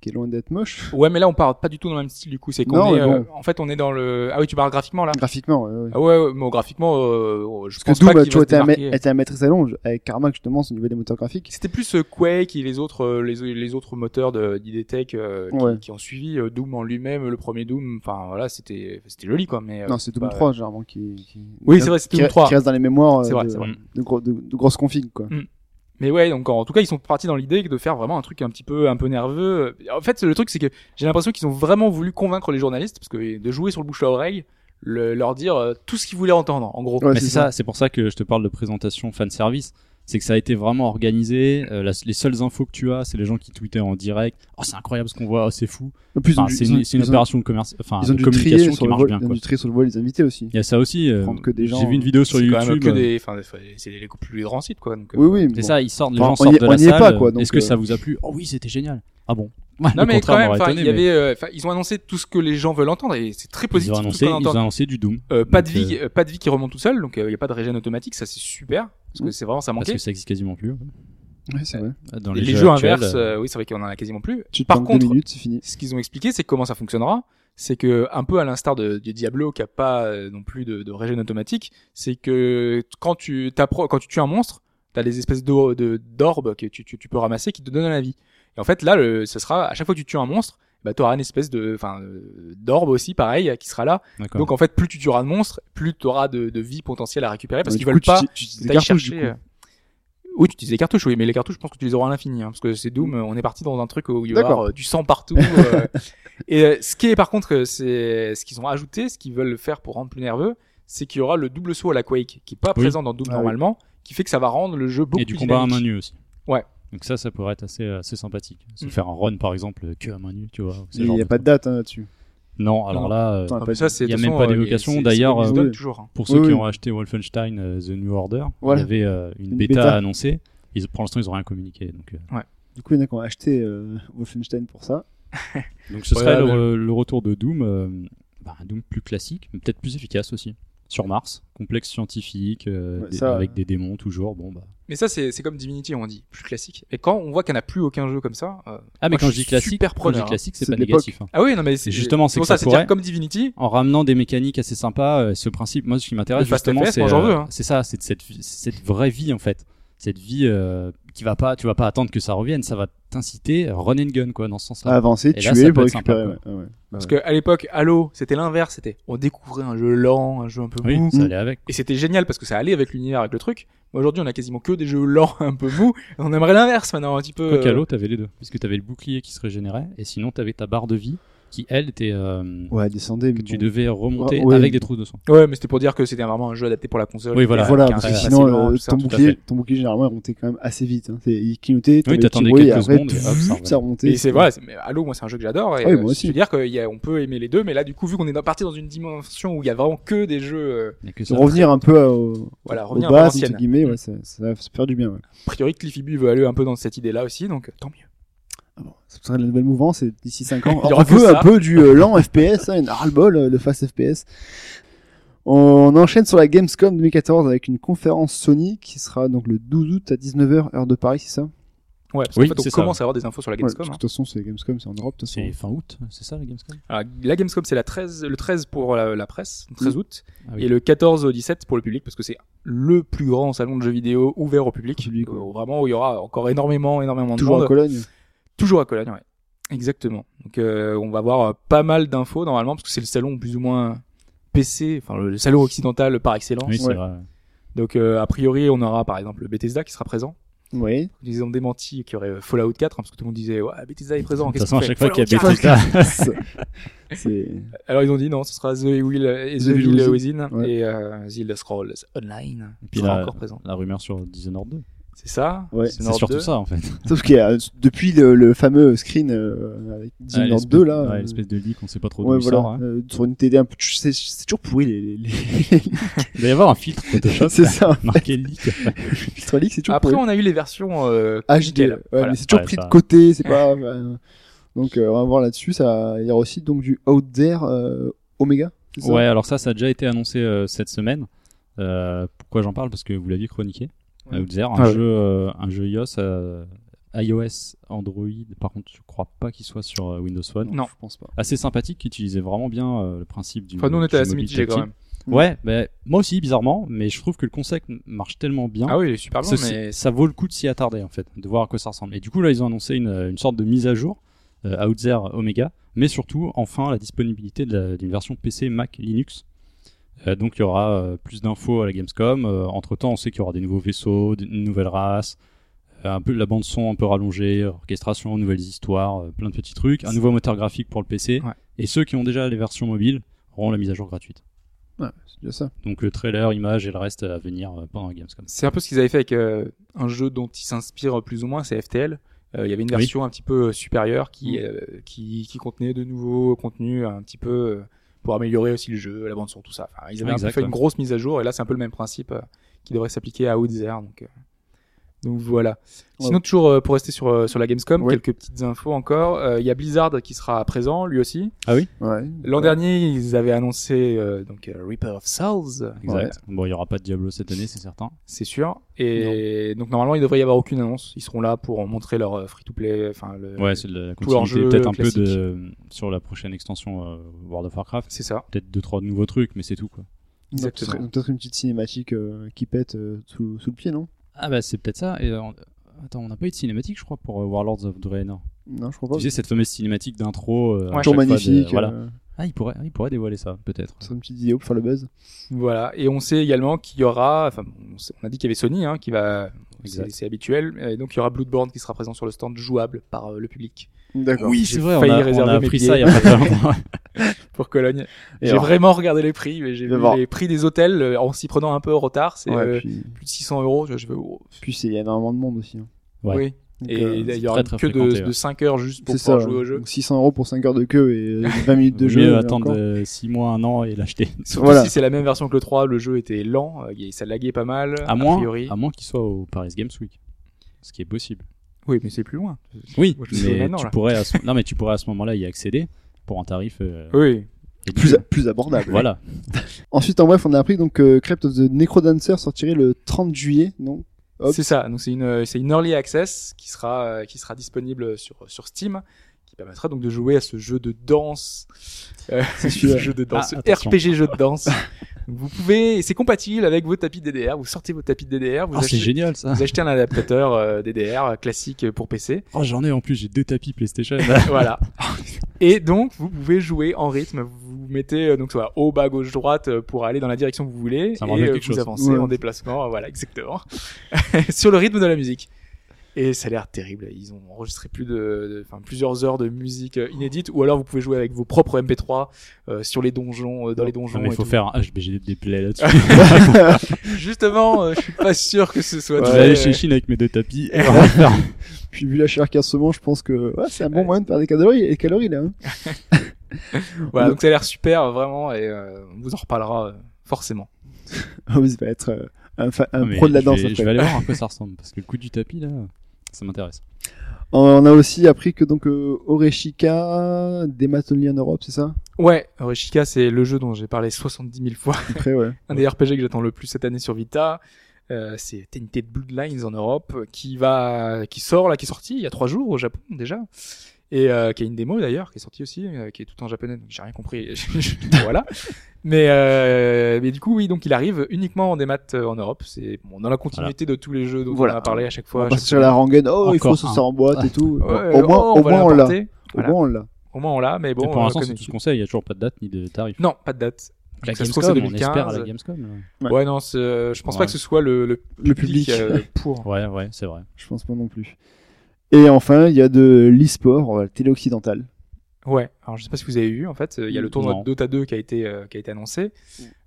qui est loin d'être moche.
Ouais, mais là on parle pas du tout dans le même style du coup. C'est qu'on
Non,
est,
mais
euh,
bon.
en fait, on est dans le. Ah oui, tu parles graphiquement là.
Graphiquement, ouais, ouais.
Ah ouais, ouais, mais graphiquement, euh, je
Parce
pense
que bah,
pas
Doom,
qu'il
tu
va
vois,
se
était un, ma-
démarquer.
était un maîtresse à longe avec Carmack justement au niveau des moteurs graphiques.
C'était plus euh, Quake et les autres, euh, les, les autres moteurs de- d'IDTech euh, qui,
Ouais.
qui ont suivi euh, Doom en lui-même, le premier Doom. Enfin voilà, c'était c'était joli quoi. Mais euh,
non, c'est Doom
bah,
3 généralement qui, qui-
Oui,
qui-
c'est vrai, c'est
qui-
Doom 3.
qui reste dans les mémoires euh,
C'est vrai,
de,
c'est
Mm.
vrai.
de gros- de- de grosses configs quoi.
Mais ouais, donc en, en tout cas, ils sont partis dans l'idée de faire vraiment un truc un petit peu un peu nerveux. En fait, le truc c'est que j'ai l'impression qu'ils ont vraiment voulu convaincre les journalistes parce que de jouer sur le bouche à oreille, le- leur dire euh, tout ce qu'ils voulaient entendre en gros.
Ouais,
Mais c'est ça, c'est pour ça que je te parle de présentation fan service. C'est que ça a été vraiment organisé. euh, la- les seules infos que tu as, c'est les gens qui tweetaient en direct. Oh, c'est incroyable ce qu'on voit. Oh, c'est fou.
En plus, ils ont
Ah,
Enfin,
dû-
c'est
ils ont-
une, c'est une
ils ont-
opération de commerce, enfin,
Ils ont
de
dû trier
communication
sur
qui
le
marche
vol-
bien.
ils ont
quoi.
dû trier sur le vol les invités aussi.
Il y a ça aussi. euh,
Prendre que des gens,
J'ai vu une vidéo sur
C'est
YouTube.
quand même que
euh,
des, enfin, c'est les plus grands sites quoi. Donc, euh,
Oui, oui.
C'est
bon.
ça, ils sortent, les
Enfin,
gens
on y-
sortent de
on
la
y est
salle.
pas, quoi, donc,
Est-ce que
euh,
ça vous a plu Oh oui, c'était génial. Ah bon
Non
Le
mais
contraire
quand même,
m'aurait
enfin,
étonné,
il y
mais
avait, euh, enfin, ils ont annoncé tout ce que les gens veulent entendre et c'est très
ils
positif.
ont
tout ce
annoncé,
qu'on
ils
entend.
ont annoncé du Doom.
Euh, pas de
Donc,
vie,
euh,
euh, pas de vie qui remonte tout seul, donc euh, il n'y a pas de régène automatique, ça c'est super parce que c'est vraiment ça
Mmh. parce
manquait.
que ça existe quasiment plus.
Ouais, c'est vrai.
hein. Dans
Et
les,
les, jeux
actuels,
inverses,
euh,
euh, oui c'est vrai qu'on en a quasiment plus.
Tu te
Par
prends
contre,
deux minutes, c'est fini.
ce qu'ils ont expliqué, c'est comment ça fonctionnera. C'est que un peu à l'instar de, de Diablo qui a pas euh, non plus de, de régène automatique, c'est que quand tu t'appro- quand tu tues un monstre, t'as des espèces d'or- de d'orbes que tu, tu, tu peux ramasser qui te donnent la vie. Et en fait là, le, ce sera à chaque fois que tu tues un monstre, bah t'auras une espèce de enfin euh, d'orbe aussi pareil qui sera là
d'accord.
Donc en fait, plus tu tueras de monstres, plus tu auras de, de vie potentielle à récupérer parce
Ouais,
Euh,
du
qu'ils
coup,
veulent
tu-
pas
tu- tu utilises des
t'ailles
cartouches, du
chercher.
coup.
euh, Oui, tu utilises des cartouches, oui, mais les cartouches, je pense que tu les auras à l'infini, hein, parce que c'est Doom, euh, on est parti dans un truc où il va y
Mm. D'accord.
avoir euh, du sang partout. euh, et euh, ce qui est par contre, euh, c'est ce qu'ils ont ajouté, ce qu'ils veulent faire pour rendre plus nerveux, c'est qu'il y aura le double saut à la Quake, qui est pas
Oui.
présent dans Doom
Ah oui.
normalement, qui fait que ça va rendre le jeu beaucoup
et du
plus
combat à
dynamique.
main nue aussi.
Ouais.
Donc ça, ça pourrait être euh, assez, assez sympathique. Se
Mm.
faire un run par exemple que à main nue, tu vois. ou ce
Il
genre
n'y a pas de date hein, là-dessus.
Non, alors
Non,
là, euh,
Putain,
Ah,
pas
mais ça, c'est
Il y a
de
même
toute
pas
façon,
d'évocation.
euh, c'est-
D'ailleurs,
c'est comme
euh,
Lisbonne, toujours. hein.
pour ceux
Oui,
qui
oui.
ont acheté Wolfenstein euh, The New Order,
Voilà.
il y avait euh, une,
Une
bêta,
bêta.
annoncée. Ils, pour l'instant, ils n'ont rien communiqué. Donc, euh,
Du coup, il y en a qui ont acheté euh, Wolfenstein pour ça.
donc ce
Ouais,
serait le,
mais-
re- le retour de Doom, euh, bah, un Doom plus classique, mais peut-être plus efficace aussi. Sur Mars, complexe scientifique, euh,
Ouais,
des-
ça,
avec
euh.
des démons toujours. Bon, bah.
Mais ça, c'est c'est comme Divinity, on dit, plus classique. Et quand on voit qu'il n'y en a plus aucun jeu comme ça. euh,
Ah, mais
Moi,
quand
je
je dis
suis
classique,
super
quand je dis
preneur, hein.
classique, c'est
C'est
pas
de
négatif. hein.
Ah oui, non, mais c'est
Et justement, c'est
pour
que ça
C'est-à-dire
pourrait-
comme Divinity,
En ramenant des mécaniques assez sympas, euh, ce principe, moi, ce qui m'intéresse
Le Fast
justement,
FPS,
c'est
moi, j'en
euh,
veux, hein.
c'est ça, c'est de cette, cette vraie vie en fait, cette vie euh, qui va pas, tu vas pas attendre que ça revienne, ça va t'inciter à run and gun quoi, dans ce sens-là.
Avancer,
Ah. Et là, ça
tuer
peut
pour
être sympa,
récupérer.
quoi.
ouais. Ah ouais.
parce qu'à l'époque, Halo, c'était l'inverse, c'était on découvrait un jeu lent, un jeu un peu
Oui,
mou.
ça allait avec.
Et c'était génial parce que ça allait avec l'univers, avec le truc. Moi, Aujourd'hui, on a quasiment que des jeux lents, un peu mous. On aimerait l'inverse maintenant, un petit peu.
Quoi
euh,
qu'à l'eau, t'avais les deux, puisque t'avais le bouclier qui se régénérait, et sinon t'avais ta barre de vie qui elle était euh,
Ouais, descendez.
que
mais
tu
bon.
devais remonter
Ouais, ouais.
avec des trous de sang.
euh, Ouais, mais c'était pour dire que c'était vraiment un jeu adapté pour la console.
Oui, voilà.
Voilà,
Avec un
parce que
rythme
sinon,
assez lent,
euh,
tout ça.
ton,
tout à
bouclier,
fait.
ton bouclier, généralement, il remontait quand même assez vite. hein. C'est- Il clignotait, t'avais le
t'attendais
petit bruit,
quelques
et après,
secondes, et hop, ça
ça remontait.
Et c'est voilà, c'est- mais Halo, moi c'est un jeu que j'adore. Et
euh, Ah oui,
euh,
moi aussi.
Je veux dire qu'on peut aimer les deux, mais là du coup vu qu'on est dans- parti dans une dimension où il y a vraiment que des jeux, euh,
Il y a que ça.
Revenir un peu à- au,
Voilà,
aux
revenir un peu à
bases,
l'ancienne. Mm.
entre guillemets, ouais, ça, ça va se faire du bien. Ouais.
a priori Cliffy B veut aller un peu dans cette idée-là aussi, donc euh, tant mieux.
Ah bon, ça serait la nouvelle mouvance, c'est d'ici 5 ans.
Il
on
y aura que
veut
ça.
un peu du euh, lent FPS, hein, une ras-le-bol, euh, le fast FPS. On enchaîne sur la Gamescom 2014 avec une conférence Sony qui sera donc le 12 août à 19h, heure de Paris, c'est ça
Ouais, parce
Oui,
qu'en fait
c'est
on
ça.
commence à avoir des infos sur la
Ouais,
Gamescom.
parce
hein.
que de toute façon, c'est Gamescom, c'est en Europe, de toute façon.
C'est fin août, c'est ça la Gamescom
Alors, la Gamescom c'est la 13, le 13 pour la, la presse, le 13 août,
Ah oui.
et le 14 au 17 pour le public parce que c'est le plus grand salon de jeux vidéo ouvert au public,
Public, ouais.
euh, vraiment où il y aura encore énormément, énormément
Toujours
de
en
monde.
Cologne.
Toujours à Cologne, ouais. Exactement. Donc euh, on va avoir euh, pas mal d'infos normalement parce que c'est le salon plus ou moins PC, enfin le salon occidental par excellence.
Oui, c'est
Ouais.
vrai.
Donc euh, a priori on aura par exemple Bethesda qui sera présent.
Oui.
Ils ont démenti qu'il y aurait Fallout 4 hein, parce que tout le monde disait ouais Bethesda est présent.
De toute
qu'est-ce
façon, à
qu'on
chaque
fait
fois qu'il y a
Fallout 4.
Bethesda,
c'est
Alors ils ont dit non, ce sera The Evil, et The
The Evil
Evil
Within.
Within
Ouais.
et euh, The Elder Scrolls Online
Et
qui
puis
sera
la-
encore présent.
la rumeur sur Dishonored 2.
C'est ça.
Ouais.
C'est
Dishonored
surtout
2.
ça en fait.
Sauf qu'il y a, depuis le, le fameux screen euh, avec
Ouais,
Dishonored
l'espèce-
2, là.
ouais,
euh,
l'espèce de leak, on sait pas trop d'où
ouais,
il
voilà,
sort. hein.
euh, sur une TD un peu. C'est c'est toujours pourri, les. les, les...
Il va y avoir un filtre Photoshop
c'est ça,
marqué leak.
Filtre Leak, c'est toujours
Après
pourri.
on a eu les versions euh,
HD.
nickel.
Ah, ouais,
Voilà.
mais c'est toujours
Ouais,
pris
ça-
de côté, c'est pas. euh, donc euh, on va voir là-dessus. Ça, il y aura aussi donc du Out There euh, Omega. c'est ça
Ouais, alors ça, ça a déjà été annoncé euh, cette semaine. Euh, pourquoi j'en parle Parce que vous l'aviez chroniqué.
Ouais.
Outzer, un,
Ah ouais.
jeu, euh, un jeu iOS, euh, iOS, Android. Par contre, je crois pas qu'il soit sur euh, Windows Phone.
non.
je pense pas.
Assez sympathique, qui utilisait vraiment bien euh, le principe du.
Enfin nous on
du
était assez
mobile
mitigés quand
tactile.
même.
même.
Ouais, bah, moi aussi, bizarrement, mais je trouve que le concept marche tellement bien.
Ah oui, il est super bon
Ça, c'est-
mais
ça vaut le coup de s'y attarder en fait, de voir à quoi ça ressemble. Et du coup là ils ont annoncé une, une sorte de mise à jour euh, Outzer Omega, mais surtout enfin la disponibilité de la- d'une version PC, Mac, Linux. Euh, donc il y aura euh, plus d'infos à la Gamescom. entre temps on sait qu'il y aura des nouveaux vaisseaux, des une nouvelle race, euh, un peu de la bande son un peu rallongée, orchestration, nouvelles histoires, euh, plein de petits trucs, un nouveau moteur graphique pour le PC.
Ouais.
Et ceux qui ont déjà les versions mobiles auront la mise à jour gratuite.
Ouais, c'est déjà ça.
Donc le trailer, images et le reste à venir euh, pendant la Gamescom.
C'est un peu ce qu'ils avaient fait avec euh, un jeu dont ils s'inspirent plus ou moins, c'est FTL. Euh, Il y avait une
Oui.
version un petit peu euh, supérieure qui,
Mm.
euh, qui, qui contenait de nouveaux contenus un petit peu euh, pour améliorer aussi le jeu, la bande son, tout ça. Enfin, ils avaient un peu
Exact,
fait
ouais.
une grosse mise à jour et là c'est un peu le même principe euh, qui devrait s'appliquer à Outzer. Donc, euh, donc voilà.
Ouais.
Sinon toujours euh, pour rester sur, euh, sur la Gamescom,
Ouais.
quelques petites infos encore. Euh, Il y a Blizzard qui sera présent lui aussi.
Ouais.
L'an dernier ils avaient annoncé euh, donc euh, Reaper of Souls.
Exact. Bon, il n'y aura pas de Diablo cette année, c'est certain.
C'est sûr. Et donc normalement, il devrait y avoir aucune annonce. Ils seront là pour montrer leur euh, free-to-play. Enfin, le...
Ouais, c'est de la
Tout leur
continuité
jeu
peut-être un peu
classique.
de euh, sur la prochaine extension euh, World of Warcraft,
c'est ça.
peut-être deux trois nouveaux trucs mais c'est tout quoi.
Donc,
Exactement.
peut-être- Peut-être une petite cinématique euh, qui pète euh, sous, sous le pied, non
Ah bah c'est peut-être ça et euh, on- attends, on n'a pas eu de cinématique je crois pour euh, Warlords of Draenor.
Non, je crois pas.
Tu sais cette fameuse cinématique d'intro euh, à
Ouais.
chaque
Toujours
fois de-
magnifique.
voilà.
euh,
Ah, il pourrait il pourrait dévoiler ça peut-être.
sur une petite vidéo pour faire le buzz.
Voilà. Et on sait également qu'il y aura. Enfin, on sait- on a dit qu'il y avait Sony, hein, qui va.
Exact.
C'est c'est habituel. Et donc il y aura Bloodborne qui sera présent sur le stand jouable par euh, le public
D'accord.
Oui, c'est vrai, on
failli
a, on
réserver
a
mes
appris
billets.
ça il y a pas très longtemps.
pour Cologne.
Et
J'ai
alors
vraiment regardé les prix, mais j'ai
Je vais
vu
voir.
les prix des hôtels euh, en s'y prenant un peu en retard. C'est
Ouais,
euh,
puis,
plus de 600 euros. Je je fais. oh,
puis c'est- il y a énormément de monde aussi. hein.
Ouais.
Oui.
Donc,
Et
euh,
il y
c'est
aura que
très, très
de,
fréquenté, ouais.
5 heures juste pour
c'est ça.
pouvoir jouer au jeu.
Donc, 600 euros pour 5 heures de queue et 20 minutes de
Vaut
jeu.
mieux
et
attendre
encore.
6 mois, 1 an et l'acheter.
Surtout
Voilà.
si c'est la même version que le 3, le jeu était lent, euh, il- ça laguait pas mal.
À
a
moins,
priori.
à moins qu'il soit au Paris Games Week. Ce qui est possible.
Oui, mais c'est plus loin.
Oui,
Moi, je le sais
mais
maintenant,
tu
là.
pourrais, à ce... non, mais tu pourrais à ce moment-là y accéder pour un tarif. euh,
Oui.
Plus,
ridicule.
plus abordable.
Voilà.
Ensuite, en bref, on a appris donc que Crypt of the Necrodancer sortirait le 30 juillet, non Hop.
C'est ça. Donc c'est une euh, c'est une early access qui sera euh, qui sera disponible sur sur Steam qui permettra donc de jouer à ce jeu de danse. Euh,
celui-là.
ce jeu de danse,
Ah,
ce
attention.
RPG jeu de danse. Donc, vous pouvez, c'est compatible avec vos tapis DDR, vous sortez vos tapis DDR, vous,
Ah, c'est
achetez,
génial ça.
vous achetez un adaptateur euh, DDR classique pour PC.
Oh, j'en ai en plus, j'ai deux tapis PlayStation.
voilà. Et donc, vous pouvez jouer en rythme. Vous vous mettez euh, donc soit haut, bas, gauche, droite euh, pour aller dans la direction que vous voulez
Ça me
et
rappelle
euh, vous
quelque chose.
avancez
Ouais.
en déplacement. euh, Voilà, exactement. Sur le rythme de la musique. Et ça a l'air terrible. Ils ont enregistré plus de, de- enfin, plusieurs heures de musique euh, inédite. Ou alors, vous pouvez jouer avec vos propres MP3 euh, sur les donjons, euh, dans les donjons.
Non, mais
et
il faut
tout.
faire un ah, HBG des plays là-dessus.
Justement, euh, je suis pas sûr que ce soit.
Je
très-
vais aller chez Chine avec mes deux tapis. et on va faire-
Puis vu la chaleur qu'il y a en ce moment, je pense que ouais, c'est un bon moyen de perdre des calories, des calories là. hein.
Voilà, donc ça a l'air super, vraiment. Et euh, on vous en reparlera euh, forcément.
Ah oui, ça va être euh, un, fa- un
Non, Ah, mais
pro de la
je
danse.
vais-
après.
Je vais aller voir à quoi ça ressemble parce que le coup du tapis là, ça m'intéresse.
On a aussi appris que donc euh, Oreshika dématonnelé en Europe, c'est ça
Ouais, Oreshika, c'est le jeu dont j'ai parlé 70 000 fois.
Après, ouais.
un des RPG que j'attends le plus cette année sur Vita. Euh, c'est TNT Bloodlines en Europe euh, qui va, qui sort là, qui est sorti il y a trois jours au Japon déjà et euh, qui a une démo d'ailleurs qui est sortie aussi, euh, qui est tout en japonais. donc J'ai rien compris. voilà. Mais euh, mais du coup oui donc il arrive uniquement en démat euh, en Europe. C'est bon, dans la continuité de tous les jeux dont
Voilà.
on a parlé à chaque
On
fois. à
passe
chaque
sur la rengaine, oh, il faut
Encore
sortir en boîte et tout.
fois. Ouais,
au moins,
oh,
au
va
moins on l'a.
l'importer. Voilà.
Au moins on l'a.
Au moins on l'a. Mais bon.
et pour
euh,
l'instant,
comme
c'est tout ce
d'habitude.
qu'on sait. Il y a toujours pas de date ni de tarif.
Non, pas de date.
la
Donc, ça se
Gamescom,
trouve, c'est
on espère à la
2015.
Gamescom. là.
Ouais.
Ouais, non, c'est, euh, je pense
Ouais.
pas que ce soit le le,
Le public.
euh, pour.
Ouais, ouais, c'est vrai.
Je pense pas non plus. Et enfin, il y a de l'e-sport, euh, télé occidentale.
Ouais, alors je sais pas si vous avez vu, en fait, euh, il y a le tournoi
Non.
de Dota 2 qui a été, euh, qui a été annoncé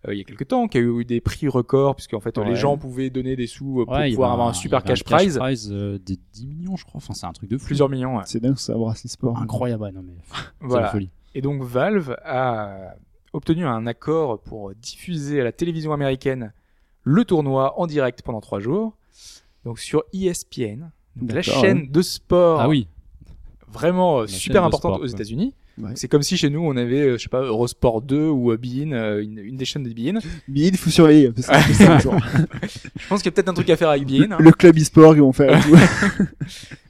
euh, il y a quelques temps, qui a eu des prix records, puisque en fait euh,
Ouais.
les gens pouvaient donner des sous euh, pour
Ouais, il y
pouvoir
avait
avoir un
il y
super
avait un
cash, prize,
euh, de 10 millions, je crois. Enfin, c'est un truc de fou.
plusieurs millions. ouais.
C'est dingue, ça brasse l'e-sport.
Incroyable, ouais, non mais c'est la
Voilà.
folie.
Et donc Valve a obtenu un accord pour diffuser à la télévision américaine le tournoi en direct pendant trois jours, donc sur E ESPN, donc la
D'accord,
chaîne de sport
Ah oui,
vraiment euh,
La chaîne
super
de
importante
sport,
aux
quoi.
États-Unis.
Ouais.
C'est comme si chez nous on avait, euh, je sais pas, Eurosport 2 ou euh, Bein, euh, une, une des chaînes de Bein.
Mais il faut surveiller. Parce que c'est ça, genre.
Je pense qu'il y a peut-être un truc à faire avec Bein. hein.
Le club e-sport, ils vont faire et tout.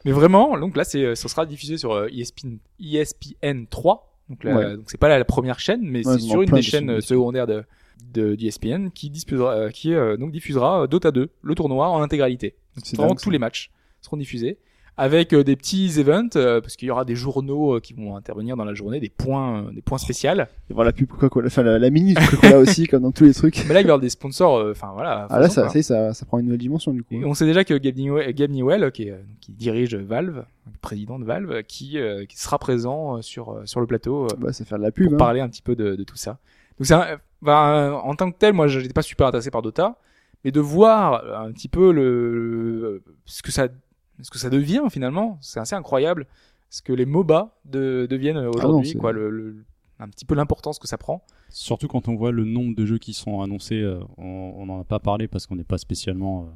Mais vraiment, donc là, c'est, ça sera diffusé sur euh, ESPN, ESPN 3. Donc, là,
Ouais.
donc c'est pas la, la première chaîne, mais
Ouais,
c'est
ils en
sur
ont
une
plein
des
des
chaînes
chaînes
euh, secondaires de, de d'ESPN qui diffusera, euh, qui euh, donc diffusera euh, Dota 2, le tournoi en intégralité. Donc,
C'est
vraiment
dingue,
tous
ça.
les matchs seront diffusés avec euh, des petits events euh, parce qu'il y aura des journaux euh, qui vont intervenir dans la journée, des points, euh, des points spéciaux.
Il va y avoir la pub Coca-Cola, enfin la, la mini Coca-Cola aussi, comme dans tous les trucs.
mais là, il va y avoir des sponsors. euh, Enfin voilà.
Ah là,
façon,
ça,
quoi.
ça, y est, ça, ça prend une nouvelle dimension du coup.
Et on sait déjà que Gabe Newell, Gabe Newell, qui, est, euh, qui dirige Valve, le président de Valve, qui, euh, qui sera présent euh, sur, euh, sur le plateau euh,
Bah, ça fait de la
pour
pub. hein.
parler un petit peu de, de tout ça. Donc c'est un- ben, euh, en tant que tel, moi j'étais pas super intéressé par Dota, mais de voir euh, un petit peu le euh, ce que ça ce que ça devient finalement, c'est assez incroyable ce que les MOBA de, deviennent aujourd'hui,
Ah c'est-
quoi, le, le- un petit peu l'importance que ça prend.
surtout quand on voit le nombre de jeux qui sont annoncés, euh, on n'en a pas parlé parce qu'on n'est pas spécialement euh,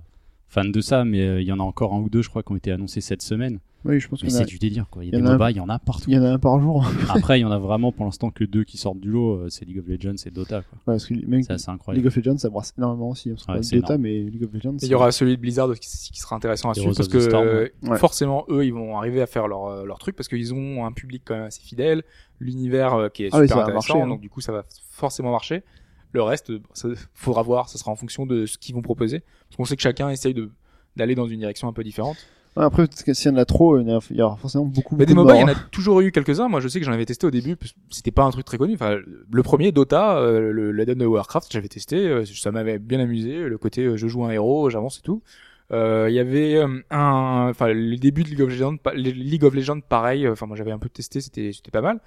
fan de ça, mais euh, il y en a encore un ou deux, je crois, qui ont été annoncés cette semaine.
Oui, je pense
Mais
qu'il y, en a-
c'est du délire, quoi. Il y
il
a
y
des
en a un-
MOBA, il y en a partout.
il y en a un par jour. Ouais,
Après, il y en a vraiment pour l'instant que deux qui sortent du lot, euh, c'est League of Legends et Dota. quoi.
parce que même
C'est assez incroyable.
League of Legends, ça brasse énormément aussi. hein, Parce qu'on
Ouais,
parle de
c'est
Dota, mais League of Legends.
Et Il
c'est-
y aura celui de Blizzard qui, qui sera intéressant à
Heroes
suivre parce
of
que
the Storm,
euh,
ouais.
forcément eux ils vont arriver à faire leur euh, leur truc parce qu'ils ont un public quand même assez fidèle, l'univers euh, qui est
Ah oui,
super
ça va
intéressant
marcher, hein.
donc du coup ça va forcément marcher. Le reste bon, ça, faudra voir, ça sera en fonction de ce qu'ils vont proposer parce qu'on sait que chacun essaye de d'aller dans une direction un peu différente.
Ouais, après, parce que s'il y en a trop, il y en a, il y aura forcément beaucoup,
Mais
beaucoup
Bah, des
de
MOBA, il y
morts,
en a
hein.
toujours eu quelques-uns. Moi, je sais que j'en avais testé au début, parce que c'était pas un truc très connu. Enfin, le premier Dota, euh, le l'add-on de Warcraft, j'avais testé, euh, ça m'avait bien amusé. Le côté euh, je joue un héros, j'avance et tout. Euh, Il y avait euh, un, enfin, le début de League of Legends, pa- le- League of Legends, pareil. euh, Enfin, moi, j'avais un peu testé, c'était, c'était pas mal.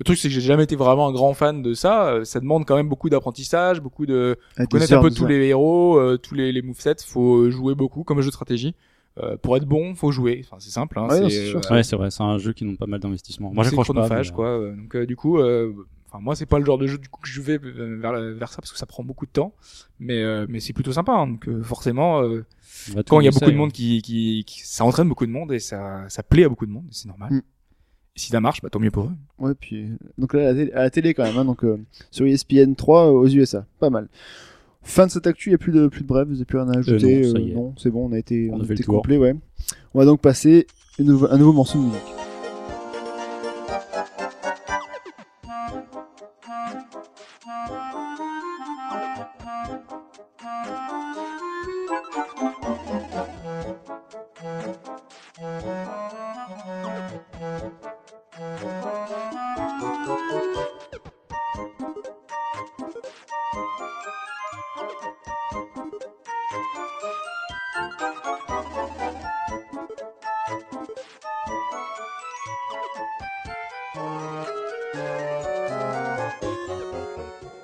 Le truc, c'est que j'ai jamais été vraiment un grand fan de ça. Euh, Ça demande quand même beaucoup d'apprentissage, beaucoup de
Ah, des
connaître un
heures
peu
de
tous
ça.
les héros, euh, tous les, les movesets. Faut jouer beaucoup euh, comme un jeu de stratégie. Euh, pour être bon, faut jouer. Enfin, c'est simple. Hein,
Ouais, non,
c'est
c'est sûr,
euh,
Ouais, c'est vrai, c'est un jeu qui n'a pas mal d'investissement. Moi,
c'est
j'accroche pas.
chronophage,
mais-
quoi. Euh, Donc, euh, du coup, euh, enfin, moi, c'est pas le genre de jeu du coup que je vais euh, vers, la- vers ça parce que ça prend beaucoup de temps. Mais, euh, mais c'est plutôt sympa. hein. Donc, euh, forcément, euh,
on va tout
quand il y a
essayer,
beaucoup de
ouais.
monde hein. qui, qui, qui- ça entraîne beaucoup de monde et ça, ça plaît à beaucoup de monde, c'est normal.
Mm.
Et si ça marche, bah, tant mieux pour eux.
Ouais, puis euh, donc là, à la télé, à la télé quand même, hein, donc euh, sur ESPN 3 euh, aux USA, pas mal. Fin de cette actu, il n'y a plus de plus de brèves, vous n'avez plus rien à ajouter.
Euh,
euh,
non, ça y est.
non, c'est bon, on a été,
On
on a
a fait le
été
tour.
complet, ouais. On va donc passer une nouveau- un nouveau morceau de musique.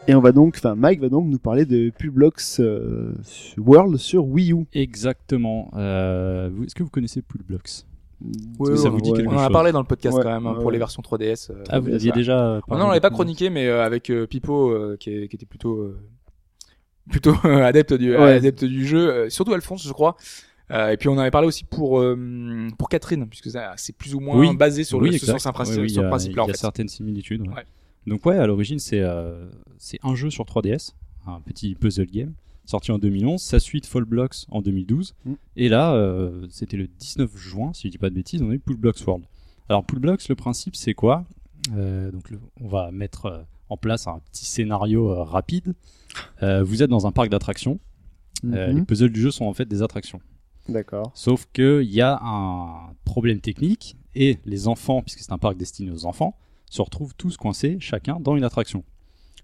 Et on va donc, enfin, Mike va donc nous parler de Publiox euh, World sur Wii U.
Exactement. Euh, vous- Est-ce que vous connaissez Poolblocks
Ouais,
ça
ouais,
vous dit
ouais.
quelque
On en a
chose
parlé dans le podcast
Ouais,
quand même hein,
ouais,
pour
ouais.
les versions 3DS. euh,
Ah, vous
mais
l'aviez
ça-
déjà. euh,
Non,
parlé
non, on l'avait pas
beaucoup.
chroniqué, mais euh, avec euh, Pipo euh, qui, est- qui était plutôt euh, plutôt euh, adepte du
Ouais.
adepte du jeu, euh, surtout Alphonse, je crois. Euh, et puis on en avait parlé aussi pour euh, pour Catherine, puisque ça, c'est plus ou moins
Oui.
basé sur
oui,
le
exact.
sur ce principe,
Ouais, oui,
sur
il y
ce
a,
principe-là,
il y a
en fait.
certaines similitudes. ouais.
Ouais.
Donc ouais, à l'origine c'est euh, c'est un jeu sur 3DS, un petit puzzle game sorti en 2011, sa suite Fall Blocks en 2012,
Mm.
et là euh, c'était le 19 juin, si je dis pas de bêtises, on a eu Pool Blocks World. Alors Pool Blocks, le principe c'est quoi Euh, Donc le- on va mettre euh, en place un petit scénario euh, rapide. Euh, vous êtes dans un parc d'attractions. Euh,
Mm-hmm.
Mhm.
les puzzles du jeu sont en fait des attractions.
D'accord.
Sauf qu'il y a un problème technique et les enfants, puisque c'est un parc destiné aux enfants, se retrouvent tous coincés, chacun dans une attraction.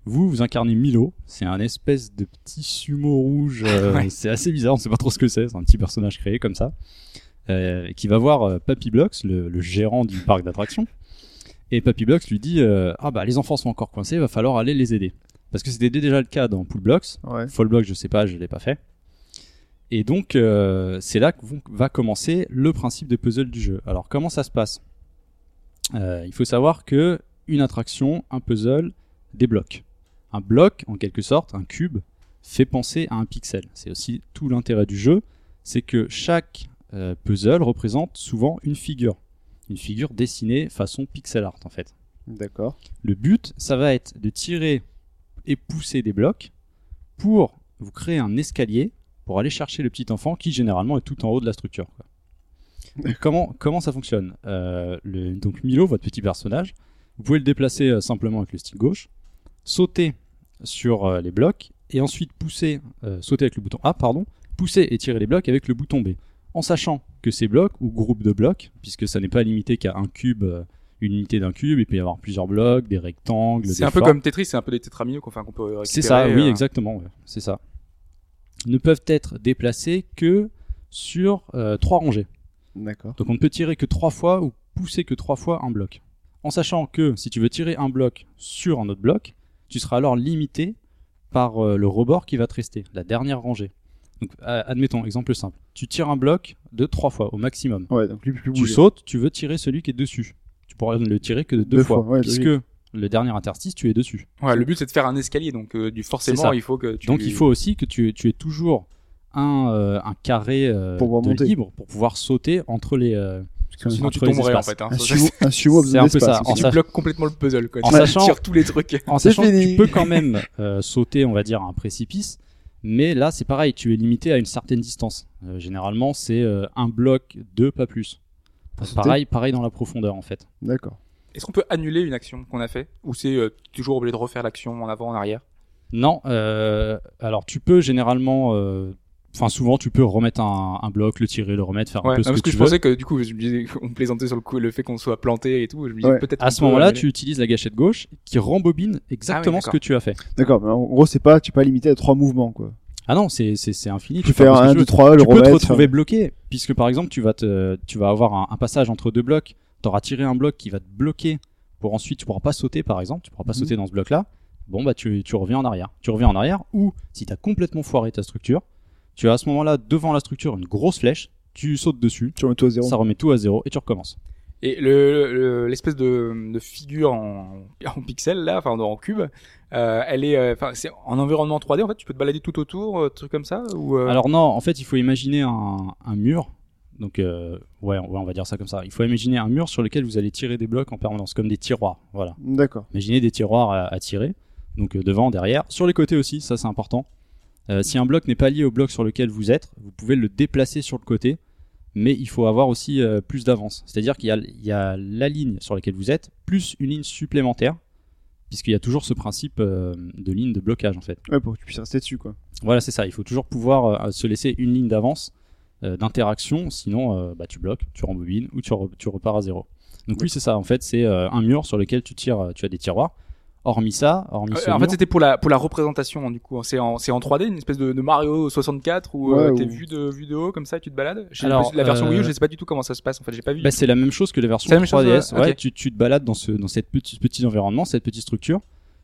Vous, vous incarnez Milo, c'est un espèce de petit sumo rouge, euh,
Ouais.
c'est assez bizarre, on sait pas trop ce que c'est, c'est un petit personnage créé comme ça, euh, qui va voir euh, Papy Blox, le, le gérant du parc d'attractions, et Papy Blox lui dit euh, Ah bah les enfants sont encore coincés, va falloir aller les aider. Parce que c'était déjà le cas dans Pool Blocks,
Ouais.
Fall Block, je sais pas, je l'ai pas fait. Et donc, euh, c'est là que vont- va commencer le principe des puzzles du jeu. Alors, comment ça se passe Euh, Il faut savoir que une attraction, un puzzle, des blocs. Un bloc, en quelque sorte, un cube, fait penser à un pixel. C'est aussi tout l'intérêt du jeu, c'est que chaque euh, puzzle représente souvent une figure. Une figure dessinée façon pixel art, en fait.
D'accord.
Le but, ça va être de tirer et pousser des blocs pour vous créer un escalier pour aller chercher le petit enfant qui généralement est tout en haut de la structure. quoi. Donc, comment, comment ça fonctionne Euh, le- Donc Milo, votre petit personnage, vous pouvez le déplacer euh, simplement avec le stick gauche, sauter sur euh, les blocs et ensuite pousser, euh, sauter avec le bouton A, pardon, pousser et tirer les blocs avec le bouton B. En sachant que ces blocs ou groupes de blocs, puisque ça n'est pas limité qu'à un cube, euh, une unité d'un cube, il peut y avoir plusieurs blocs, des rectangles,
C'est
des
un peu
formes.
comme Tetris, c'est un peu des tétraminos qu'on fait qu'on peut récupérer.
C'est ça, oui,
euh,
exactement, ouais, c'est ça. Ne peuvent être déplacés que sur euh, trois rangées.
D'accord.
Donc on ne peut tirer que trois fois ou pousser que trois fois un bloc. En sachant que si tu veux tirer un bloc sur un autre bloc, tu seras alors limité par euh, le rebord qui va te rester, la dernière rangée. Donc euh, admettons, exemple simple, tu tires un bloc de trois fois au maximum.
Ouais, donc lui plus
Tu sautes, tu veux tirer celui qui est dessus. Tu pourras ne le tirer que de deux,
Deux
fois,
fois, ouais,
puisque le dernier interstice, tu es dessus.
Ouais, le but c'est de faire un escalier, donc euh, du
C'est
forcément
ça.
il faut que tu.
Donc il faut aussi que tu, tu aies toujours un, euh, un carré euh,
Pour pouvoir
de
monter.
libre pour pouvoir sauter entre les. euh,
Sinon tu
entre les
tomberais en
espaces.
fait. Hein.
Un
Ça,
sumo, un sumo a besoin
C'est un peu
d'espace.
ça,
c'est-
en
tu
sach-
bloques complètement le puzzle. Quoi.
en
tu
sachant-
tires tous les trucs.
En
Ah, C'est
sachant que
fini.
tu peux quand même euh, sauter, on va dire, à un précipice, mais là c'est pareil, tu es limité à une certaine distance. Euh, généralement c'est euh, un bloc, deux, pas plus.
Pour sauter.
Pareil, pareil dans la profondeur en fait.
D'accord.
Est-ce qu'on peut annuler une action qu'on a fait ou c'est euh, toujours obligé de refaire l'action en avant, en arrière
Non, euh, alors tu peux généralement, euh, enfin souvent tu peux remettre un, un bloc, le tirer, le remettre, faire
Ouais,
un peu
non, parce
ce que,
que,
tu
je
veux.
pensais que du coup, je me disais, on plaisantait sur le coup le fait qu'on soit planté et tout. Je me disais
Ouais.
peut-être.
À
qu'on
ce
peut
moment-là,
annuler.
tu utilises la gâchette gauche qui rembobine exactement ce
Ah d'accord.
que tu as fait.
D'accord, mais en gros, c'est pas, tu es pas limité à trois mouvements, quoi.
Ah non, c'est c'est c'est infini.
Tu
peux
fais
faire ce que
un,
tu veux.
deux, trois, le
Tu peux te
remettre. hein.
retrouver bloqué, puisque par exemple tu vas te tu vas avoir un, un passage entre deux blocs. T'auras tiré un bloc qui va te bloquer pour ensuite tu pourras pas sauter par exemple. Tu pourras pas
Mhm.
sauter dans ce bloc là. Bon bah tu tu reviens en arrière. Tu reviens en arrière ou si t'as complètement foiré ta structure, tu as à ce moment là devant la structure une grosse flèche. tu sautes dessus,
Tu remets tout à zéro.
ça remet tout à zéro et tu recommences.
Et le- le- l'espèce de, de figure en, en pixel là, enfin en cube, euh, elle est, euh, enfin c'est en environnement 3D. En fait, tu peux te balader tout autour, euh, truc comme ça. Ou euh,
Alors non, en fait, il faut imaginer un, un mur. Donc euh, ouais, on, ouais, on va dire ça comme ça. Il faut imaginer un mur sur lequel vous allez tirer des blocs en permanence, comme des tiroirs. Voilà.
D'accord.
Imaginez des tiroirs à, à tirer, donc euh, devant, derrière, sur les côtés aussi. Ça, c'est important. Euh, si un bloc n'est pas lié au bloc sur lequel vous êtes, vous pouvez le déplacer sur le côté, mais il faut avoir aussi euh, plus d'avance. C'est-à-dire qu'il y a- il y, a la ligne sur laquelle vous êtes plus une ligne supplémentaire, puisqu'il y a toujours ce principe euh, de ligne de blocage en fait.
Ouais, pour que tu puisses rester dessus, quoi.
Voilà, c'est ça. Il faut toujours pouvoir euh, se laisser une ligne d'avance euh, d'interaction, sinon euh, bah, tu bloques, tu rembobines ou tu, re- tu repars à zéro. Donc oui, c'est ça. En fait, c'est euh, un mur sur lequel tu tires, euh, tu as des tiroirs. Hormis ça, hormis
euh,
ce
en
mur-
fait, c'était pour la pour la représentation hein, du coup. C'est en c'est en 3D, une espèce de, de Mario 64 où euh,
Ouais,
t'es
ou-
vu de vu de haut comme ça, tu te balades. J'ai-
Alors,
la version
euh,
Wii U, je sais pas du tout comment ça se passe. En fait, j'ai pas vu.
Bah, c'est la même chose que la version
C'est la même chose,
3DS.
ouais,
ouais,
ok.
tu, tu te balades dans ce dans cette petit, petit environnement, cette petite structure.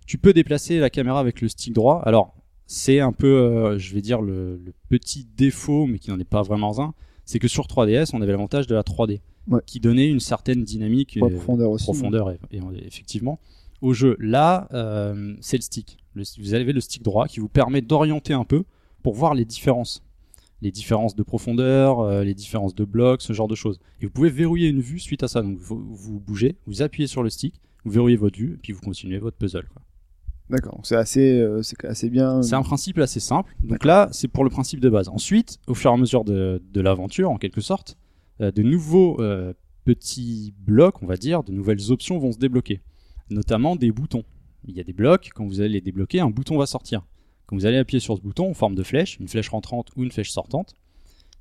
Tu peux déplacer la caméra avec le stick droit. Alors, c'est un peu, euh, je vais dire, le, le petit défaut, mais qui n'en est pas vraiment un, c'est que sur 3DS, on avait l'avantage de la 3D,
Ouais.
qui donnait une certaine dynamique,
Pas
euh,
profondeur aussi.
profondeur, et, et- effectivement, au jeu. Là, euh, c'est le stick. Le- vous avez le stick droit qui vous permet d'orienter un peu pour voir les différences. Les différences de profondeur, euh, les différences de blocs, ce genre de choses. Et vous pouvez verrouiller une vue suite à ça. Donc vous, vous bougez, vous appuyez sur le stick, vous verrouillez votre vue, puis vous continuez votre puzzle. quoi.
D'accord. donc C'est assez, euh, c'est assez bien.
C'est un principe assez simple. Donc là, c'est pour le principe de base. Ensuite, au fur et à mesure de, de l'aventure, en quelque sorte, euh, de nouveaux euh, petits blocs, on va dire, de nouvelles options vont se débloquer. Notamment des boutons. Il y a des blocs, quand vous allez les débloquer, un bouton va sortir. Quand vous allez appuyer sur ce bouton en forme de flèche, une flèche rentrante ou une flèche sortante,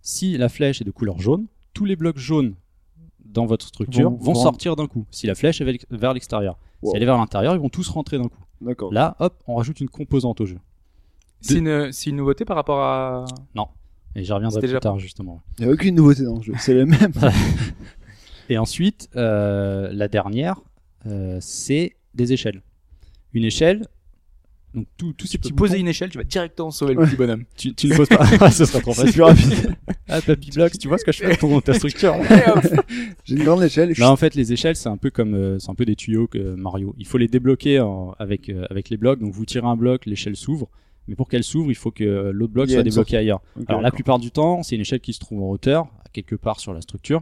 si la flèche est de couleur jaune, tous les blocs jaunes dans votre structure
Vont-
vont,
vont-
sortir d'un coup. Si la flèche est vers- vers l'extérieur.
Wow.
Si elle est vers l'intérieur, ils vont tous rentrer d'un coup.
D'accord.
Là, hop, on rajoute une composante au jeu.
C'est une c'est une nouveauté par rapport à.
Et j'y reviendrai
C'était
plus
déjà-
tard justement.
Il n'y a aucune nouveauté dans le jeu. C'est le même.
Et ensuite, euh, la dernière, euh, c'est des échelles. Une échelle, donc tout, tout
Si
ces
tu
petits
posais
boutons-
une échelle, tu vas directement sauver le petit bonhomme.
tu, tu ne poses pas, ce sera trop
C'est
facile.
plus rapide.
Ah, Papy Blocks, tu vois ce que je fais avec ton- ta structure là
Et hop.
J'ai une grande échelle.
Non, en fait, les échelles, c'est un peu comme, euh, c'est un peu des tuyaux que euh, Mario. Il faut les débloquer en- avec euh, avec les blocs. Donc, vous tirez un bloc, l'échelle s'ouvre. Mais pour qu'elle s'ouvre, il faut que euh, l'autre bloc
Il y a
soit
une sortie.
débloqué ailleurs.
Ok,
Alors la
d'accord.
plupart du temps, c'est une échelle qui se trouve en hauteur, quelque part sur la structure.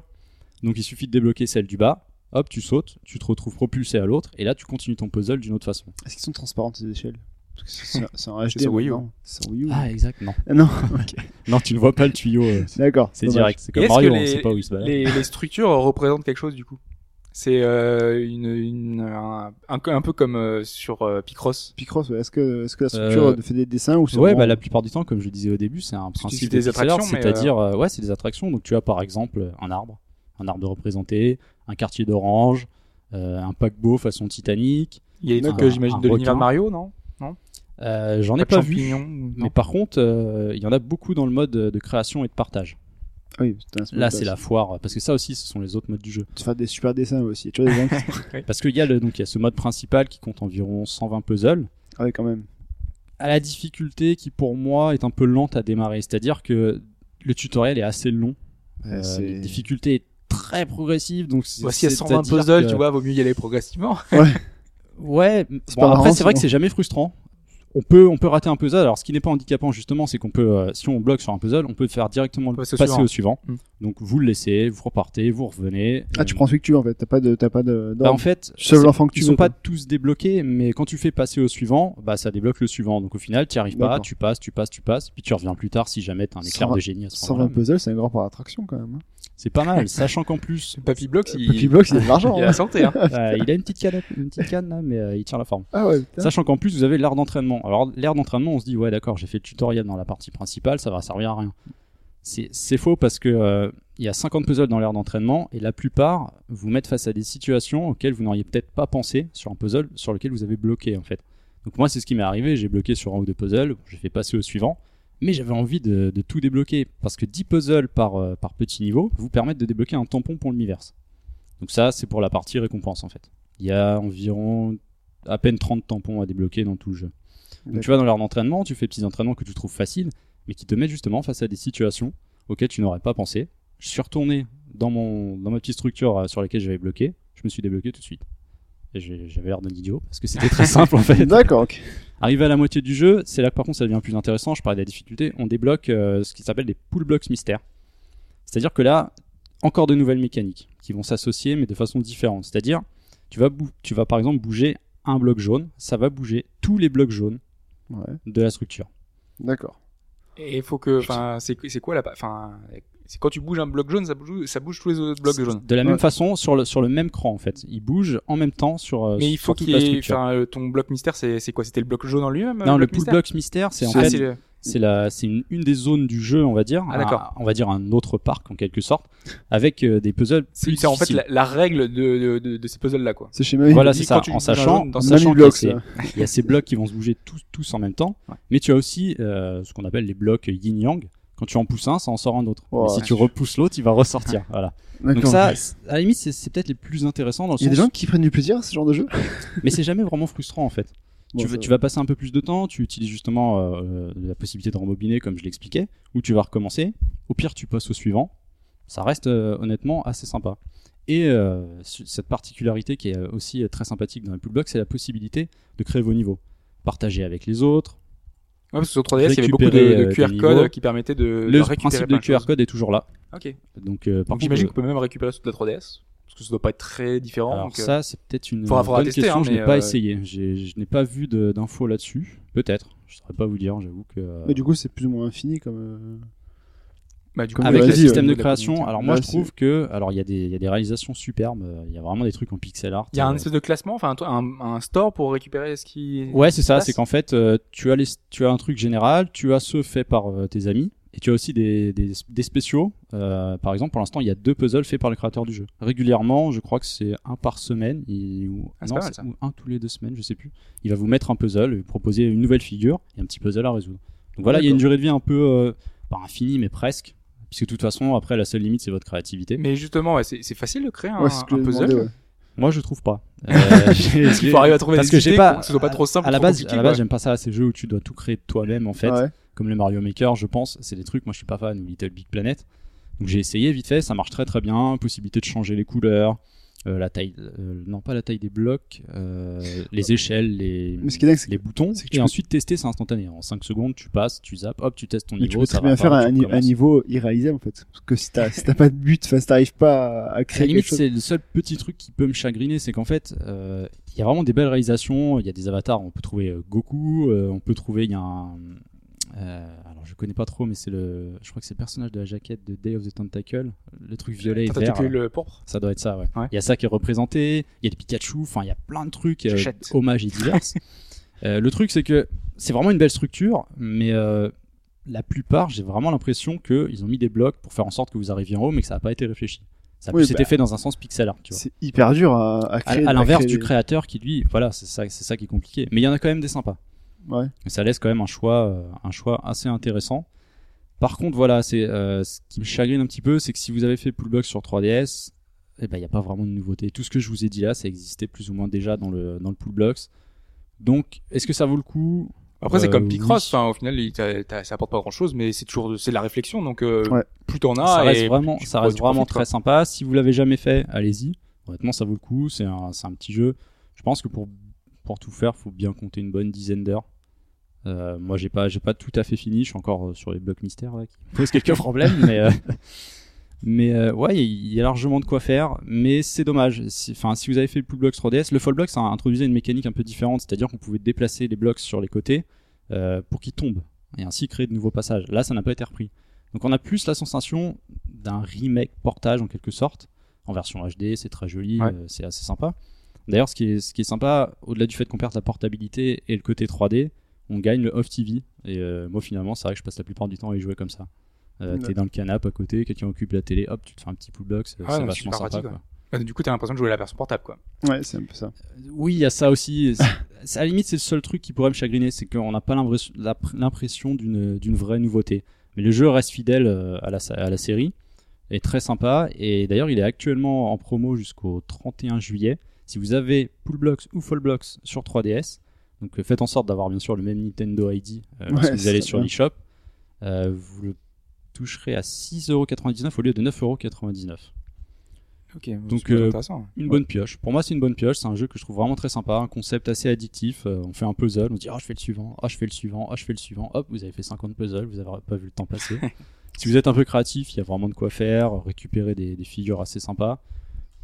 Donc il suffit de débloquer celle du bas. Hop, tu sautes, tu te retrouves propulsé à l'autre, et là tu continues ton puzzle d'une autre façon.
Est-ce qu'ils sont transparentes ces échelles Parce que c'est c'est un HD.
sur Wii U.
maintenant. C'est sur Wii U.
exact, non.
Ah, Non.
Non, tu ne vois pas le tuyau. euh, c'est-
D'accord.
c'est
dommage.
direct, c'est comme
Et est-ce
Mario,
que
on ne
les-
sait pas où il se balade.
les, les structures représentent quelque chose du coup. C'est euh, une, une- un, un- un peu comme euh, sur euh, Picross.
Picross, ouais, est-ce que, est-ce que la structure
Euh,
fait des dessins ou c'est
Ouais,
vraiment-
bah, la plupart du temps, comme je le disais au début, c'est un
c'est
principe
des
de pixel art,
attractions, mais,
c'est-à-dire, euh, ouais, c'est des attractions. Donc tu as par exemple un arbre, un arbre représenté, un quartier d'orange, euh, un paquebot façon Titanic.
Il y a des trucs
D'accord.
que j'imagine
Un
de l'univers
requin.
de Mario, non
Euh, J'en ai
de
pas vu.
champignons, ou-
Mais
non.
par contre, euh, il y en a beaucoup dans le mode euh, de création et de partage.
Ah oui, putain,
Là,
pas
c'est
ça.
la foire, parce que ça aussi, ce sont les autres modes du jeu.
Tu fais des super dessins aussi. Tu vois, des gens qui-
Parce qu'il y a le, donc il y a ce mode principal qui compte environ 120 puzzles,
Ah ouais, quand même.
à la difficulté qui pour moi est un peu lente à démarrer. C'est-à-dire que le tutoriel est assez long,
Ouais,
euh,
c'est-
la difficulté est très progressive, donc c'est-
Voici à
c'est-
120
c'est-à-dire
puzzles,
que-
tu vois, vaut mieux y aller progressivement.
Ouais, bon,
pas marrant,
après c'est vrai que
sinon.
c'est jamais frustrant. On peut, on peut rater un puzzle. Alors, ce qui n'est pas handicapant justement, c'est qu'on peut, euh, si on bloque sur un puzzle, on peut faire directement le
Passer
passer
au suivant.
au suivant.
Mm.
Donc, vous le laissez, vous repartez, vous revenez.
Ah,
Euh,
tu prends celui que tu veux en fait. T'as pas de. T'as pas de...
Bah, en fait,
tu sauves
c'est-
l'enfant que tu
ils
veux.
sont pas
quoi.
tous débloqués, mais quand tu fais passer au suivant, bah ça débloque le suivant. Donc au final, tu arrives pas,
D'accord.
tu passes, tu passes, tu passes, puis tu reviens plus tard si jamais t'as un éclair
120
de génie à ce
120
moment-là.
puzzles, c'est un grand par attraction quand même. hein.
C'est pas mal, sachant qu'en plus,
Papy Blocks, il,
Papy Block, c'est de l'argent.
il a
hein.
la santé. Hein.
euh, il a une petite canne, une petite canne là, mais euh, il tient la forme.
Ah ouais, putain.
Sachant qu'en plus, vous avez l'art d'entraînement. Alors l'art d'entraînement, on se dit ouais d'accord, j'ai fait le tutoriel dans la partie principale, ça va servir à rien. C'est c'est faux parce que euh, il y a 50 puzzles dans l'art d'entraînement et la plupart vous mettent face à des situations auxquelles vous n'auriez peut-être pas pensé sur un puzzle sur lequel vous avez bloqué en fait. Donc moi c'est ce qui m'est arrivé, j'ai bloqué sur un ou deux puzzles, j'ai fait passer au suivant, mais j'avais envie de, de tout débloquer parce que 10 puzzles par, euh, par petit niveau vous permettent de débloquer un tampon pour l'univers. Donc ça c'est pour la partie récompense en fait. Il y a environ à peine 30 tampons à débloquer dans tout le jeu. Donc tu vas dans leur entraînement, tu fais petits entraînements que tu trouves faciles, mais qui te mettent justement face à des situations auxquelles tu n'aurais pas pensé. je suis retourné dans, mon, dans ma petite structure euh, sur laquelle j'avais bloqué. Je me suis débloqué tout de suite. Et j'ai- j'avais l'air d'un idiot parce que c'était très simple en fait.
D'accord, ok.
Arrivé à la moitié du jeu, c'est là que par contre ça devient plus intéressant. Je parlais de la difficulté. On débloque euh, ce qui s'appelle des pull blocks mystères. C'est-à-dire que là, encore de nouvelles mécaniques qui vont s'associer mais de façon différente. C'est-à-dire, tu vas, bou- tu vas par exemple bouger un bloc jaune, ça va bouger tous les blocs jaunes
Ouais,
de la structure.
d'accord.
Et il faut que, enfin, c'est c'est quoi la, pa- enfin, c'est quand tu bouges un bloc jaune, ça bouge, ça bouge tous les autres blocs jaunes.
De la même
Ouais.
façon, sur le, sur le même cran en fait. Ils bougent en même temps sur, euh,
Mais il
sur
faut
toute
qu'il
la
y ait,
structure.
enfin, euh, ton bloc mystère, c'est c'est quoi C'était le bloc jaune en lui-même euh,
non, le
bloc
pull
mystère
blocks mystère, c'est en
Ah,
fait
c'est le-
C'est la, c'est une, une des zones du jeu, on va dire.
Ah, d'accord.
Un- On va dire un autre parc en quelque sorte, avec euh, des puzzles
c'est
plus
c'est en fait
difficiles.
la, la règle de, de, de, de ces puzzles là quoi.
C'est chez Mami.
Voilà,
dit
c'est
quand
ça.
tu
En
bouges un
sachant,
jaune,
en
dans
Mami
sachant qu'il y, a
Blocks,
ces-
là.
il y a ces blocs qui vont se bouger tous, tous en même temps.
Ouais.
Mais tu as aussi euh, ce qu'on appelle les blocs yin yang. Quand tu en pousses un, ça en sort un autre.
Oh,
Mais si
ouais.
tu repousses l'autre, il va ressortir. voilà. Donc
D'accord.
ça, c'est- à la limite, c'est- c'est peut-être les plus intéressants dans le
Il y a des
sens-
gens qui prennent du plaisir à ce genre de jeu
Mais c'est jamais vraiment frustrant en fait.
Bon,
tu, vas-
ça
tu vas passer un peu plus de temps, tu utilises justement euh, euh, la possibilité de rembobiner comme je l'expliquais, ou tu vas recommencer. Au pire, tu passes au suivant. Ça reste euh, honnêtement assez sympa. Et euh, su- cette particularité qui est euh, aussi euh, très sympathique dans les pull blocks, c'est la possibilité de créer vos niveaux, partager avec les autres.
Ouais, parce que sur 3DS, il y avait beaucoup de,
Récupérer, euh,
de
des
QR
niveaux.
codes qui permettaient de, de
Le
récupérer
principe de
plein
QR
choses.
code est toujours là.
Ok. Donc
Donc, euh, par contre,
j'imagine
euh,
qu'on peut même récupérer sur de la 3DS parce que ça doit pas être très différent.
alors
donc, euh,
ça, c'est peut-être une
faudra-
bonne
faudra tester,
question.
hein,
je n'ai
mais,
pas
euh,
essayé. J'ai- Je n'ai pas vu de- d'infos là-dessus. Peut-être. Je saurais pas vous dire. J'avoue que. euh,
Mais du coup, c'est plus ou moins infini comme. euh,
bah, du
comme
avec
on
le
l'a dit, euh,
système
au
de
la
création.
communauté.
Alors moi,
Là,
je trouve que alors il y a des il y a des réalisations superbes. euh, Il y a vraiment des trucs en pixel art.
Il y a
euh,
un espèce de classement, enfin un, to- un, un store pour récupérer ce qui.
Ouais, c'est ça.
place.
C'est qu'en fait, euh, tu as les tu as un truc général, tu as ceux faits par euh, tes amis. Et tu as aussi des, des, des spéciaux. Euh, par exemple, pour l'instant, il y a deux puzzles faits par le créateur du jeu. Régulièrement, je crois que c'est un par semaine, il- ou,
Ah, c'est
non,
pas mal,
c'est-
ça.
ou un tous les deux semaines, je sais plus. Il va vous mettre un puzzle, lui proposer une nouvelle figure et un petit puzzle à résoudre. Donc voilà, il y a une durée de vie un peu, euh, pas infinie, mais presque. Puisque de toute façon, après, la seule limite, c'est votre créativité.
Mais justement, ouais, c'est c'est facile de créer un,
Ouais, c'est ce que
un
je
puzzle.
demandais, ouais.
Moi, je trouve pas. Euh, j'ai-
Parce qu'il
j'ai-
faut arriver à trouver
parce
des
que j'ai
idées,
pas,
pour que ce soit pas trop simple,
À la
trop
base,
compliqué,
à la base,
quoi.
j'aime pas ça, ces jeux où tu dois tout créer de toi-même en fait,
Ah Ouais.
comme le Mario Maker, je pense. C'est des trucs, moi, je suis pas fan ou Little Big Planet. Donc j'ai essayé vite fait, ça marche très très bien. Possibilité de changer les couleurs, euh, la taille, euh, non pas la taille des blocs, euh, les échelles, les
Mais ce qui est dingue, c'est que
les boutons.
c'est que tu
et
peux-
ensuite tester, c'est instantané. En 5 secondes, tu passes, tu zappes, hop, tu testes ton
Mais tu
niveau.
peux
ça
très
va
bien
pas,
faire
tu
un, ni- un
recommences.
niveau irréalisable en fait. Parce que si t'as si t'as pas de but, enfin, si t'arrives pas à- à
À la
créer quelque
limite,
chose.
c'est le seul petit truc qui peut me chagriner, c'est qu'en fait, euh, il y a vraiment des belles réalisations. Il y a des avatars, on peut trouver euh, Goku, euh, on peut trouver, il y a un. euh, alors, je connais pas trop, mais c'est le. Je crois que c'est le personnage de la jaquette de Day of the Tentacle, le truc violet
Euh,
et vert.
Tentacule
là.
pourpre.
Ça doit être ça, ouais. Il
Ouais.
y a ça qui est représenté, il y a des Pikachu, enfin, il y a plein de trucs, euh,
J'achète.
hommages et divers. Euh, le truc, c'est que c'est vraiment une belle structure, mais euh, la plupart, j'ai vraiment l'impression qu'ils ont mis des blocs pour faire en sorte que vous arriviez en haut, mais que ça n'a pas été réfléchi. Ça a
Oui,
plus été
bah,
fait dans un sens pixel art, tu vois.
C'est hyper dur à, à
À,
créer.
à
à
l'inverse
créer
du
des-
créateur qui, lui, voilà, c'est ça, c'est ça qui est compliqué. Mais il y en a quand même des sympas.
Ouais.
Et ça laisse quand même un choix, euh, un choix assez intéressant. Par contre, voilà, c'est euh, ce qui me chagrine un petit peu, c'est que si vous avez fait Pullbox sur 3DS, eh ben il n'y a pas vraiment de nouveauté. Tout ce que je vous ai dit là, ça existait plus ou moins déjà dans le dans le Pullbox. Donc, est-ce que ça vaut le coup
Après, c'est
Euh,
comme
oui.
Picross. Enfin, au final, il- t'as- t'as- ça apporte pas grand chose, mais c'est toujours, de- c'est de la réflexion. Donc, euh,
Ouais.
plus t'en as,
Ça reste
et
vraiment,
tu-
ça
tu
reste
profites,
vraiment
quoi.
très sympa. Si vous l'avez jamais fait, allez-y. Honnêtement, ça vaut le coup. C'est un, c'est un petit jeu. Je pense que pour pour tout faire, faut bien compter une bonne dizaine d'heures. Euh, moi, j'ai pas, j'ai pas tout à fait fini. Je suis encore euh, sur les blocs mystères là, qui posent quelques problèmes, mais euh, mais euh, ouais, il y, a largement de quoi faire. Mais c'est dommage. Si, enfin, si vous avez fait le Pull Blocks 3DS, le Fall Blocks ça introduisait une mécanique un peu différente, c'est-à-dire qu'on pouvait déplacer les blocs sur les côtés euh, pour qu'ils tombent et ainsi créer de nouveaux passages. Là, ça n'a pas été repris. Donc, on a plus la sensation d'un remake portage en quelque sorte en version HD. C'est très joli,
Ouais.
euh, c'est assez sympa. D'ailleurs, ce qui est, ce qui est sympa, au-delà du fait qu'on perde la portabilité et le côté 3D, on gagne le off TV. Et euh, moi, finalement, c'est vrai que je passe la plupart du temps à y jouer comme ça. Euh,
Ouais.
T'es dans le canapé à côté, quelqu'un occupe la télé, hop, tu te fais un petit pull box, euh,
Ah ouais,
c'est
non,
vachement
super
sympa.
pratique,
quoi.
Ah, Du coup, t'as l'impression de jouer à la version portable, quoi.
Ouais, c'est un peu ça.
Euh, Oui, il y a ça aussi. C'est- c'est- à la limite, c'est le seul truc qui pourrait me chagriner, c'est qu'on n'a pas l'impres- la- l'impression d'une d'une vraie nouveauté. Mais le jeu reste fidèle euh, à la, sa- à la série, est très sympa, et d'ailleurs, il est actuellement en promo jusqu'au 31 juillet. Si vous avez Pull Blocks ou Fall Blocks sur 3DS, donc euh, faites en sorte d'avoir bien sûr le même Nintendo ID euh,
Ouais,
si vous
c'est
allez sur
bien.
l'eShop. Euh, vous le- toucherait à 6,99€ au lieu de 9,99€.
Ok,
Donc,
c'est
euh,
intéressant.
Une bonne pioche. Pour moi, c'est une bonne pioche. C'est un jeu que je trouve vraiment très sympa, un concept assez addictif. Euh, on fait un puzzle, on se dit ah je fais le suivant, ah je fais le suivant, ah je fais le suivant. Hop, vous avez fait 50 puzzles, vous n'avez pas vu le temps passer. si vous êtes un peu créatif, il y a vraiment de quoi faire, récupérer des, des figures assez sympas.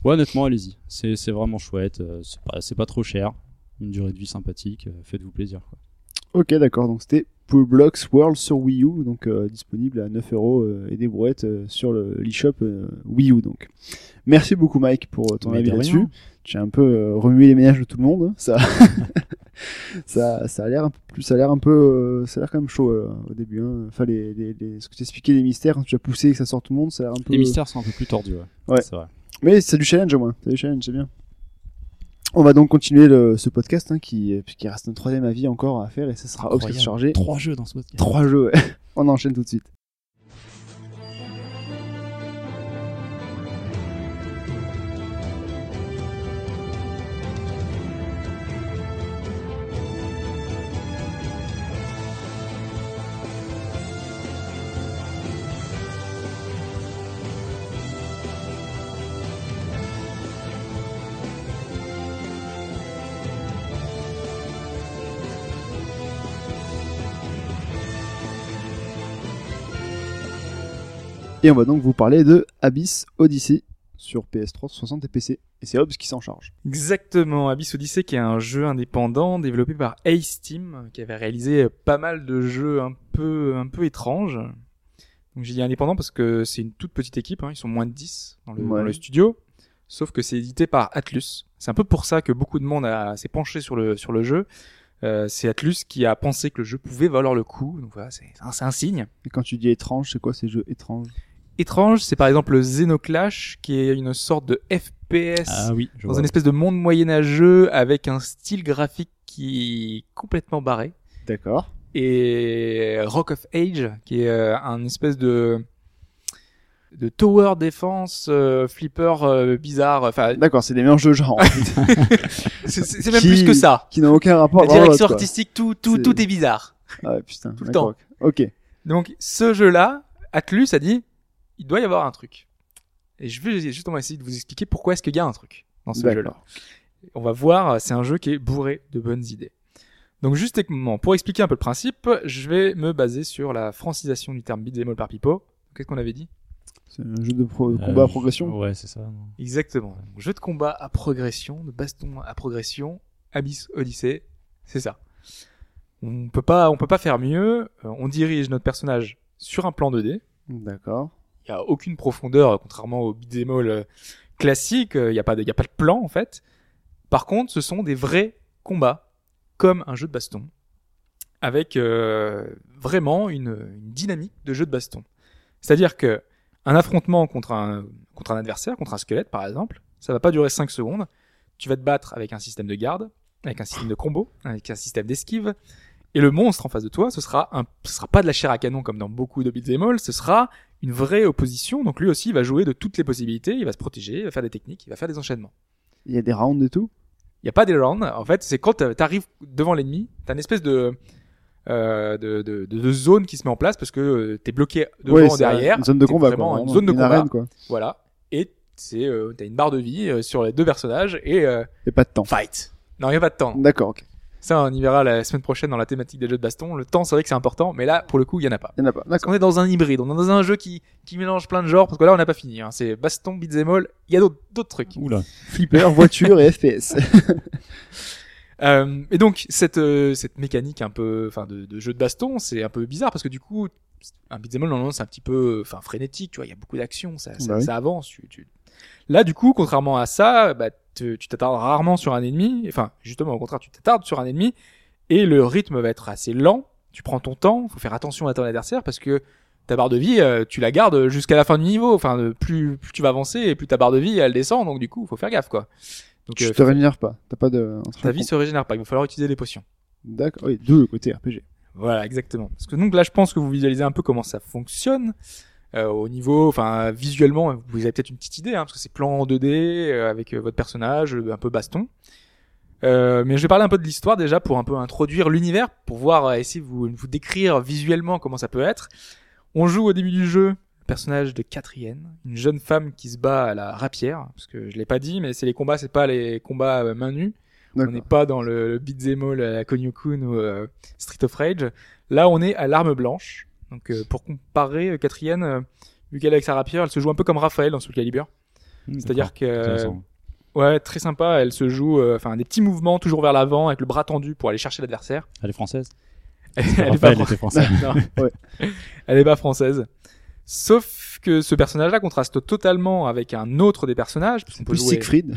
Ouais, honnêtement, allez-y. C'est c'est vraiment chouette. euh, C'est pas, c'est pas trop cher. Une durée de vie sympathique. euh, Faites-vous plaisir. quoi.
Ok, d'accord. Donc c'était Publocks World sur Wii U, donc euh, disponible à 9 euros euh, et des brouettes euh, sur le- l'eShop euh, Wii U. Donc merci beaucoup Mike pour euh, ton
Mais
avis
de rien.
là-dessus. J'ai un peu euh, remué les ménages de tout le monde. hein. Ça, ça, ça a l'air un peu plus, ça a l'air un peu, euh, ça a l'air quand même chaud euh, au début. Hein. Enfin, les, les, les- ce que t'expliquais les mystères, quand tu as poussé et que ça sort tout le monde, ça a l'air un peu.
Les mystères sont un peu plus tordus. Ouais.
Ouais.
C'est vrai.
Mais c'est du challenge au moins, c'est du challenge, c'est bien. On va donc continuer le- ce podcast hein, qui, qui reste un troisième avis encore à faire et ça sera obscur
Incroyable.
oh, chargé.
Trois jeux dans ce podcast.
Trois jeux, ouais. on enchaîne tout de suite. Et on va donc vous parler de Abyss Odyssey sur PS3, 60 et PC. Et c'est Hobbs qui s'en charge.
Exactement, Abyss Odyssey qui est un jeu indépendant développé par Ace Team qui avait réalisé pas mal de jeux un peu un peu étranges. Donc j'ai dit indépendant parce que c'est une toute petite équipe, hein, ils sont moins de 10 dans le,
Ouais.
dans le studio, sauf que c'est édité par Atlus. C'est un peu pour ça que beaucoup de monde a- s'est penché sur le sur le jeu. Euh, c'est Atlus qui a pensé que le jeu pouvait valoir le coup, donc voilà, c'est c'est un- c'est un signe.
Et quand tu dis étrange, c'est quoi ces jeux étranges
étrange, c'est par exemple Xenoclash, qui est une sorte de FPS
Ah oui. je
dans
vois.
une espèce de monde moyenâgeux avec un style graphique qui est complètement barré.
D'accord.
Et Rock of Age, qui est euh, un espèce de de tower défense euh, flipper euh, bizarre. Enfin,
D'accord, c'est des meilleurs jeux genre. en fait,
c'est c'est même
Qui-
plus que ça.
qui n'ont aucun rapport
La
avec l'autre,
direction
quoi.
artistique, tout, tout,
C'est-
tout est bizarre.
Ah ouais, putain,
tout le
d'accord. Ok.
Donc ce jeu-là, Atlus a dit, il doit y avoir un truc. Et je vais justement essayer de vous expliquer pourquoi est-ce qu'il y a un truc dans ce
D'accord.
jeu-là. On va voir, euh, c'est un jeu qui est bourré de bonnes idées. Donc juste un moment, pour expliquer un peu le principe, je vais me baser sur la francisation du terme beat'em all par Pipo. Qu'est-ce qu'on avait dit
C'est un jeu de pro-
Euh,
combat à
je-
progression.
Ouais, c'est ça. non.
Exactement. Donc, jeu de combat à progression, de baston à progression, Abyss Odyssey, c'est ça. On peut pas, on peut pas faire mieux. Euh, On dirige notre personnage sur un plan 2D.
D'accord.
il n'y a aucune profondeur, euh, contrairement au beat'em all euh, classique, euh, il n'y a, pas de- il y a pas de plan en fait. Par contre, ce sont des vrais combats, comme un jeu de baston, avec euh, vraiment une, une dynamique de jeu de baston. C'est-à-dire que un affrontement contre un, contre un adversaire, contre un squelette par exemple, ça va pas durer 5 secondes. Tu vas te battre avec un système de garde, avec un système de combo, avec un système d'esquive, et le monstre en face de toi, ce sera un, ce sera pas de la chair à canon comme dans beaucoup de beat'em all, ce sera une vraie opposition. Donc lui aussi, il va jouer de toutes les possibilités, il va se protéger, il va faire des techniques, il va faire des enchaînements.
Il y a des rounds et tout.
Il n'y a pas des rounds. En fait, c'est quand tu arrives devant l'ennemi, tu as une espèce de, euh, de, de, de- de zone qui se met en place parce que tu es bloqué devant
Ouais, c'est
derrière.
Une zone de
T'es
combat.
vraiment
quoi,
une zone de
une
combat.
arène, quoi.
Voilà. Et c'est euh, t'as une barre de vie euh, sur les deux personnages et euh,
Et pas de temps.
fight. Non, il n'y a pas de temps.
D'accord, ok.
Ça, on y verra la semaine prochaine dans la thématique des jeux de baston. Le temps, c'est vrai que c'est important, mais là, pour le coup, il n'y en a pas.
Il y en a pas.
Parce
D'accord.
qu'on est dans un hybride, on est dans un jeu qui, qui mélange plein de genres, parce que là, on n'a pas fini. hein. C'est baston, beat'em all, il y a d'autres d'autres trucs.
Oula.
Flipper, voiture et FPS.
Euh, et donc cette euh, cette mécanique un peu enfin de, de jeu de baston, c'est un peu bizarre parce que du coup un beat'em all normalement c'est un petit peu enfin frénétique, tu vois, il y a beaucoup d'action, ça ça,
Bah oui.
ça avance. Tu, tu- Là du coup, contrairement à ça, bah te- tu t'attardes rarement sur un ennemi, enfin justement au contraire, tu t'attardes sur un ennemi et le rythme va être assez lent. Tu prends ton temps, faut faire attention à ton adversaire parce que ta barre de vie, euh, tu la gardes jusqu'à la fin du niveau. Enfin, euh, plus, plus tu vas avancer et plus ta barre de vie elle descend, donc du coup, faut faire gaffe quoi. Donc
Tu
euh,
te rémunères pas. T'as pas de.
ta vie se régénère pas, il va falloir utiliser les potions.
D'accord. Oui, d'où le côté RPG.
Voilà, exactement. Parce que donc là, je pense que vous visualisez un peu comment ça fonctionne euh, au niveau, enfin visuellement, vous avez peut-être une petite idée, hein, parce que c'est plan en 2D euh, avec euh, votre personnage, euh, un peu baston. Euh, mais je vais parler un peu de l'histoire déjà pour un peu introduire l'univers, pour voir euh, essayer de vous, vous décrire visuellement comment ça peut être. On joue au début du jeu le personnage de Catrienne, une jeune femme qui se bat à la rapière, parce que je l'ai pas dit, mais c'est les combats, c'est pas les combats euh, main nue. On n'est
D'accord.
pas dans le, le beat'em all à la Konyo-kun ou euh, Street of Rage. Là, on est à l'arme blanche. Donc, euh, pour comparer, euh, Catrienne, euh, vu qu'elle est avec sa rapière, elle se joue un peu comme Raphaël dans Soul Calibur. C'est-à-dire que, euh, ouais, très sympa, elle se joue, euh, enfin, des petits mouvements toujours vers l'avant avec le bras tendu pour aller chercher l'adversaire.
Elle est française.
elle est
Raphaël
pas fran-
était française.
Non.
Ouais.
Elle est pas française. Sauf que ce personnage-là contraste totalement avec un autre des personnages. parce qu'on peut
Plus
jouer,
Siegfried.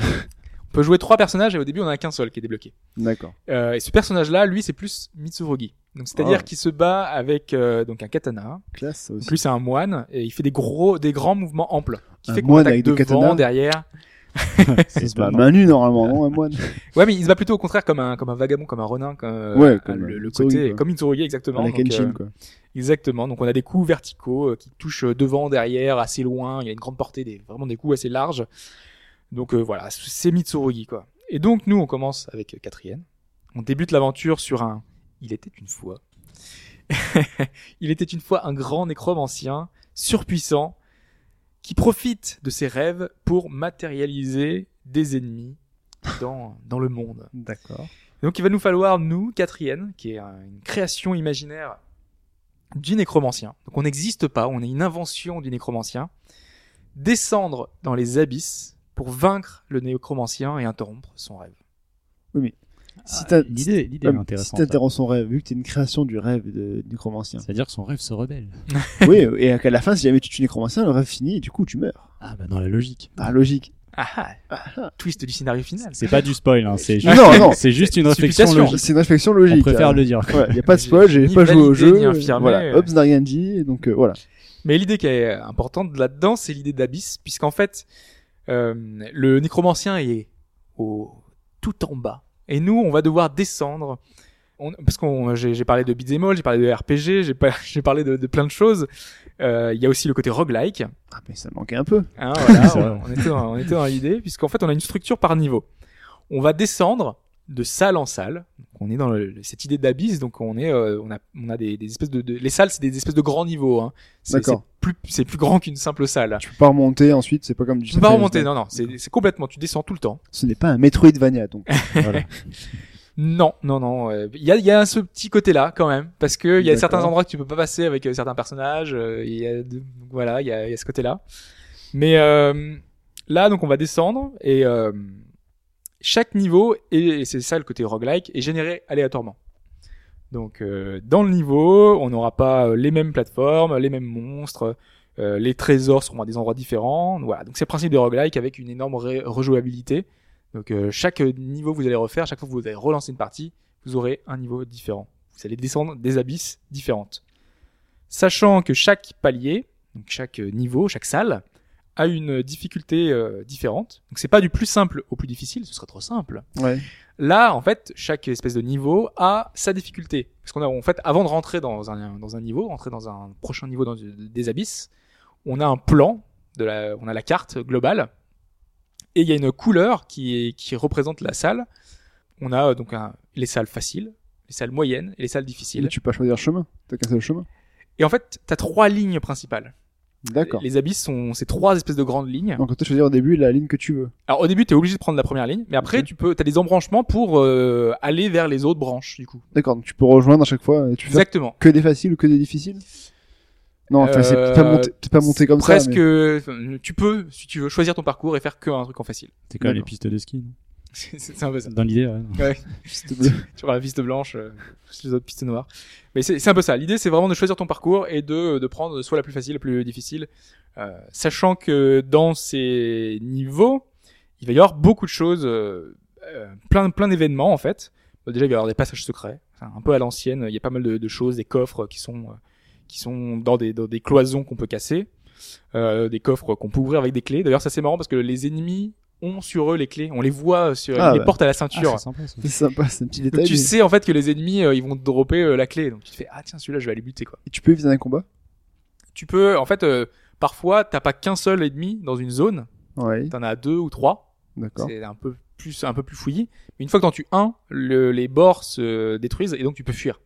on peut jouer trois personnages et au début, on en a qu'un seul qui est débloqué.
D'accord.
Euh, et ce personnage-là, lui, c'est plus Mitsurugi. Donc, c'est-à-dire
Ah.
qu'il se bat avec euh, donc un katana.
Classe ça
En
aussi.
plus, c'est un moine et il fait des gros, des grands mouvements amples. Qui
Un
fait qu'on
moine
attaque
avec deux
devant,
katanas
derrière.
C'est
Ça se bat
étonnant.
main nue normalement, non, un moine.
Ouais, mais il se bat plutôt au contraire comme un comme un vagabond, comme un renin, comme euh,
Ouais, comme
le,
un
le
Mitsurugi,
côté
quoi.
comme Mitsurugi exactement.
À la
Donc,
Kenshin
euh,
quoi.
Exactement. Donc on a des coups verticaux euh, qui touchent euh, devant, derrière, assez loin. Il y a une grande portée, des, vraiment des coups assez larges. Donc euh, voilà, c- c'est Mitsurugi quoi. Et donc nous, on commence avec euh, Catrienne. On débute l'aventure sur un. Il était une fois. Il était une fois un grand nécromancien surpuissant qui profite de ses rêves pour matérialiser des ennemis dans, dans le monde.
D'accord.
Donc il va nous falloir, nous, Catrienne, qui est euh, une création imaginaire du nécromancien. Donc on n'existe pas, on est une invention du nécromancien. Descendre dans les abysses pour vaincre le nécromancien et interrompre son rêve.
Bah,
Si
Ah,
t'as-
Ah, L'idée l'idée est
Ouais, Si
intéressante.
t'interromps son rêve, vu que t'es une création du rêve de du nécromancien.
C'est-à-dire que son rêve se rebelle.
oui, et qu'à la fin, si jamais tu tues nécromancien, le rêve finit et du coup tu meurs.
Ah bah dans la logique.
Ah, logique.
Ah ah Twist du scénario final.
C'est pas du spoil, hein, c'est
Non,
juste,
non.
c'est juste une réflexion
Supplication.
logique.
C'est une réflexion
On
logique.
préfère
hein.
le dire.
Ouais, y a pas de spoil, j'ai
Ni
pas joué au
validé, ni
jeu.
infirmé,
Voilà,
ouais.
Hobbes n'a rien dit, et donc euh, voilà.
Mais l'idée qui est importante là-dedans, c'est l'idée d'abysse, puisqu'en fait, euh, le nécromancien est au, tout en bas. Et nous, on va devoir descendre. On- parce qu'on, j'ai, j'ai parlé de beat'em all, j'ai parlé de RPG, j'ai, pas- j'ai parlé de, de plein de choses. Euh, Il y a aussi le côté roguelike.
Ah, mais ça manquait un peu.
Hein, voilà,
C'est vrai.
on, on était dans, on était dans l'idée, puisqu'en fait, on a une structure par niveau. On va descendre de salle en salle. Donc, on est dans le- cette idée d'abysse, donc on est, euh, on a, on a des, des espèces de, de- les salles, c'est des espèces de grands niveaux. Hein. C'est, c'est
D'accord.
plus, c'est plus grand qu'une simple salle.
Tu peux pas remonter ensuite, c'est pas comme du
Tu peux pas remonter, non, non, c'est c'est complètement, tu descends tout le temps.
Ce n'est pas un Metroidvania, donc.
Voilà.
Non, non, non, euh, il y a, il y a ce petit côté-là quand même, parce que il y a
D'accord.
certains endroits que tu peux pas passer avec euh, certains personnages, euh, il y a de- donc voilà, il y a, il y a ce côté-là. Mais euh, là, donc on va descendre, et euh, chaque niveau, et c'est ça le côté roguelike, est généré aléatoirement. Donc euh, dans le niveau, on n'aura pas euh, les mêmes plateformes, les mêmes monstres, euh, les trésors seront à des endroits différents. Voilà, donc c'est le principe de roguelike avec une énorme ré- rejouabilité. Donc euh, chaque niveau que vous allez refaire, chaque fois que vous allez relancer une partie, vous aurez un niveau différent. Vous allez descendre des abysses différentes. Sachant que chaque palier, donc chaque niveau, chaque salle, a une difficulté euh, différente. Donc c'est pas du plus simple au plus difficile, ce serait trop simple.
Ouais.
Là, en fait, chaque espèce de niveau a sa difficulté. Parce qu'on a, en fait, avant de rentrer dans un, dans un niveau, rentrer dans un prochain niveau dans des abysses, on a un plan, de la, on a la carte globale, et il y a une couleur qui, est- qui représente la salle. On a euh, donc un- les salles faciles, les salles moyennes et les salles difficiles.
Mais tu peux pas choisir le chemin. T'as qu'un seul chemin.
Et en fait, t'as trois lignes principales.
D'accord.
Les abysses sont ces trois espèces de grandes lignes.
Donc, tu choisir au début la ligne que tu veux.
Alors au début, t'es obligé de prendre la première ligne, mais après,
Ok.
tu peux, t'as des embranchements pour euh, aller vers les autres branches du coup.
D'accord, donc tu peux rejoindre à chaque fois. et Tu fais
Exactement.
que des faciles ou que des difficiles Non, enfin, c'est
Euh,
pas monté, t'es pas monté comme
presque,
ça. mais-
euh, tu peux, si tu veux, choisir ton parcours et faire que un truc en facile.
C'est comme les
D'accord.
pistes de ski. non
C'est c'est un peu ça.
Dans l'idée, ouais.
Tu auras la piste blanche, euh, les autres pistes noires. Mais c'est c'est un peu ça. L'idée, c'est vraiment de choisir ton parcours et de, de prendre soit la plus facile, la plus difficile, euh, sachant que dans ces niveaux, il va y avoir beaucoup de choses, euh, euh, plein, plein d'événements en fait. Bon, déjà, il va y avoir des passages secrets, Enfin, un peu à l'ancienne. Il y a pas mal de, de choses, des coffres qui sont euh, qui sont dans des, dans des cloisons qu'on peut casser, euh, des coffres qu'on peut ouvrir avec des clés. D'ailleurs, ça c'est marrant parce que les ennemis ont sur eux les clés. On les voit sur
Ah,
les
bah.
portes à la
Ah,
ceinture.
c'est sympa ça.
C'est sympa, c'est un petit
Donc
détail.
tu
mais-
sais en fait que les ennemis euh, ils vont te dropper euh, la clé donc tu te fais ah tiens celui-là je vais aller buter quoi.
Et tu peux éviter un combat
Tu peux en fait euh, parfois t'as pas qu'un seul ennemi dans une zone,
Ouais,
t'en as deux ou trois,
d'accord.
c'est un peu plus un peu plus fouillis. Mais une fois que t'en tues un, le- les bords se détruisent et donc tu peux fuir.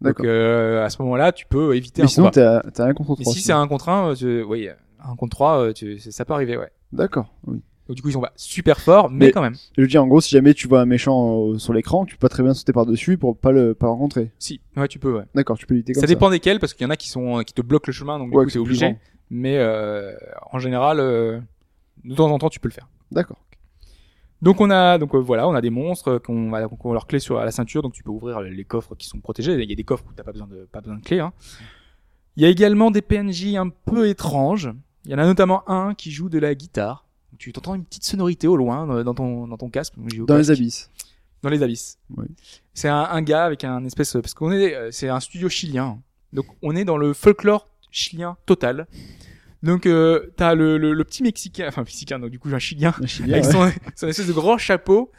Donc
D'accord.
euh, à ce moment-là, tu peux éviter
Mais
un
sinon,
combat.
t'as t'as un contre
Mais
3.
si c'est un contre un, euh, tu- oui, un contre trois, euh, tu- ça peut arriver, ouais.
D'accord, oui.
Donc du coup, ils sont pas super forts, mais,
Mais-
quand même.
Je veux dire, en gros, si jamais tu vois un méchant euh, sur l'écran, tu peux pas très bien sauter par-dessus pour pas le, pas le rencontrer.
Si, ouais, tu peux. Ouais.
D'accord, tu peux lutter
Ça,
comme ça.
dépend desquels, parce qu'il y en a qui sont euh, qui te bloquent le chemin, donc du
Ouais,
coup,
que
t'es
c'est plus
obligé.
grand.
Mais euh, en général, euh, de temps en temps, tu peux le faire.
D'accord.
Donc on a donc euh, voilà, on a des monstres euh, qu'on a, qu'on a leur clé sur à la ceinture, donc tu peux ouvrir les coffres qui sont protégés. Il y a des coffres où t'as pas besoin de pas besoin de clé. hein. Il y a également des PNJ un peu étranges. Il y en a notamment un qui joue de la guitare. Tu t'entends une petite sonorité au loin euh, dans- dans ton dans ton casque. Donc, j'ai au
Dans les
casque.
abysses.
Dans les abysses.
Ouais.
C'est un, un gars avec un espèce parce qu'on est euh, c'est un studio chilien. Donc on est dans le folklore chilien total. Donc euh, t'as le, le le petit mexicain enfin mexicain donc du coup un chilien
Chilien,
avec
ouais.
son, son espèce de grand chapeau,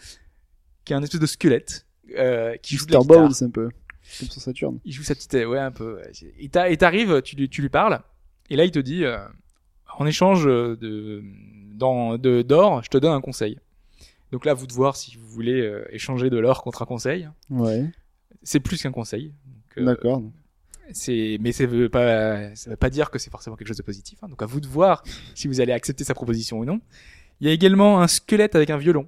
qui est un espèce de squelette, euh, qui joue de la
Star
guitare.
Bowl, c'est un peu. Comme sur Saturne.
Il joue sa petite, euh, ouais, un peu. ouais. Et t'a- et t'arrives, tu lui, tu lui parles, et là il te dit, euh, en échange euh, de, dans, de, d'or, je te donne un conseil. Donc là, vous de voir si vous voulez euh, échanger de l'or contre un conseil.
Ouais.
C'est plus qu'un conseil. Donc, euh,
D'accord.
c'est, mais ça veut pas, ça veut pas dire que c'est forcément quelque chose de positif. hein. Donc à vous de voir si vous allez accepter sa proposition ou non. Il y a également un squelette avec un violon.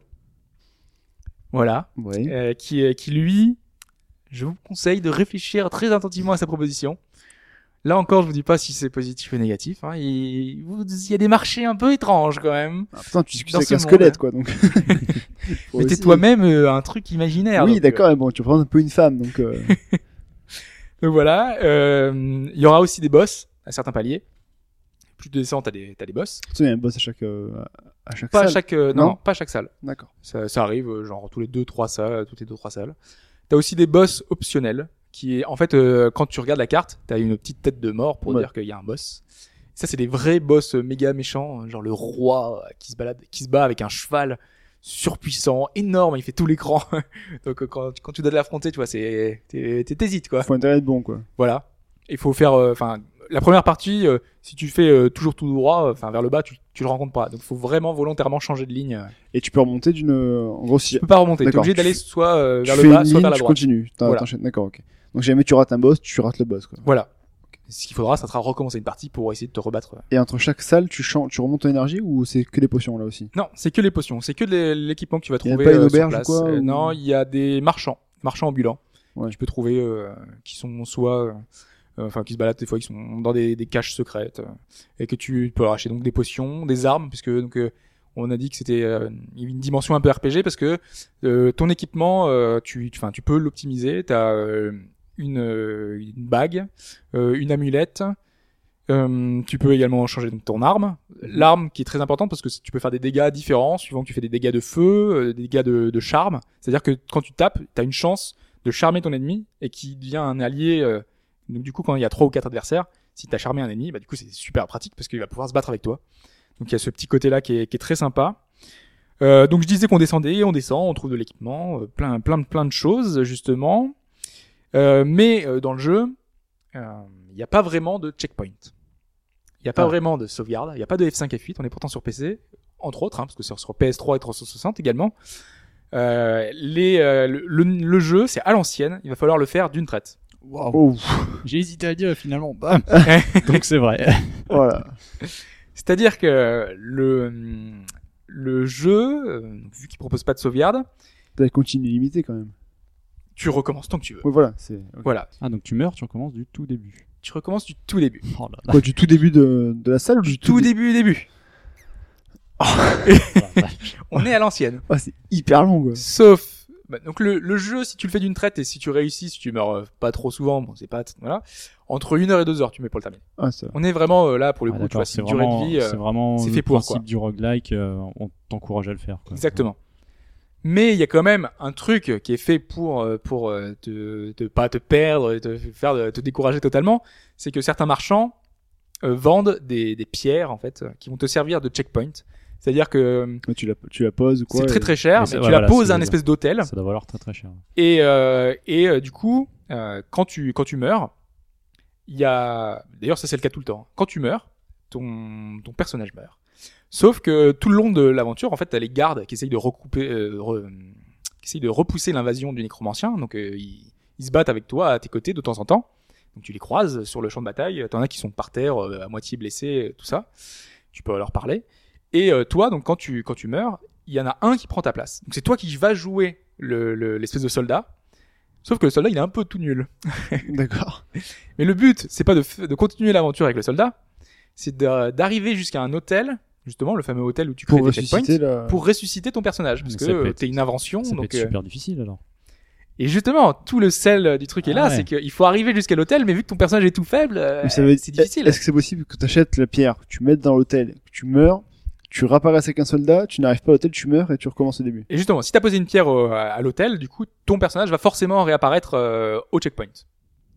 Voilà,
Ouais.
euh, qui, euh, qui lui, je vous conseille de réfléchir très attentivement à sa proposition. Là encore, je vous dis pas si c'est positif ou négatif. hein. Il, vous- il y a des marchés un peu étranges quand même.
Ah, putain, tu discutes
dans
avec
ce
un
monde,
squelette, quoi. Donc. Faut
Mais t'es
aussi-
toi-même euh, un truc imaginaire.
Oui,
donc, euh,
d'accord, mais bon, tu prends un peu une femme, donc. euh,
Donc voilà, euh, il y aura aussi des boss à certains paliers. Plus tu descends, t'as des, t'as des boss.
Tu sais, il y a un boss à chaque, euh, à chaque
Pas à
salle.
chaque, euh, non,
Non.
non, pas à chaque salle.
D'accord.
Ça, ça arrive euh, genre tous les deux trois salles, toutes les deux trois salles. T'as aussi des boss optionnels qui est en fait euh, quand tu regardes la carte, t'as une petite tête de mort pour
Ouais.
dire qu'il y a un boss. Ça c'est des vrais boss euh, méga méchants, euh, genre le roi euh, qui se balade, qui se bat avec un cheval surpuissant, énorme, il fait tout l'écran. Donc euh, quand, quand tu dois l'affronter, tu vois, c'est t'es- t'es- t'hésites quoi.
Faut intérêt être bon, quoi.
Voilà. Il faut faire, euh, enfin, la première partie, euh, si tu fais euh, toujours tout droit, euh, enfin vers le bas, tu, tu le rencontres pas. Donc, faut vraiment volontairement changer de ligne.
Et tu peux remonter d'une. euh, En gros, si
Tu peux pas remonter. T'es
D'accord.
obligé
Tu
d'aller
fais-
soit euh,
tu
vers
fais
le bas,
une
soit vers
ligne,
la
tu
droite.
continues. T'en-
Voilà.
T'enchaînes, d'accord, ok. Donc, si jamais tu rates un boss, tu rates le boss, quoi.
Voilà. Ce qu'il faudra, ça sera recommencer une partie pour essayer de te rebattre.
Et entre chaque salle, tu, chan- tu remontes ton énergie ou c'est que des potions là aussi
Non, c'est que les potions, c'est que les- l'équipement que tu vas
Il y a
trouver.
pas une
euh, sur
auberge ou
place.
quoi,
Euh,
ou-
Non, il y a des marchands, marchands ambulants.
Ouais.
Que tu peux trouver euh, qui sont soit, euh, euh, enfin, qui se baladent des fois, qui sont dans des, des caches secrètes euh, et que tu peux leur acheter donc des potions, des armes, puisque donc euh, on a dit que c'était euh, une dimension un peu RPG parce que euh, ton équipement, euh, tu, enfin, tu peux l'optimiser. T'as euh, une, euh, une bague, euh, une amulette. Euh, tu peux également changer donc ton arme. L'arme qui est très importante parce que tu peux faire des dégâts différents suivant que tu fais des dégâts de feu, euh, des dégâts de, de charme. C'est-à-dire que quand tu tapes, tu as une chance de charmer ton ennemi et qui devient un allié. euh, donc du coup, quand il y a trois ou quatre adversaires, si tu as charmé un ennemi, bah, du coup c'est super pratique parce qu'il va pouvoir se battre avec toi. Donc il y a ce petit côté-là qui est, qui est très sympa. Euh, donc je disais qu'on descendait, on descend, on trouve de l'équipement, euh, plein, plein, de- plein de choses justement. Euh, mais euh, dans le jeu, euh, il n'y a pas vraiment de checkpoint. Il n'y a pas
Ah.
vraiment de sauvegarde. Il n'y a pas de F5 F8. On est pourtant sur PC, entre autres, hein, parce que c'est sur PS3 et 360 également. Euh, les, euh, le, le- le jeu, c'est à l'ancienne. Il va falloir le faire d'une traite.
Oh,
Waouh. J'ai hésité à dire et finalement, bam Donc c'est vrai.
voilà.
C'est-à-dire que le, le jeu, euh, vu qu'il propose pas de sauvegarde,
T'as la continue limitée quand même.
tu recommences tant que tu veux.
Oui, voilà. C'est ok.
Voilà,
Ah, donc tu meurs, tu recommences du tout début.
tu recommences du tout début.
Oh là
Quoi, du tout début de, de la salle ou du tout,
Tout
dé-
début, début.
là.
On est à l'ancienne.
Ah, c'est hyper long, quoi.
Sauf, bah, donc le, le jeu, si tu le fais d'une traite et si tu réussis, si tu meurs euh, pas trop souvent, bon, c'est pas, voilà, entre une heure et deux heures, tu mets pour le terminer.
Ah, ça.
On est vraiment euh, là pour le
Ah,
coup, tu
d'accord,
vois, c'est
c'est
une durée
vraiment,
de vie. euh,
c'est vraiment
c'est
le
fait pour,
principe
quoi.
du roguelike, euh, on t'encourage à le faire. quoi.
Exactement. Mais il y a quand même un truc qui est fait pour euh, pour euh, te, te pas te perdre, et te faire de- te décourager totalement, c'est que certains marchands euh, vendent des, des pierres en fait euh, qui vont te servir de checkpoint. C'est-à-dire que euh,
Ouais, tu, la, tu la poses ou quoi
c'est très
et-
très cher,
Mais
mais,
c'est-
tu
ouais,
la
voilà,
poses
c'est-
à un espèce d'hôtel
Ça doit valoir très très cher.
et euh, et euh, du coup euh, quand tu quand tu meurs, il y a d'ailleurs ça c'est le cas tout le temps. hein. Quand tu meurs, ton ton personnage meurt. Sauf que tout le long de l'aventure, en fait, t'as les gardes qui essayent de recouper, euh, re- qui essayent de repousser l'invasion du nécromancien. Donc euh, ils, ils se battent avec toi à tes côtés de temps en temps. Donc tu les croises sur le champ de bataille. T'en as qui sont par terre, euh, à moitié blessés, euh, tout ça. Tu peux leur parler. Et euh, toi, donc quand tu quand tu meurs, il y en a un qui prend ta place. Donc c'est toi qui vas jouer le- le- l'espèce de soldat. Sauf que le soldat, il est un peu tout nul.
D'accord.
Mais le but, c'est pas de, f- de continuer l'aventure avec le soldat, c'est d'a- d'arriver jusqu'à un hôtel, justement, le fameux hôtel où tu crées
Pour
des checkpoints,
ressusciter la.
pour ressusciter ton personnage, parce
Mais
que
ça peut
euh,
être-
t'es une invention.
Ça peut
Donc,
être
euh,
super difficile alors.
Et justement, tout le sel euh, du truc est
Ah
là,
ouais.
c'est qu'il faut arriver jusqu'à l'hôtel, mais vu que ton personnage est tout faible, euh,
Mais ça veut-
c'est difficile.
Est-ce que c'est possible que tu achètes la pierre, que tu mettes dans l'hôtel, que tu meurs, tu réapparaisses avec un soldat, tu n'arrives pas à l'hôtel, tu meurs et tu recommences au début
Et justement, si t'as posé une pierre euh, à à l'hôtel, du coup, ton personnage va forcément réapparaître euh, au checkpoint.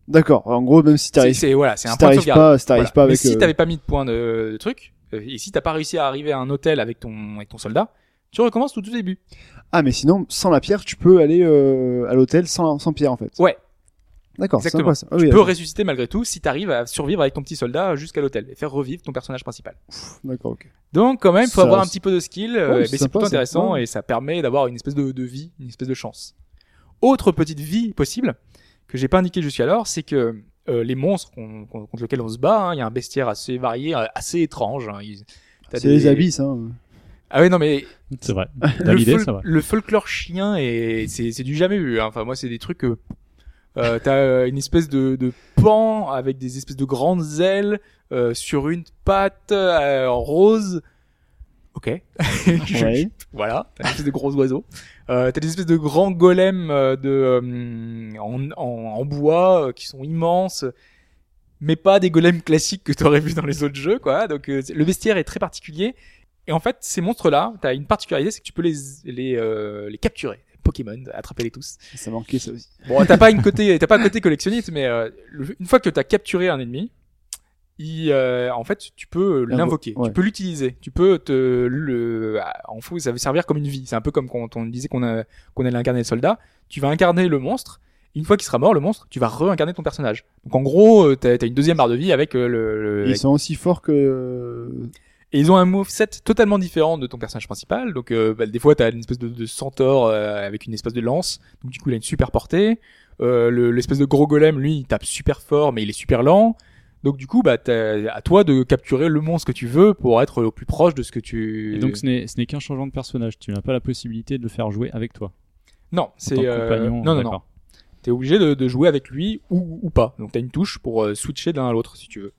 D'accord. En gros, même si
C'est
t'arrives,
c'est- voilà, c'est un
si
point de
t'arrives
sauvegarde.
pas, si t'arrives
Voilà.
pas
Mais
avec.
si
euh,
t'avais pas mis de point de, de truc, euh, et si t'as pas réussi à arriver à un hôtel avec ton, avec ton soldat, tu recommences tout au début.
Ah, mais sinon, sans la pierre, tu peux aller euh, à l'hôtel sans, sans pierre en fait.
Ouais.
D'accord. C'est
Exactement.
sympa ça. Ah oui,
tu peux
d'accord.
ressusciter malgré tout si t'arrives à survivre avec ton petit soldat jusqu'à l'hôtel et faire revivre ton personnage principal.
D'accord. Ok.
Donc quand même, faut
Ça,
avoir un
c'est-
petit peu de skill, euh,
Ouais,
mais
c'est
c'est
sympa,
plutôt
ça.
intéressant
Ouais.
et ça permet d'avoir une espèce de, de vie, une espèce de chance. Autre petite vie possible que j'ai pas indiqué jusqu'alors, c'est que euh, les monstres qu'on- qu'on- contre lesquels on se bat, hein, il y a un bestiaire assez varié, euh, assez étrange. hein. Ils- t'as
C'est
des-
les abysses. Hein.
Ah oui, non mais
C'est vrai. Dans
le,
l'idée,
fol-
ça va.
le folklore chien et c'est c'est du jamais vu. hein. Enfin moi c'est des trucs. que- Euh, T'as euh, une espèce de, de pan avec des espèces de grandes ailes euh, sur une patte euh, en rose. Ok. Je-
Ouais.
Voilà. T'as une espèce de gros oiseaux. Euh, T'as des espèces de grands golems euh, de euh, en, en- en bois euh, qui sont immenses. Mais pas des golems classiques que t'aurais vu dans les autres jeux, quoi. Donc euh, c'est- le vestiaire est très particulier. Et en fait, ces monstres-là, t'as une particularité, c'est que tu peux les les euh, les capturer, Pokémon, attraper les tous.
Ça manquait ça aussi.
Bon, t'as pas une côté, t'as pas un côté collectionniste, mais euh, le- une fois que t'as capturé un ennemi, il, euh, en fait, tu peux l'invoquer,
ouais.
tu peux l'utiliser, tu peux te le, ah, en fou, ça va servir comme une vie. C'est un peu comme quand on disait qu'on a, qu'on allait incarner le soldat. Tu vas incarner le monstre. Une fois qu'il sera mort, le monstre, tu vas réincarner ton personnage. Donc en gros, euh, t'as t'as une deuxième barre de vie avec euh, le. le-
Ils
avec-
sont aussi forts que.
Et ils ont un moveset totalement différent de ton personnage principal. Donc euh, bah, des fois, t'as une espèce de, de centaure euh, avec une espèce de lance. Donc du coup, il a une super portée. Euh, le- L'espèce de gros golem, lui, il tape super fort, mais il est super lent. Donc du coup, bah, t'as- à toi de capturer le monstre que tu veux pour être au plus proche de ce que tu.
Et donc ce n'est ce n'est qu'un changement de personnage. Tu n'as pas la possibilité de le faire jouer avec toi.
non,
en tant
c'est
que
euh,
compagnon.
non, non, non.
d'accord.
T'es obligé de, de jouer avec lui ou, ou pas. Donc t'as une touche pour euh, switcher d'un à l'autre si tu veux.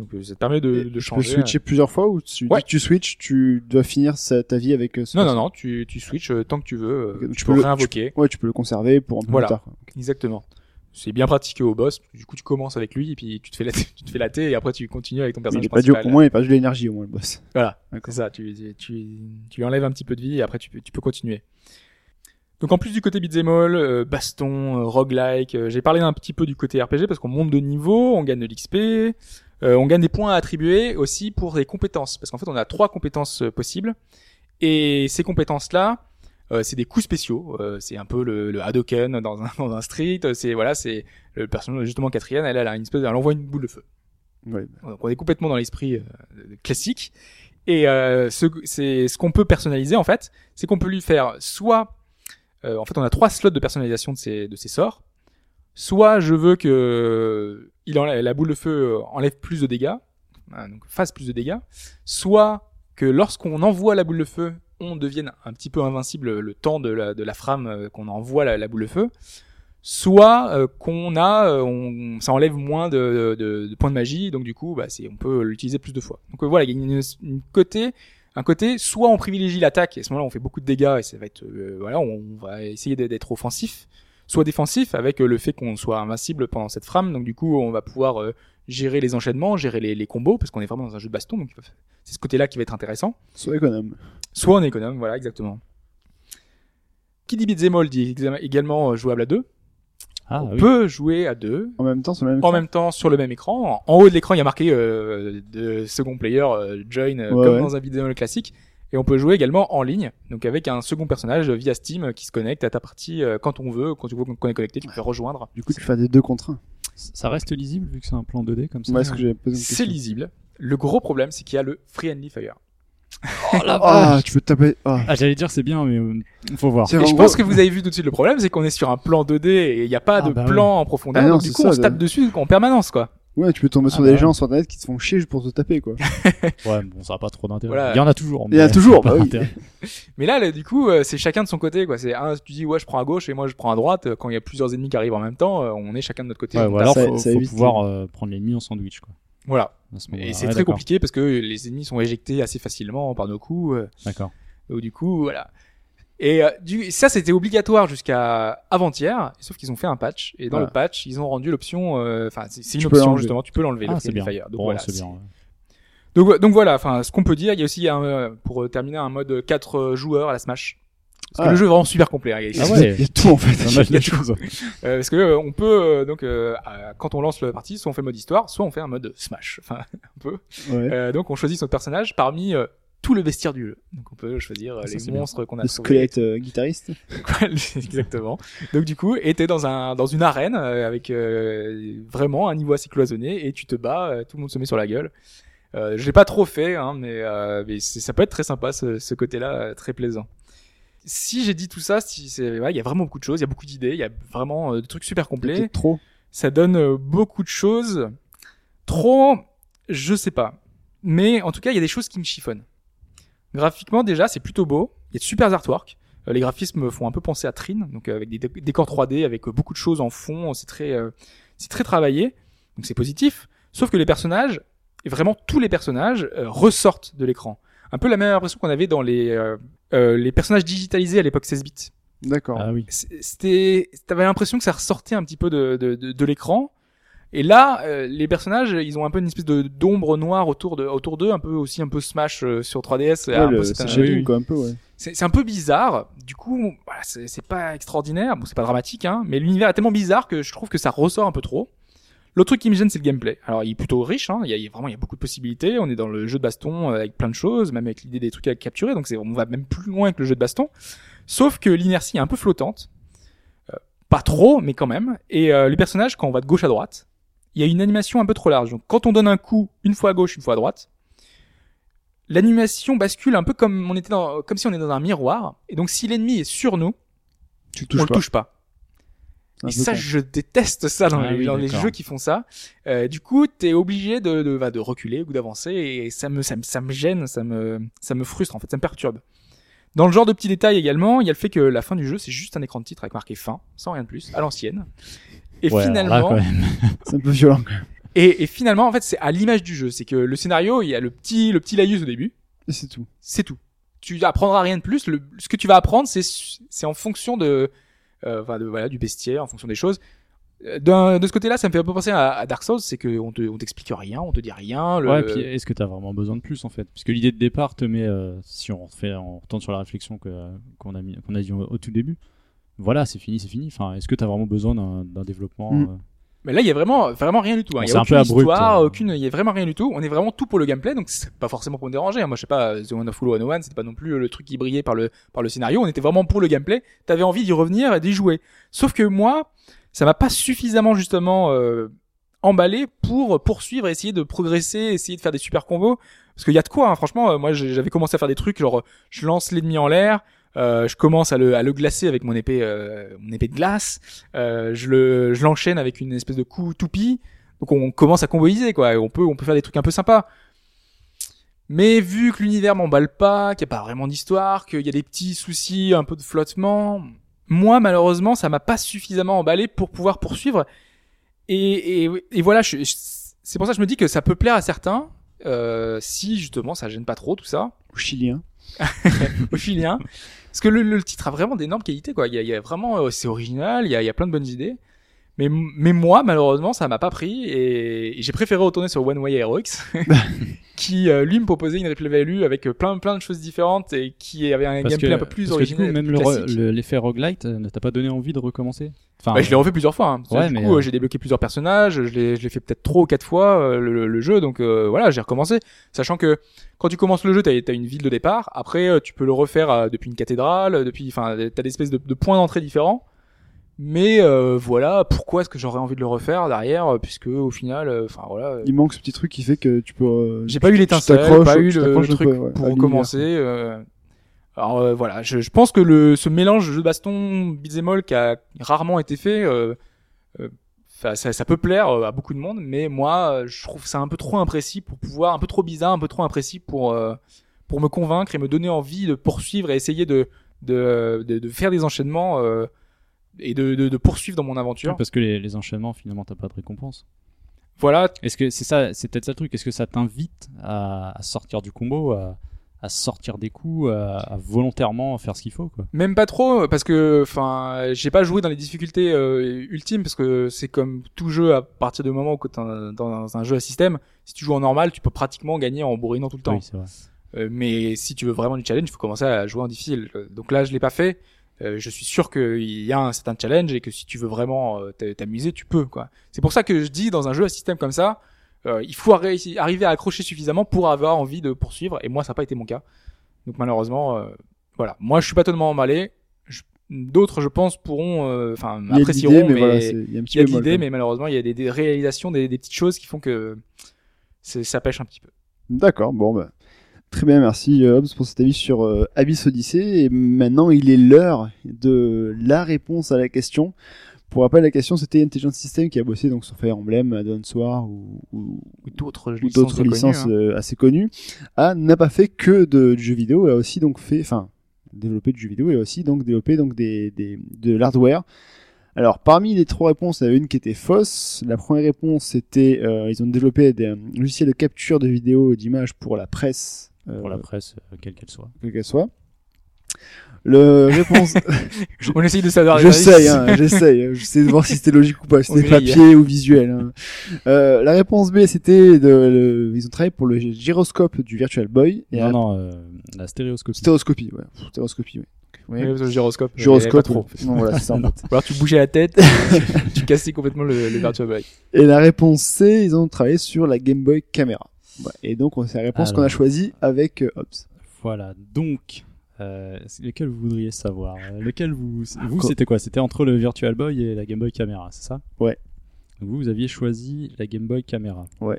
Donc euh, ça te permet de,
Et
de
Tu peux
changer.
switcher plusieurs fois ou tu,
Ouais.
dès que tu switches, tu dois finir sa- ta vie avec. euh, ce
Non, non,
personnage.
non, tu, tu switches euh, tant que tu veux. euh,
Ok,
tu,
tu
peux
peux le-
réinvoquer.
Ouais, tu peux le conserver pour un peu
Voilà.
plus tard. quoi.
Exactement. C'est bien pratiqué au boss. Du coup, tu commences avec lui et puis tu te fais latter, tu te fais latter et après tu continues avec ton
Mais Il
personnage
est pas dû,
principal.
au moins, il a perdu de l'énergie, au moins, le boss.
Voilà,
D'accord.
c'est ça. Tu, tu, tu lui enlèves un petit peu de vie et après tu, peux- tu peux continuer. Donc en plus du côté beat'em all, euh, baston, euh, roguelike, euh, j'ai parlé un petit peu du côté RPG parce qu'on monte de niveau, on gagne de l'XP, euh, on gagne des points à attribuer aussi pour des compétences parce qu'en fait on a trois compétences euh, possibles et ces compétences là, c'est des coups spéciaux, euh, c'est un peu le, le Hadoken dans un, dans un street, euh, c'est voilà c'est le personnage justement quatrième, elle, elle a une espèce, elle envoie une boule de feu.
Ouais.
Donc on est complètement dans l'esprit euh, classique. Et euh, ce, c'est ce qu'on peut personnaliser en fait, c'est qu'on peut lui faire soit, euh, en fait, on a trois slots de personnalisation de ses de ses sorts. Soit je veux que il enlève, la boule de feu enlève plus de dégâts, hein, donc fasse plus de dégâts. Soit que lorsqu'on envoie la boule de feu, on devienne un petit peu invincible le temps de la, de la frame euh, qu'on envoie la, la boule de feu. Soit euh, qu'on a, euh, on- ça enlève moins de, de- de points de magie, donc du coup, bah, c'est, on peut l'utiliser plus de fois. Donc euh, voilà, il y a une, une côté, un côté, soit on privilégie l'attaque, et à ce moment-là, on fait beaucoup de dégâts, et ça va être, euh, voilà, on, on va essayer d'être- d'être offensif, soit défensif, avec euh, le fait qu'on soit invincible pendant cette frame, donc du coup, on va pouvoir euh, gérer les enchaînements, gérer les, les combos, parce qu'on est vraiment dans un jeu de baston, donc c'est ce côté-là qui va être intéressant.
Sois économe.
Soit en économe, voilà, exactement. Qui dit beat'em all dit exa- également euh, jouable à deux.
Ah
on
oui.
peut jouer à deux
En même temps, sur le même.
en même temps sur le même écran. En haut de l'écran, il y a marqué euh, de second player euh, join euh,
Ouais,
comme
ouais.
dans un vidéo classique. Et on peut jouer également en ligne, donc avec un second personnage euh, via Steam euh, qui se connecte à ta partie euh, quand on veut, quand tu vois qu'on est connecté, tu peux rejoindre.
Du coup, tu fais des deux contre un.
Ça reste lisible vu que c'est un plan 2D comme ça.
Moi, est-ce que j'avais posé une
C'est
question
lisible. Le gros problème, c'est qu'il y a le Free Friendly Fire.
Oh la
Ah, tu peux te taper. Ah.
Ah, j'allais dire c'est bien, mais euh, faut voir.
C'est-
Et
en
je
gros-
pense que vous avez vu tout de suite le problème, c'est qu'on est sur un plan 2D et il n'y a pas
Ah,
de
bah
plan en profondeur.
Ah non,
donc, du
c'est
coup,
ça,
on se
là.
tape dessus en permanence, quoi.
Ouais, tu peux tomber sur
Ah,
des
bah
gens
ouais.
sur internet qui te font chier juste pour te taper, quoi.
Ah
Ouais, bon, ça a pas trop d'intérêt.
Voilà.
Il y en a toujours.
Il y en a
mais
toujours,
pas
bah oui.
d'intérêt.
Mais là, là, du coup, euh, c'est chacun de son côté, quoi. C'est un, tu dis, ouais, je prends à gauche et moi, je prends à droite. Quand il y a plusieurs ennemis qui arrivent en même temps, euh, on est chacun de notre côté.
Ouais,
On
ou
tape.
alors
ça-
faut,
ça
faut
évite
pouvoir euh, prendre l'ennemi en sandwich quoi.
Voilà.
à ce
Et c'est
moment-là. bah, Ouais,
très
d'accord,
compliqué parce que les ennemis sont éjectés assez facilement par nos coups. euh,
D'accord.
Donc, du coup, voilà. Et euh, du, ça, c'était obligatoire jusqu'à avant-hier, sauf qu'ils ont fait un patch. Et dans
Voilà.
le patch, ils ont rendu l'option. euh, Enfin, c'est- c'est une
Tu peux
option
l'enlever.
justement. Tu peux l'enlever. le
Ah, c'est
Friendly
bien.
Fire. Donc
Bon,
voilà,
c'est
c'est-
bien. ouais.
Donc, vo- donc voilà. Enfin, ce qu'on peut dire, il y a aussi un, euh, pour euh, terminer un mode 4 joueurs à la Smash.
Ah.
Parce que le jeu est vraiment super complet. hein. Il y a-
Ah ouais.
Il y a tout, en fait.
C'est un match
Il y a
de
tout.
choses.
Euh, parce que euh, on peut euh, donc euh, euh, quand on lance le parti, soit on fait mode histoire, soit on fait un mode smash. Enfin, un peu.
Ouais.
Euh, donc on choisit son personnage parmi euh, tout le bestiaire du jeu. Donc on peut choisir euh,
Ça, c'est
les
bien.
monstres qu'on a
Le
sauvés.
squelette euh, guitariste.
Quoi, Exactement. Donc du coup, et t'es dans un dans une arène euh, avec euh, vraiment un niveau assez cloisonné et tu te bats, euh, tout le monde se met sur la gueule. Euh, je l'ai pas trop fait, hein, mais, euh, mais c'est- ça peut être très sympa ce, ce côté-là, euh, très plaisant. Si j'ai dit tout ça, si c'est, ouais, il y a vraiment beaucoup de choses, il y a beaucoup d'idées, il y a vraiment euh, des trucs super complets.
Peut-être trop.
Ça donne euh, beaucoup de choses. Trop, je sais pas. Mais en tout cas, il y a des choses qui me chiffonnent. Graphiquement, déjà, c'est plutôt beau. Il y a de super artworks. Euh, Les graphismes font un peu penser à Trine, donc euh, avec des dé- décors 3D, avec euh, beaucoup de choses en fond. C'est très, euh, c'est très travaillé. Donc c'est positif. Sauf que les personnages, et vraiment tous les personnages, euh, ressortent de l'écran. Un peu la même impression qu'on avait dans les, euh, euh, les personnages digitalisés à l'époque 16 bits
D'accord.
Ah oui.
c'était t'avais l'impression que ça ressortait un petit peu de de, de, de l'écran et là euh, les personnages ils ont un peu une espèce de d'ombre noire autour de autour d'eux un peu aussi un peu smash euh, sur 3ds
Ouais,
un
le-
peu, c'est
c'est
un-
génial.
chez
oui.
nous, quoi, un peu, ouais.
c'est c'est un peu bizarre du coup voilà, c'est c'est pas extraordinaire bon c'est pas dramatique hein mais l'univers est tellement bizarre que je trouve que ça ressort un peu trop L'autre truc qui me gêne, c'est le gameplay. Alors, il est plutôt riche, hein. il, y a, il y a vraiment il y a beaucoup de possibilités. On est dans le jeu de baston euh, avec plein de choses, même avec l'idée des trucs à capturer. Donc, c'est- on va même plus loin que le jeu de baston. Sauf que l'inertie est un peu flottante, Euh, pas trop, mais quand même. Et euh, les personnages, quand on va de gauche à droite, il y a une animation un peu trop large. Donc, quand on donne un coup, une fois à gauche, une fois à droite, l'animation bascule un peu comme on était dans, comme si on est dans un miroir. Et donc, si l'ennemi est sur nous,
Tu le touches
on le
pas.
touche pas.
Un
Et
peu
ça,
con.
je déteste ça dans,
Ah
les,
oui,
dans les
d'accord.
jeux qui font ça. Euh, du coup, t'es obligé de, de, va, de reculer ou d'avancer et ça me, ça me, ça me gêne, ça me, ça me frustre en fait, ça me perturbe. Dans le genre de petits détails également, il y a le fait que la fin du jeu, c'est juste un écran de titre avec marqué fin, sans rien de plus, à l'ancienne. Et
Ouais, alors là,
finalement,
quand même.
C'est un peu violent.
et, et finalement, en fait, c'est à l'image du jeu. C'est que le scénario, il y a le petit, le petit laïus au début
Et c'est tout.
c'est tout. Tu apprendras rien de plus. Le- ce que tu vas apprendre, c'est c'est en fonction de, euh, enfin de voilà, du bestiaire, en fonction des choses. Euh, d'un- De ce côté-là, ça me fait un peu penser à, à Dark Souls, c'est qu'on te, on t'explique rien, on te dit rien. Le...
Ouais, puis est-ce que t'as vraiment besoin de plus en fait Parce que l'idée de départ te met, euh, si on refait, on retourne sur la réflexion que- qu'on a mis, qu'on a dit au, au tout début. Voilà, c'est fini, c'est fini. Enfin, est-ce que t'as vraiment besoin d'un d'un développement
Mm.
euh,
Mais là, il y a vraiment, vraiment rien du tout. hein.
Bon,
Il y
c'est
a
un
aucune
peu abrupt,
histoire,
euh.
aucune, il y a vraiment rien du tout. On est vraiment tout pour le gameplay, donc c'est pas forcément pour me déranger. hein. Moi, je sais pas, The Wonderful 101, c'était pas non plus euh, le truc qui brillait par le, par le scénario. On était vraiment pour le gameplay. T'avais envie d'y revenir et d'y jouer. Sauf que moi, ça m'a pas suffisamment, justement, euh, emballé pour poursuivre, essayer de progresser, essayer de faire des super combos. Parce qu'il y a de quoi, hein. franchement, euh, moi, j'ai- j'avais commencé à faire des trucs, genre, je lance l'ennemi en l'air, euh, je commence à le, à le glacer avec mon épée, euh, mon épée de glace. Euh, je le, je l'enchaîne avec une espèce de coup toupie. Donc on commence à comboiser quoi. Et on peut, on peut faire des trucs un peu sympas. Mais vu que l'univers m'emballe pas, qu'il n'y a pas vraiment d'histoire, qu'il y a des petits soucis, un peu de flottement, moi malheureusement ça m'a pas suffisamment emballé pour pouvoir poursuivre. Et, et, et voilà, je- je- c'est pour ça que je me dis que ça peut plaire à certains, euh, si justement ça gêne pas trop tout ça
Au chilien.
au Chilien. Parce que le, le titre a vraiment d'énormes qualités, quoi. Il y a, il y a vraiment, euh, c'est original, il y a, il y a plein de bonnes idées. Mais, mais moi, malheureusement, ça m'a pas pris et, et j'ai préféré retourner sur One Way Heroics, qui euh, lui me proposait une replay value avec euh, plein plein de choses différentes et qui avait un
Parce
gameplay
que,
un peu plus
parce que du coup,
original.
même
plus
le re-
classique.
le- l'effet roguelite euh, ne t'a pas donné envie de recommencer Enfin,
Bah, je l'ai refait plusieurs fois. hein.
Ouais,
du
mais,
coup,
euh,
euh, j'ai débloqué plusieurs personnages. Je l'ai, je l'ai fait peut-être trois ou quatre fois euh, le, le- le jeu. Donc euh, voilà, j'ai recommencé. Sachant que quand tu commences le jeu, t'as, t'as une ville de départ. euh, Après, euh, tu peux le refaire euh, depuis une cathédrale, depuis. Enfin, t'as des espèces de, de points d'entrée différents. Mais euh, voilà, pourquoi est-ce que j'aurais envie de le refaire derrière, puisque au final, euh, enfin voilà, euh,
Il manque ce petit truc qui fait que tu peux. euh,
j'ai pas eu l'étincelle,
t'accroches,
pas eu
tu
le
t'accroches un
truc
peu, ouais, à
pour
l'univers.
recommencer. euh. Alors euh, voilà, je, je pense que le ce mélange jeu de baston beat'em all qui a rarement été fait, euh, euh, ça, ça- ça peut plaire euh, à beaucoup de monde, mais moi euh, je trouve ça un peu trop imprécis pour pouvoir, un peu trop bizarre, un peu trop imprécis pour euh, pour me convaincre et me donner envie de poursuivre et essayer de de, de, de faire des enchaînements euh, et de, de, de poursuivre dans mon aventure.
Parce que les, les enchaînements, finalement, t'as pas de récompense.
Voilà,
Est-ce que c'est ça, c'est peut-être ça le truc. Est-ce que ça t'invite à, à sortir du combo, à, à sortir des coups, à, à volontairement faire ce qu'il faut, quoi
Même pas trop, parce que enfin, j'ai pas joué dans les difficultés euh, ultimes, parce que c'est comme tout jeu à partir du moment où t'es dans, dans un jeu à système. Si tu joues en normal, tu peux pratiquement gagner en bourrinant tout le temps.
Oui, c'est vrai.
Euh, mais si tu veux vraiment du challenge, il faut commencer à jouer en difficile. Euh, Donc là, je l'ai pas fait. Euh, je suis sûr qu'il y a un certain challenge et que si tu veux vraiment euh, t'a- t'amuser, tu peux. quoi. C'est pour ça que je dis dans un jeu à système comme ça, euh, il faut arri- arriver à accrocher suffisamment pour avoir envie de poursuivre. Et moi, ça n'a pas été mon cas. Donc malheureusement, euh, voilà. Moi, je suis pas totalement emballé. Je- D'autres, je pense, pourront, euh, enfin,
Il y a de
apprécieront,
l'idée, mais
mais
voilà, c'est- il y a un
il
petit
y a de
bémol,
l'idée,
quoi.
mais malheureusement, il y a des, des réalisations, des, des petites choses qui font que c'est- ça pêche un petit peu.
D'accord, bon, bah, très bien, merci euh, Hobbs pour cet avis sur euh, Abyss Odyssey. Et maintenant, il est l'heure de la réponse à la question. Pour rappel, la question c'était Intelligent System qui a bossé donc sur Fire Emblem, Advance War ou, ou-
Ou d'autres
ou
licences
d'autres
reconnues,
licences
hein.
euh, assez connues, a- n'a pas fait que de, du jeu vidéo, elle a aussi donc fait, enfin, développé du jeu vidéo et aussi donc développé donc des, des- de l'hardware. Alors parmi les trois réponses, il y en avait une qui était fausse. La première réponse c'était euh, ils ont développé des euh, logiciels de capture de vidéos et d'images pour la presse, euh,
Pour la presse, euh, quelle qu'elle soit.
quelle qu'elle soit. Le réponse,
On essaye de savoir.
j'essaye, hein, j'essaye, euh, j'essaie de voir si c'était logique ou pas, si
On
c'était
grille.
papier ou visuel. hein. Euh, la réponse B c'était de, le- ils ont travaillé pour le gyroscope du Virtual Boy et
Non,
la
non, euh, la stéréoscopie.
Stéréoscopie, ouais. Pff, Stéréoscopie, ouais. Ouais.
Le gyroscope. euh,
Gyroscope,
pas trop.
ouais. Non, voilà, c'est ça, en fait.
Ou alors tu bougeais la tête, tu cassais complètement le, le Virtua Boy.
Et la réponse C, ils ont travaillé sur la Game Boy Camera. Ouais. Et donc, on- c'est la réponse qu'on a
Alors.
choisie avec euh, Hobbs.
Voilà, donc, euh, c'est- lequel vous voudriez savoir Euh, Lequel vous. c'est- Vous,
Quoi
c'était quoi C'était entre le Virtual Boy et la Game Boy Camera, c'est ça
Ouais.
Donc Vous, vous aviez choisi la Game Boy Camera.
Ouais.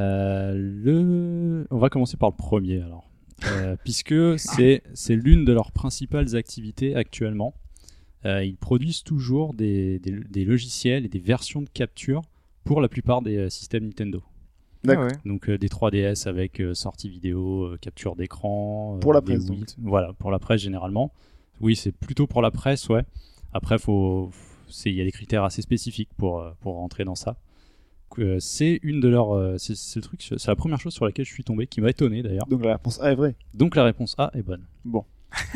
Euh, le... On va commencer par le premier, alors. Euh, puisque c'est c'est l'une de leurs principales activités actuellement. Euh, ils produisent toujours des, des- des logiciels et des versions de capture pour la plupart des euh, systèmes Nintendo.
D'accord.
Ah ouais.
Donc euh, des 3DS avec euh, sortie vidéo, euh, capture d'écran. euh,
Pour la
des
presse,
Wii.
donc.
Voilà, pour la presse généralement. Oui, c'est plutôt pour la presse, ouais. Après, faut, c'est- il y a des critères assez spécifiques pour, euh, pour rentrer dans ça. Donc, euh, C'est une de leurs, euh, c'est c'est le truc, c'est la première chose sur laquelle je suis tombé, qui m'a étonné d'ailleurs.
Donc, la réponse A est vraie.
Donc la réponse A est bonne.
Bon.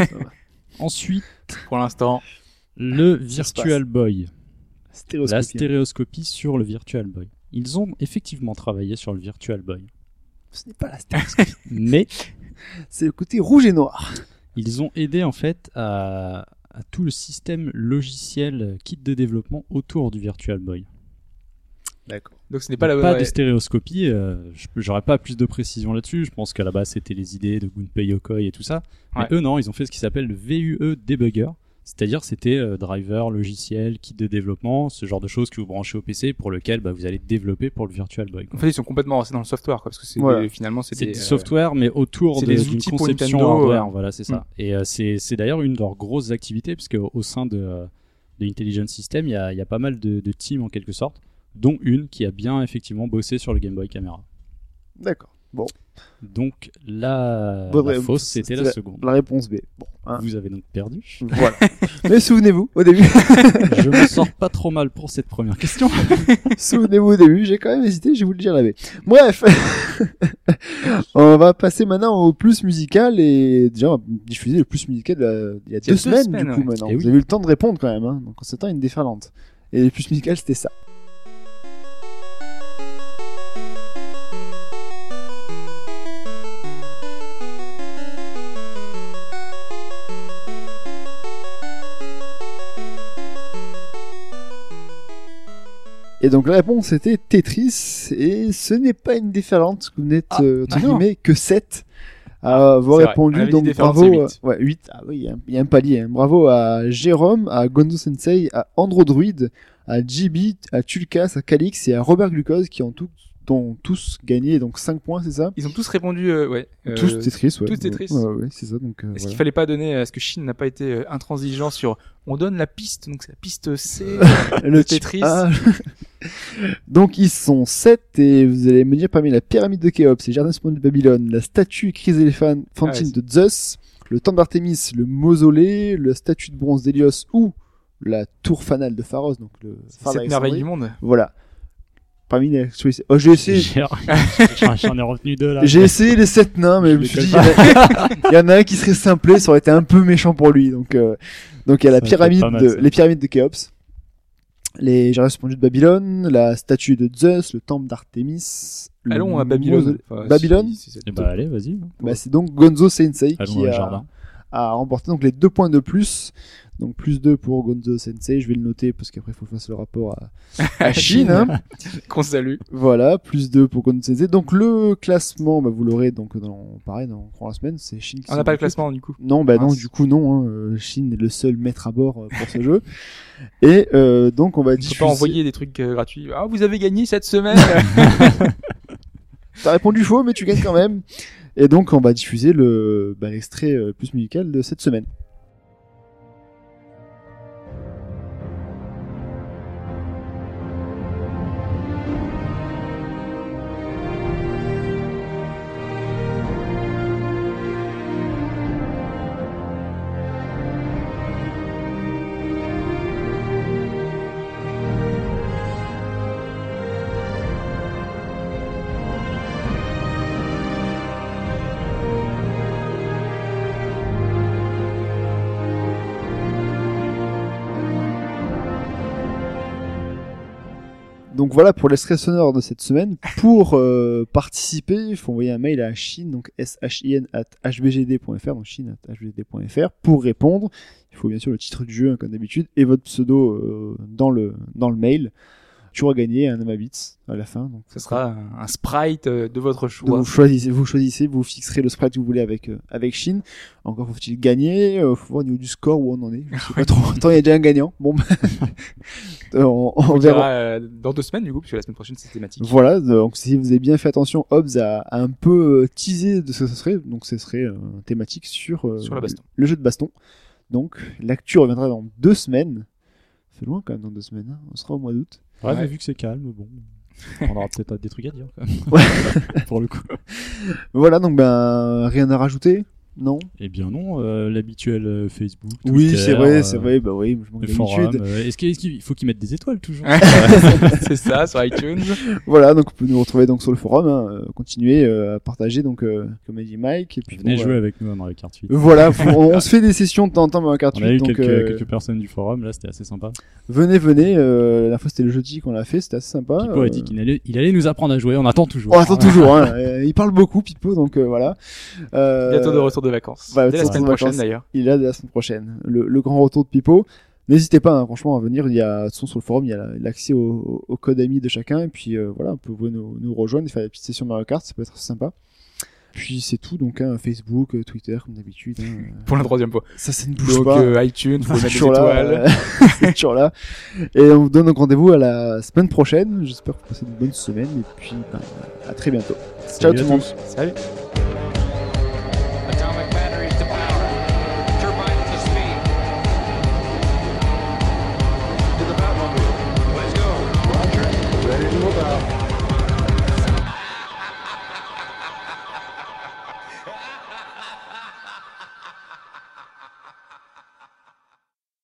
Ensuite,
Pour l'instant,
le
se passe.
Virtual Boy.
Stéréoscopie.
La stéréoscopie sur le Virtual Boy. Ils ont effectivement travaillé sur le Virtual Boy,
Ce n'est pas la stéréoscopie.
mais
c'est le côté rouge et noir.
Ils ont aidé en fait à, à tout le système logiciel euh, kit de développement autour du Virtual Boy.
D'accord.
donc ce n'est pas la
Donc,
bonne.
de stéréoscopie, euh, je peux- j'aurais pas plus de précision là-dessus. Je pense qu'à la base c'était les idées de Gunpei Yokoi et tout ça.
Ouais.
Mais eux non, ils ont fait ce qui s'appelle le VUE debugger. C'est-à-dire c'était euh, driver, logiciel, kit de développement, ce genre de choses que vous branchez au PC pour lequel bah, vous allez développer pour le Virtual Boy. quoi.
En fait, ils sont complètement lancés dans le software, quoi, parce que c'est
Voilà.
des- finalement c'est
C'est
des
du
euh,
software, mais autour
c'est
de-
des
d'une
outils pour
conception
Nintendo,
hardware.
euh.
Voilà, c'est ça. Et euh, c'est c'est d'ailleurs une de leurs grosses activités, parce que au sein de, euh, de Intelligent System, il y a, il y a pas mal de, de teams en quelque sorte, dont une qui a bien effectivement bossé sur le Game Boy Camera.
D'accord. Bon.
Donc la,
Bon,
la
ouais,
fausse,
c'est-
c'était
c'est
la seconde.
La réponse B. Bon. hein.
Vous avez donc perdu.
Voilà. Mais souvenez-vous, au début,
Je me sors pas trop mal pour cette première question.
Souvenez-vous au début, j'ai quand même hésité, j'ai voulu dire la B. Bref, on va passer maintenant au plus musical et déjà on va diffuser le plus musical de la- il y a deux,
deux
semaines,
semaines,
du coup
ouais.
maintenant.
Eh
Vous
oui.
avez eu le temps de répondre quand même, hein. donc on s'attend à une déferlante. Et le plus musical c'était ça. Et donc la réponse était Tetris et ce n'est pas une déferlante, vous n'êtes
Ah,
euh, entre
ah non.
guillemets que 7 à avoir
c'est vrai.
Ah, répondu.
On avait dit
donc
différentes,
bravo. euh,
c'est huit.
ouais, 8. Ah oui, il y a un- il y, a un palier. hein. Bravo à Jérôme, à Gonzo Sensei, à Androdruid, à JB, à Tulkas, à Calix et à Robert Glucose qui ont, tous- ont tous gagné donc 5 points, c'est ça
Ils ont tous répondu, euh, ouais. euh,
Tous Tetris, ouais.
tous Tetris.
Ouais, ouais, ouais, c'est ça. Donc, euh,
Est-ce
voilà.
qu'il fallait pas donner, est-ce que Shin n'a pas été euh, intransigeant sur on donne la piste, donc c'est la piste C.
le
type
Tetris.
A.
Donc ils sont 7 et vous allez me dire parmi la pyramide de Khéops, les jardins spawn de Babylone, la statue chryséléphane fantine
Ah ouais,
de Zeus, le temple d'Artémis, le mausolée, la statue de bronze d'Hélios ou la tour fanale de Pharos, donc le phare
Cette merveille du
d'Alexandrie.
monde.
Voilà. Parmi les... Oh, j'ai essayé,
J'ai- J'en ai retenu deux là.
j'ai essayé les 7 nains, mais je me suis dit, il y, en a- il y en a un qui serait simplé, ça aurait été un peu méchant pour lui. Donc, euh, donc il y a la
Ça aurait été
pyramide
pas mal,
de-
ça.
les pyramides de Khéops, les jardins suspendus de Babylone, la statue de Zeus, le temple d'Artémis. le
Allons à Babylone.
mausolée-
Enfin,
Babylone
si- si c'est-
Eh bah allez, vas-y.
Bah, c'est donc Gonzo Sensei
Allons dans
qui
le
a,
jardin.
a remporté donc les deux points de plus. Donc plus 2 pour Gonzo Sensei, je vais le noter parce qu'après il faut que je fasse le rapport à, à Chine. hein.
Qu'on salue.
Voilà, plus 2 pour Gonzo Sensei. Donc le classement, bah, vous l'aurez donc dans, pareil dans dans la semaine, c'est Chine qui
On
s'en
n'a pas le
occupe.
classement du coup.
Non, bah non,
Mince.
du coup non. hein, euh, Chine est le seul maître à bord euh, pour ce jeu. Et euh, donc on va
On peut
diffuser.
pas envoyer des trucs euh, gratuits. Ah, vous avez gagné cette semaine.
T'as répondu faux, mais tu gagnes quand même. Et donc on va diffuser le bah, l'extrait euh, plus musical de cette semaine. Donc voilà pour l'extrait sonore de cette semaine. Pour euh, participer, il faut envoyer un mail à Chine, donc shin at hbgd.fr, donc chine at hbgd.fr. Pour répondre, il faut bien sûr le titre du jeu, hein, comme d'habitude, et votre pseudo euh, dans, le, dans le mail. Tu auras gagné un Amabits à la fin. Donc
Ce sera un, un sprite euh, de votre
donc
choix.
vous choisissez, vous choisissez, vous fixerez le sprite que vous voulez avec euh, avec Shin. Encore faut-il gagner, euh, faut voir au niveau du score où on en est. Je sais pas trop. Attends, il y a déjà un gagnant. Bon, bah, euh, on, on
On
verra.
verra euh, dans deux semaines du coup, parce que la semaine prochaine c'est thématique.
Voilà, donc si vous avez bien fait attention, Hobbs a, a un peu euh, teasé de ce que ce serait, donc ce serait euh, thématique sur, euh,
Sur la baston.
le jeu de baston. Donc l'actu reviendra dans deux semaines. C'est loin quand même dans deux semaines, hein. on sera au mois d'août.
Ouais,
Ouais.
mais vu que c'est calme, bon. On aura peut-être des trucs à dire quand même. Pour le coup.
Voilà, donc ben rien à rajouter, non
Eh bien non, euh, l'habituel euh, Facebook.
Oui,
Twitter,
c'est vrai,
euh,
c'est vrai, bah oui, je manque
Le forum.
d'habitude. Ah,
euh, Est-ce qu'il est-ce qu'il faut qu'ils mettent des étoiles toujours
c'est ça sur iTunes.
Voilà, donc vous pouvez nous retrouver donc sur le forum, hein, euh, continuer euh, à partager donc euh, comme a dit Mike et puis
Venez
bon,
jouer
euh,
avec nous à Mario Kart 8.
voilà, faut- on, on se fait des sessions de temps en temps Mario Kart
On a eu
8, donc
quelques,
euh,
quelques personnes du forum, là c'était assez sympa.
venez, venez. euh, la dernière fois c'était le jeudi qu'on l'a fait, c'était assez sympa.
Pipo
euh,
a dit qu'il allait, il allait nous apprendre à jouer, on attend toujours.
On attend toujours. Hein. Euh, Il parle beaucoup, Pipo, donc euh, voilà. Euh,
Bientôt de retour de vacances.
bah,
Dès la
retour
semaine
de
prochaine
vacances.
d'ailleurs.
Il est là dès la semaine prochaine. Le, le grand retour de Pipo. N'hésitez pas, hein, franchement, à venir. Il y a de toute façon, sur le forum, il y a la- l'accès au, au code ami de chacun. Et puis euh, voilà, vous pouvez nous, nous rejoindre et faire des petites sessions Mario Kart, ça peut être sympa. Puis c'est tout, donc hein, Facebook, euh, Twitter, comme d'habitude. hein.
Pour la troisième fois.
Ça, ça ne bouge
Donc
pas.
euh, iTunes, vous
C'est
mettez des
toujours là,
étoiles.
euh, c'est toujours là. Et on vous donne donc rendez-vous à la semaine prochaine. J'espère que vous passez une bonne semaine. Et puis, ben, à très bientôt. Ciao
Salut à
tout le monde.
tous.
Salut.